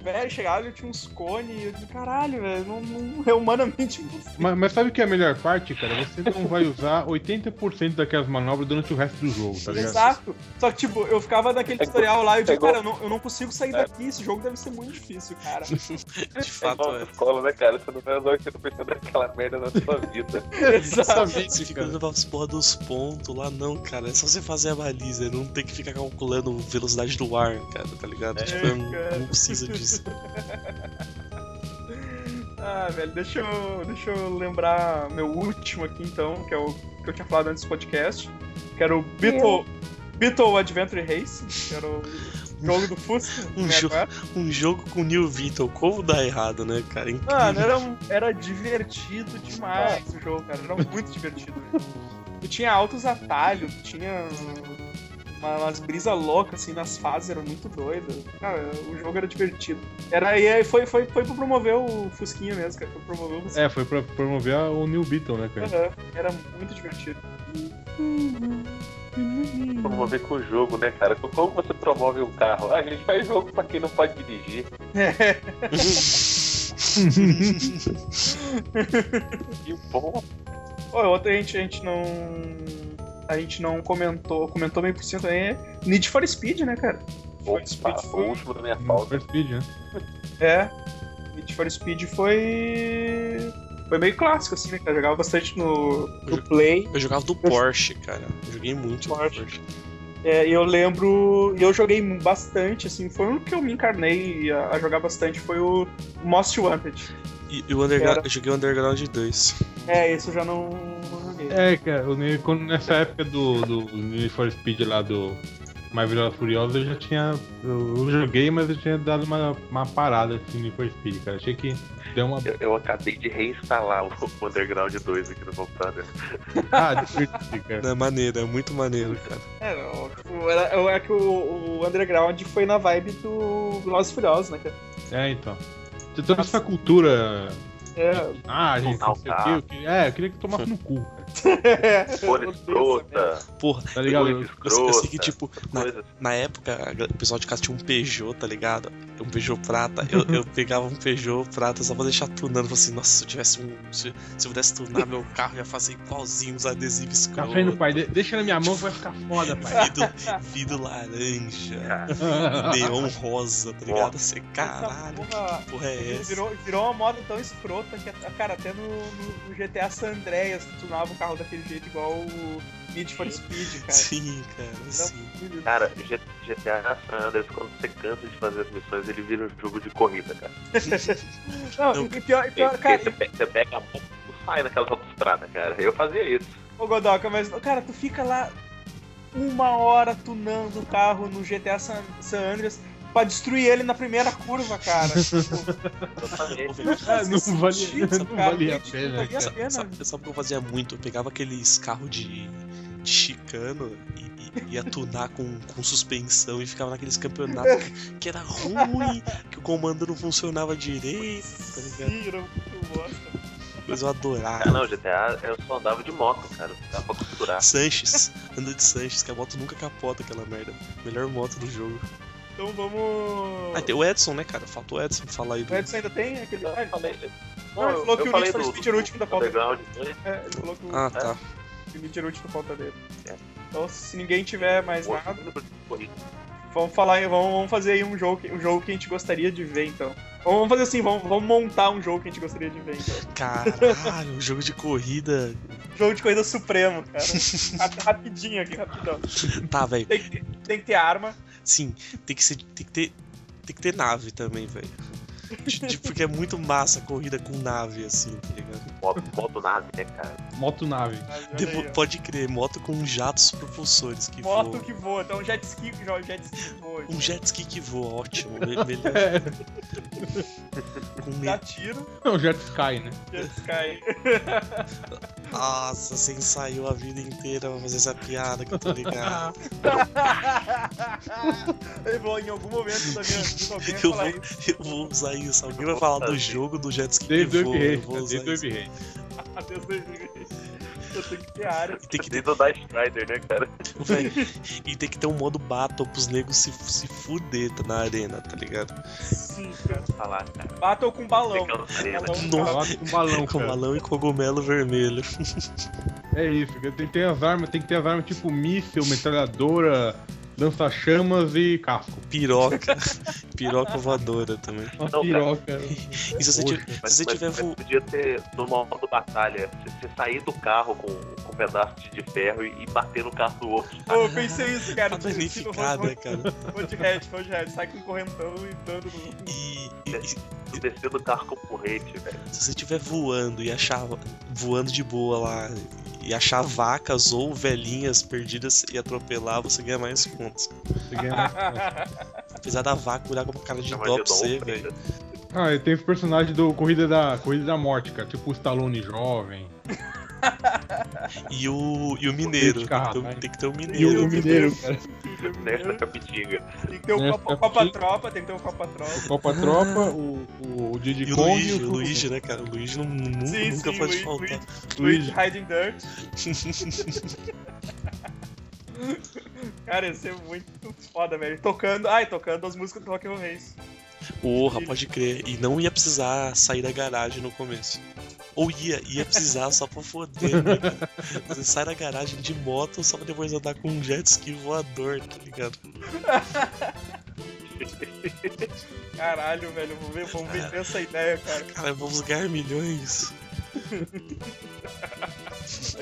Speaker 3: o velho chegava e tinha uns cones. e Eu disse, caralho, velho, não, não é humanamente impossível.
Speaker 5: Mas, mas sabe o que é a melhor parte, cara? Você não vai usar 80% daquelas manobras durante o resto do jogo, tá ligado?
Speaker 3: Exato. Só que, tipo, eu ficava naquele tutorial lá e eu disse,
Speaker 6: Pegou. É.
Speaker 3: cara, eu não, eu não consigo sair daqui. Esse jogo deve ser muito difícil, cara.
Speaker 4: De fato,
Speaker 6: é.
Speaker 4: é.
Speaker 6: escola, né, cara? Você não vai usar 80% daquela merda na sua vida.
Speaker 5: Exatamente,
Speaker 4: Você fica
Speaker 5: cara.
Speaker 4: olhando as porra dos pontos lá, não, cara. É só você fazer a baliza, não tem que ficar calculando velocidade do ar, cara, tá ligado?
Speaker 3: É,
Speaker 4: tipo, eu não,
Speaker 3: cara.
Speaker 4: não precisa disso.
Speaker 3: Ah, velho, deixa eu, deixa eu lembrar meu último aqui então, que é o que eu tinha falado antes do podcast, que era o Beetle, Beetle Adventure Racing, que era o jogo do Fusca.
Speaker 4: Um
Speaker 3: né,
Speaker 4: jogo-
Speaker 3: agora.
Speaker 4: Um jogo com o New Vitor, como dá errado, né, cara? É Incrível.
Speaker 3: Mano, era, um- era divertido demais o jogo, cara. Era muito divertido. velho. Tu tinha altos atalhos, tu tinha uma- umas brisas loucas, assim, nas fases, era muito doido. Cara, o jogo era divertido. Era, e aí foi, foi, foi pra promover o Fusquinha mesmo, cara. Foi promover o Fusquinha.
Speaker 5: É, foi pra promover a- o New Beetle,
Speaker 4: É.
Speaker 5: né, cara?
Speaker 3: Aham, Era muito divertido.
Speaker 6: Promover com o jogo, né, cara? Como você promove um carro? Ah, a gente faz jogo pra quem não pode dirigir.
Speaker 3: é
Speaker 6: Que bom.
Speaker 3: Ô, outra gente, a gente não. A gente não comentou, comentou meio por cento aí. é Need for Speed, né, cara? Need for
Speaker 6: Opa,
Speaker 3: Speed
Speaker 6: o
Speaker 3: foi.
Speaker 6: último da minha
Speaker 5: No
Speaker 6: pauta.
Speaker 5: First Speed, né?
Speaker 3: É. Need for Speed foi. Foi meio clássico, assim, né, cara? Jogava bastante no, no Play.
Speaker 4: Eu jogava do Porsche, cara. Eu joguei muito
Speaker 3: Porsche.
Speaker 4: do Porsche.
Speaker 3: É, e eu lembro. E eu joguei bastante, assim. Foi um que eu me encarnei a, a jogar bastante. Foi o Most Wanted.
Speaker 4: E, e o Underground,
Speaker 3: Era.
Speaker 4: eu joguei o Underground 2.
Speaker 3: É, esse eu já não, não joguei.
Speaker 5: É, cara, eu nem- quando, nessa época do, do Need for Speed lá do Maravilhosa Furiosa, eu já tinha. Eu, eu joguei, mas eu tinha dado uma, uma parada assim no Need for Speed, cara. Achei que deu uma.
Speaker 6: Eu, eu acabei de reinstalar o Underground 2 aqui no computador.
Speaker 5: Ah, diverti, cara.
Speaker 4: É maneiro, é muito maneiro, cara.
Speaker 3: É, não, tipo, era, eu- é que o, o Underground foi na vibe do Velozes e Furiosos, né, cara?
Speaker 5: É, então. Você toda essa cultura.
Speaker 3: É,
Speaker 5: Ah, gente, não sei o quê. Eu queria, é, eu queria que tomasse no cu, cara.
Speaker 6: Cor
Speaker 3: Eu odeio É. essa
Speaker 6: escrota,
Speaker 4: Porra,
Speaker 5: Tá ligado?
Speaker 6: cor
Speaker 4: é eu, eu sei que,
Speaker 6: escrota,
Speaker 4: tipo, na,
Speaker 6: coisas. assim.
Speaker 4: na época, a gal- o pessoal de casa tinha um Peugeot, tá ligado? Um Peugeot prata. Eu, eu pegava um Peugeot prata só pra deixar tunando. Falei assim, nossa, se eu tivesse um. Se, se eu pudesse tunar meu carro, eu ia fazer igualzinho os adesivos
Speaker 5: Café no
Speaker 4: escroto.
Speaker 5: Tá pai, de- deixa na minha mão que vai ficar foda, pai.
Speaker 4: Vidro, vidro laranja,
Speaker 6: Cara,
Speaker 4: neon rosa, tá ligado? Você, caralho,
Speaker 3: Essa porra-
Speaker 4: que porra é
Speaker 3: Ele
Speaker 4: essa?
Speaker 3: virou, virou uma moda tão escrota que, cara, até no, no- no GTA San Andreas tunava o carro daquele jeito igual o Need for Speed, cara.
Speaker 4: Sim, cara, sim.
Speaker 6: Ah, Cara, G- GTA San Andreas, quando você cansa de fazer as missões, ele vira um jogo de corrida, cara.
Speaker 3: Não,
Speaker 4: Não,
Speaker 3: e pior, e pior,
Speaker 6: Você,
Speaker 3: cara,
Speaker 6: você pe- você pega a mão e sai naquela autostrada, cara. Eu fazia isso.
Speaker 3: ô Godoka, mas, cara, tu fica lá uma hora tunando o carro no GTA San, San Andreas pra destruir ele na primeira curva, cara. Tipo,
Speaker 6: Totalmente.
Speaker 5: Ah, não
Speaker 3: fazia
Speaker 5: vale-
Speaker 3: sentido,
Speaker 5: não
Speaker 3: cara,
Speaker 5: valia a
Speaker 3: não
Speaker 5: pena,
Speaker 3: valia
Speaker 4: Sabe,
Speaker 3: pena.
Speaker 4: sabe- sabe o que eu fazia muito? Eu pegava aqueles carros de, de chicano e, e ia tunar com, com suspensão e ficava naqueles campeonatos que, que era ruim, que o comando não funcionava direito, tá ligado?
Speaker 3: Sim, era muito bosta.
Speaker 4: Mas eu
Speaker 6: Ah,
Speaker 4: adorava.
Speaker 6: não, GTA, eu só andava de moto, cara. Dá pra costurar.
Speaker 4: Sanches, anda de Sanches, que a moto nunca capota aquela merda. Melhor moto do jogo.
Speaker 3: Então vamos.
Speaker 4: Ah, tem o Edson, né, cara? Faltou o Edson falar aí do.
Speaker 3: O Edson ainda tem aquele. Ah, ele falou-
Speaker 6: Não,
Speaker 3: ele falou que o Need for
Speaker 6: do-
Speaker 3: Speed era o último da pauta.
Speaker 6: Underground, né?
Speaker 3: é, ele falou que o-
Speaker 4: Ah, tá.
Speaker 3: que me tirou de por falta dele.
Speaker 6: É.
Speaker 3: Então, se ninguém tiver mais
Speaker 6: Poxa,
Speaker 3: nada,
Speaker 6: corrida.
Speaker 3: vamos falar, aí, vamos, vamos fazer aí um jogo, que- um jogo que a gente gostaria de ver, então. Ou Vamos fazer assim, vamos, vamos montar um jogo que a gente gostaria de ver, então.
Speaker 4: Caralho, um jogo de corrida.
Speaker 3: Jogo de coisa supremo, cara. Rap- rapidinho aqui, rapidão.
Speaker 4: Tá, velho.
Speaker 3: Tem que, ter- tem que ter arma.
Speaker 4: Sim, tem que ser. Tem que ter. Tem que ter nave também, velho. Tipo, Porque é muito massa a corrida com nave, assim, tá ligado?
Speaker 6: Moto, moto nave, né, cara?
Speaker 5: Moto nave.
Speaker 3: Olha aí,
Speaker 4: Depo-
Speaker 3: ó.
Speaker 4: pode crer, moto com jatos propulsores que
Speaker 3: Moto
Speaker 4: voam.
Speaker 3: que voa, então jet ski, que joga jet ski que voa.
Speaker 4: Um jet ski que voa, ótimo. me- Melhor.
Speaker 5: É,
Speaker 4: com
Speaker 3: Dá
Speaker 4: me...
Speaker 3: tiro,
Speaker 5: Não, Jet Sky, né?
Speaker 3: jet sky.
Speaker 4: Nossa, você ensaiou a vida inteira pra fazer essa piada que eu tô ligado.
Speaker 3: Eu vou, em algum momento da minha vida, alguém vai
Speaker 4: Eu
Speaker 3: falar
Speaker 4: vou-
Speaker 3: isso.
Speaker 4: Eu vou usar isso. Alguém vai falar do jogo do jet ski que
Speaker 5: Desde o
Speaker 4: voa. Eu
Speaker 5: Wave
Speaker 4: vou
Speaker 5: Race,
Speaker 4: usar
Speaker 5: desde o
Speaker 4: isso.
Speaker 5: Wave Race.
Speaker 3: Adeus, 2020. Eu tenho que ter área.
Speaker 4: E tem que ter
Speaker 6: Desde o Dice Strider, né, cara?
Speaker 4: Véi, e tem que ter um modo battle pros negros se, se fuder tá, na arena, tá ligado?
Speaker 3: Sim, cara.
Speaker 6: Falar, cara.
Speaker 3: Batam com balão.
Speaker 6: Ficando arena.
Speaker 3: Balão.
Speaker 4: Nossa.
Speaker 5: Coloca um balão,
Speaker 4: Com
Speaker 5: cara.
Speaker 4: balão e cogumelo vermelho.
Speaker 5: É isso, cara. tem que ter as armas, tem que ter as armas tipo míssil, metralhadora, lança-chamas e casco.
Speaker 4: Piroca. Piroca voadora também.
Speaker 5: Uma
Speaker 6: Não,
Speaker 5: piroca.
Speaker 6: cara.
Speaker 4: E se você,
Speaker 5: Poxa,
Speaker 4: tiver-
Speaker 6: Mas,
Speaker 4: se você
Speaker 6: mas-
Speaker 4: tiver
Speaker 6: mas
Speaker 4: vo...
Speaker 6: podia ter no modo batalha, você, você sair do carro com, com um pedaço de, de ferro e, e bater no carro do outro.
Speaker 3: Pô, eu pensei isso, cara.
Speaker 4: Tá danificada, cara.
Speaker 3: Vou de head, vou de head. Sai com correntão e dando no.
Speaker 4: E, e- e se
Speaker 6: Tu descer do carro com porrete, velho.
Speaker 4: você estiver voando e achar voando de boa lá e achar vacas ou velhinhas perdidas e atropelar, você ganha mais pontos.
Speaker 5: Você ganha mais casco.
Speaker 4: Apesar da vaca olhar com uma cara de
Speaker 6: Chama
Speaker 4: dó pra
Speaker 6: Dom
Speaker 4: você,
Speaker 6: Frita.
Speaker 4: velho.
Speaker 5: Ah, e tem os personagens do Corrida da, Corrida da Morte, cara. Tipo o Stallone jovem.
Speaker 4: E o, e o mineiro.
Speaker 5: de carro,
Speaker 4: Tem que ter- um
Speaker 5: vai.
Speaker 4: tem que ter o
Speaker 3: E
Speaker 4: mineiro.
Speaker 3: o mineiro, cara.
Speaker 6: Nesta capitiga.
Speaker 3: Tem que ter o
Speaker 5: Nesta
Speaker 3: Copa- Copa
Speaker 5: fica.
Speaker 3: Tropa, tem que ter o Copa Tropa.
Speaker 5: Copa Tropa, o, o, o Diddy
Speaker 4: E o
Speaker 5: Kong
Speaker 4: Luigi,
Speaker 5: e
Speaker 4: o Luigi, né, cara? O Luigi não, nu-
Speaker 3: Sim,
Speaker 4: nunca
Speaker 3: sim,
Speaker 4: pode
Speaker 3: Luigi,
Speaker 4: faltar.
Speaker 3: Luigi Hiding Dirt. Cara, ia ser muito foda, velho. Tocando. Ai, tocando as músicas do Rock and Race.
Speaker 4: Porra, pode crer. E não ia precisar sair da garagem no começo. Ou ia, ia precisar só pra foder, né, cara? Você sai da garagem de moto só pra depois andar com um jet ski voador, tá ligado?
Speaker 3: Caralho, velho. Vamos ver, vamos vender essa ideia, cara.
Speaker 4: Cara, vamos ganhar milhões.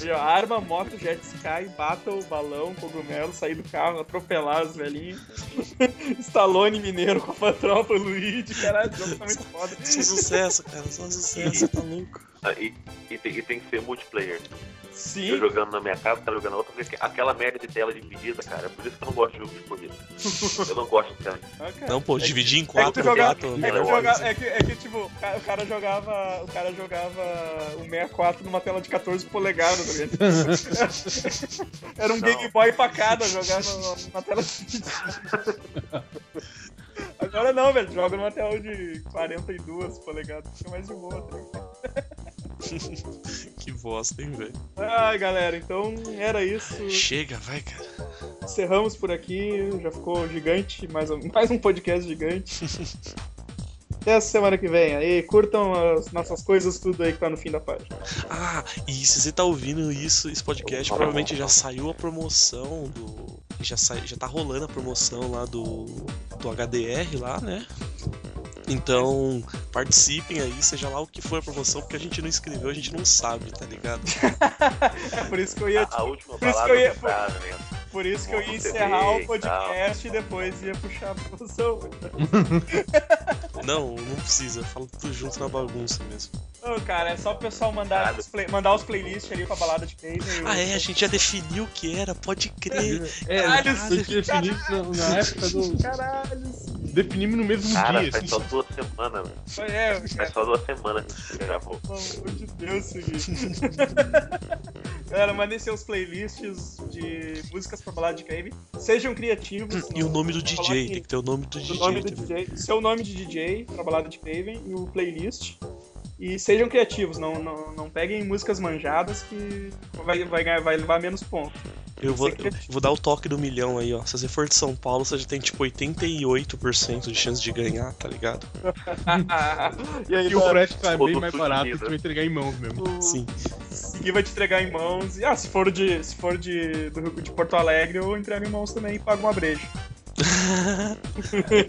Speaker 3: Aí, ó, arma, moto, jet sky, bata o balão, cogumelo, sair do carro, atropelar os velhinhos. Stallone Mineiro, Copa Tropa, Luigi. Caralho, o jogo tá muito foda.
Speaker 4: Só sucesso, cara, só sucesso, tá louco.
Speaker 6: Ah, E, e tem, e tem que ser multiplayer. Eu
Speaker 3: Sim,
Speaker 6: jogando na minha casa, tá jogando na outra vez. que- Aquela merda de tela dividida, cara. é Por isso que eu não gosto de jogo de corrida. Eu não gosto de tela dividida.
Speaker 3: Ah, cara.
Speaker 4: Não, pô, dividir em
Speaker 3: É que, tu
Speaker 4: quatro,
Speaker 3: jogava,
Speaker 4: quatro,
Speaker 3: é, que tu
Speaker 4: né?
Speaker 3: jogava- é que- é que, tipo, o cara- o cara jogava. O cara jogava o 64 numa tela de 14 polegadas, tá ligado? Era um
Speaker 6: Não.
Speaker 3: Game Boy facada jogar numa, numa tela de. Agora não, velho. Joga numa tela de 42 polegadas, fica mais de boa. tá ligado?
Speaker 4: Que bosta, hein, velho.
Speaker 3: Ai, galera, então era isso.
Speaker 4: Chega, vai, cara.
Speaker 3: Encerramos por aqui, já ficou gigante, mais um, mais um podcast gigante. Até a semana que vem aí, curtam as nossas coisas, tudo aí que tá no fim da página.
Speaker 4: Ah, e se você tá ouvindo isso, esse podcast, provavelmente já saiu a promoção do. Já, sai, já tá rolando a promoção lá do, do HDR lá, né? Então, participem aí, seja lá o que for a promoção, porque a gente não escreveu, a gente não sabe, tá ligado?
Speaker 3: É por isso que eu ia,
Speaker 6: A, a
Speaker 4: Ah,
Speaker 6: última
Speaker 3: Por isso
Speaker 6: palavra
Speaker 3: que eu ia-
Speaker 6: do Estado, né?
Speaker 3: por isso que eu ia
Speaker 6: Você
Speaker 3: encerrar
Speaker 6: vê
Speaker 3: o
Speaker 6: e
Speaker 3: podcast e depois ia puxar a produção.
Speaker 4: Não, não precisa, fala tudo junto na bagunça mesmo.
Speaker 3: Não, cara, é só o pessoal mandar,
Speaker 6: Nada.
Speaker 3: os play- mandar os playlists ali pra balada de Taser.
Speaker 4: Ah, é, a gente já definiu o que era, pode crer.
Speaker 5: É,
Speaker 3: Caralho,
Speaker 5: a gente definiu isso na, na época do.
Speaker 3: Caralho, sim.
Speaker 5: Definimos no mesmo
Speaker 6: Cara,
Speaker 5: dia.
Speaker 6: faz
Speaker 5: assim.
Speaker 6: só duas semanas, velho.
Speaker 3: É, cara,
Speaker 6: Faz só duas semanas que a gente gravou.
Speaker 3: pelo amor de Deus, seguinte. Galera, mandem seus playlists de músicas pra balada de Cave. Sejam criativos.
Speaker 4: E o nome do DJ,
Speaker 3: Coloquem-
Speaker 4: tem que ter o nome do
Speaker 3: o
Speaker 4: DJ
Speaker 3: nome do
Speaker 4: também.
Speaker 3: DJ, seu nome de DJ pra balada de Craven e o playlist. E sejam criativos, não, não, não peguem músicas manjadas que vai, vai, ganhar- vai levar menos pontos.
Speaker 4: Eu vou,
Speaker 3: Tem que
Speaker 4: eu vou dar o toque do milhão aí, ó. Se você for de São Paulo, você já tem tipo 88% de chance de ganhar, tá ligado?
Speaker 3: e aí,
Speaker 5: E o frete tá
Speaker 6: Ou
Speaker 5: bem
Speaker 6: do
Speaker 5: mais
Speaker 6: Sul
Speaker 5: barato,
Speaker 6: Chinesa.
Speaker 5: tu vai entregar em mãos mesmo.
Speaker 4: Sim.
Speaker 3: Seguir vai te entregar em mãos. E, ah, se for de, se for de, do Rio- de Porto Alegre, eu entrego em mãos também e pago um uma breja.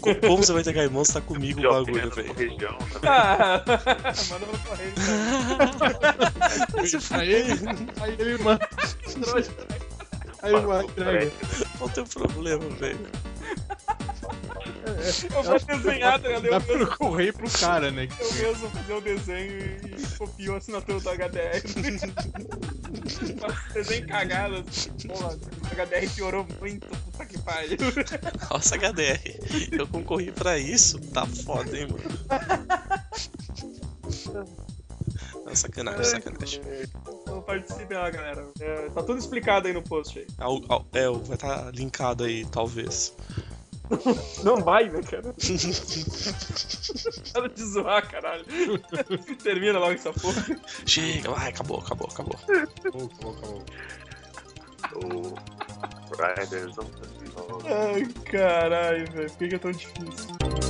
Speaker 4: Co- Como você vai entregar em mão se tá comigo
Speaker 6: De
Speaker 4: o bagulho,
Speaker 6: Alpena, com
Speaker 4: velho?
Speaker 6: região né? também.
Speaker 3: Ah, Manda pra correr. então.
Speaker 5: Aí ele, aí ele manda. Aí ele manda, entrega.
Speaker 4: Qual o teu problema, velho?
Speaker 3: Eu vou desenhar, tá ligado?
Speaker 5: Dá
Speaker 3: Eu mesmo-
Speaker 5: pra correr pro cara, né?
Speaker 3: eu mesmo vou fazer o desenho e, e copio a assinatura do HDR. Faço desenho cagado. assim. Porra, o HDR piorou muito. Puta que pariu.
Speaker 4: Nossa, HDR. Eu concorri pra isso, tá foda, hein, mano? Não, sacanagem, sacanagem.
Speaker 3: Então participem lá, galera. É, tá tudo explicado aí no post aí.
Speaker 4: Ah, o- ah, É, o- vai estar tá linkado aí, talvez.
Speaker 3: Não vai, né, cara? Para de zoar, caralho. Termina logo essa porra.
Speaker 4: Chega, vai, acabou, acabou, acabou.
Speaker 5: Acabou, acabou, acabou.
Speaker 6: O Riders on the Hill.
Speaker 3: Ai, caralho, velho. Por que que é tão difícil?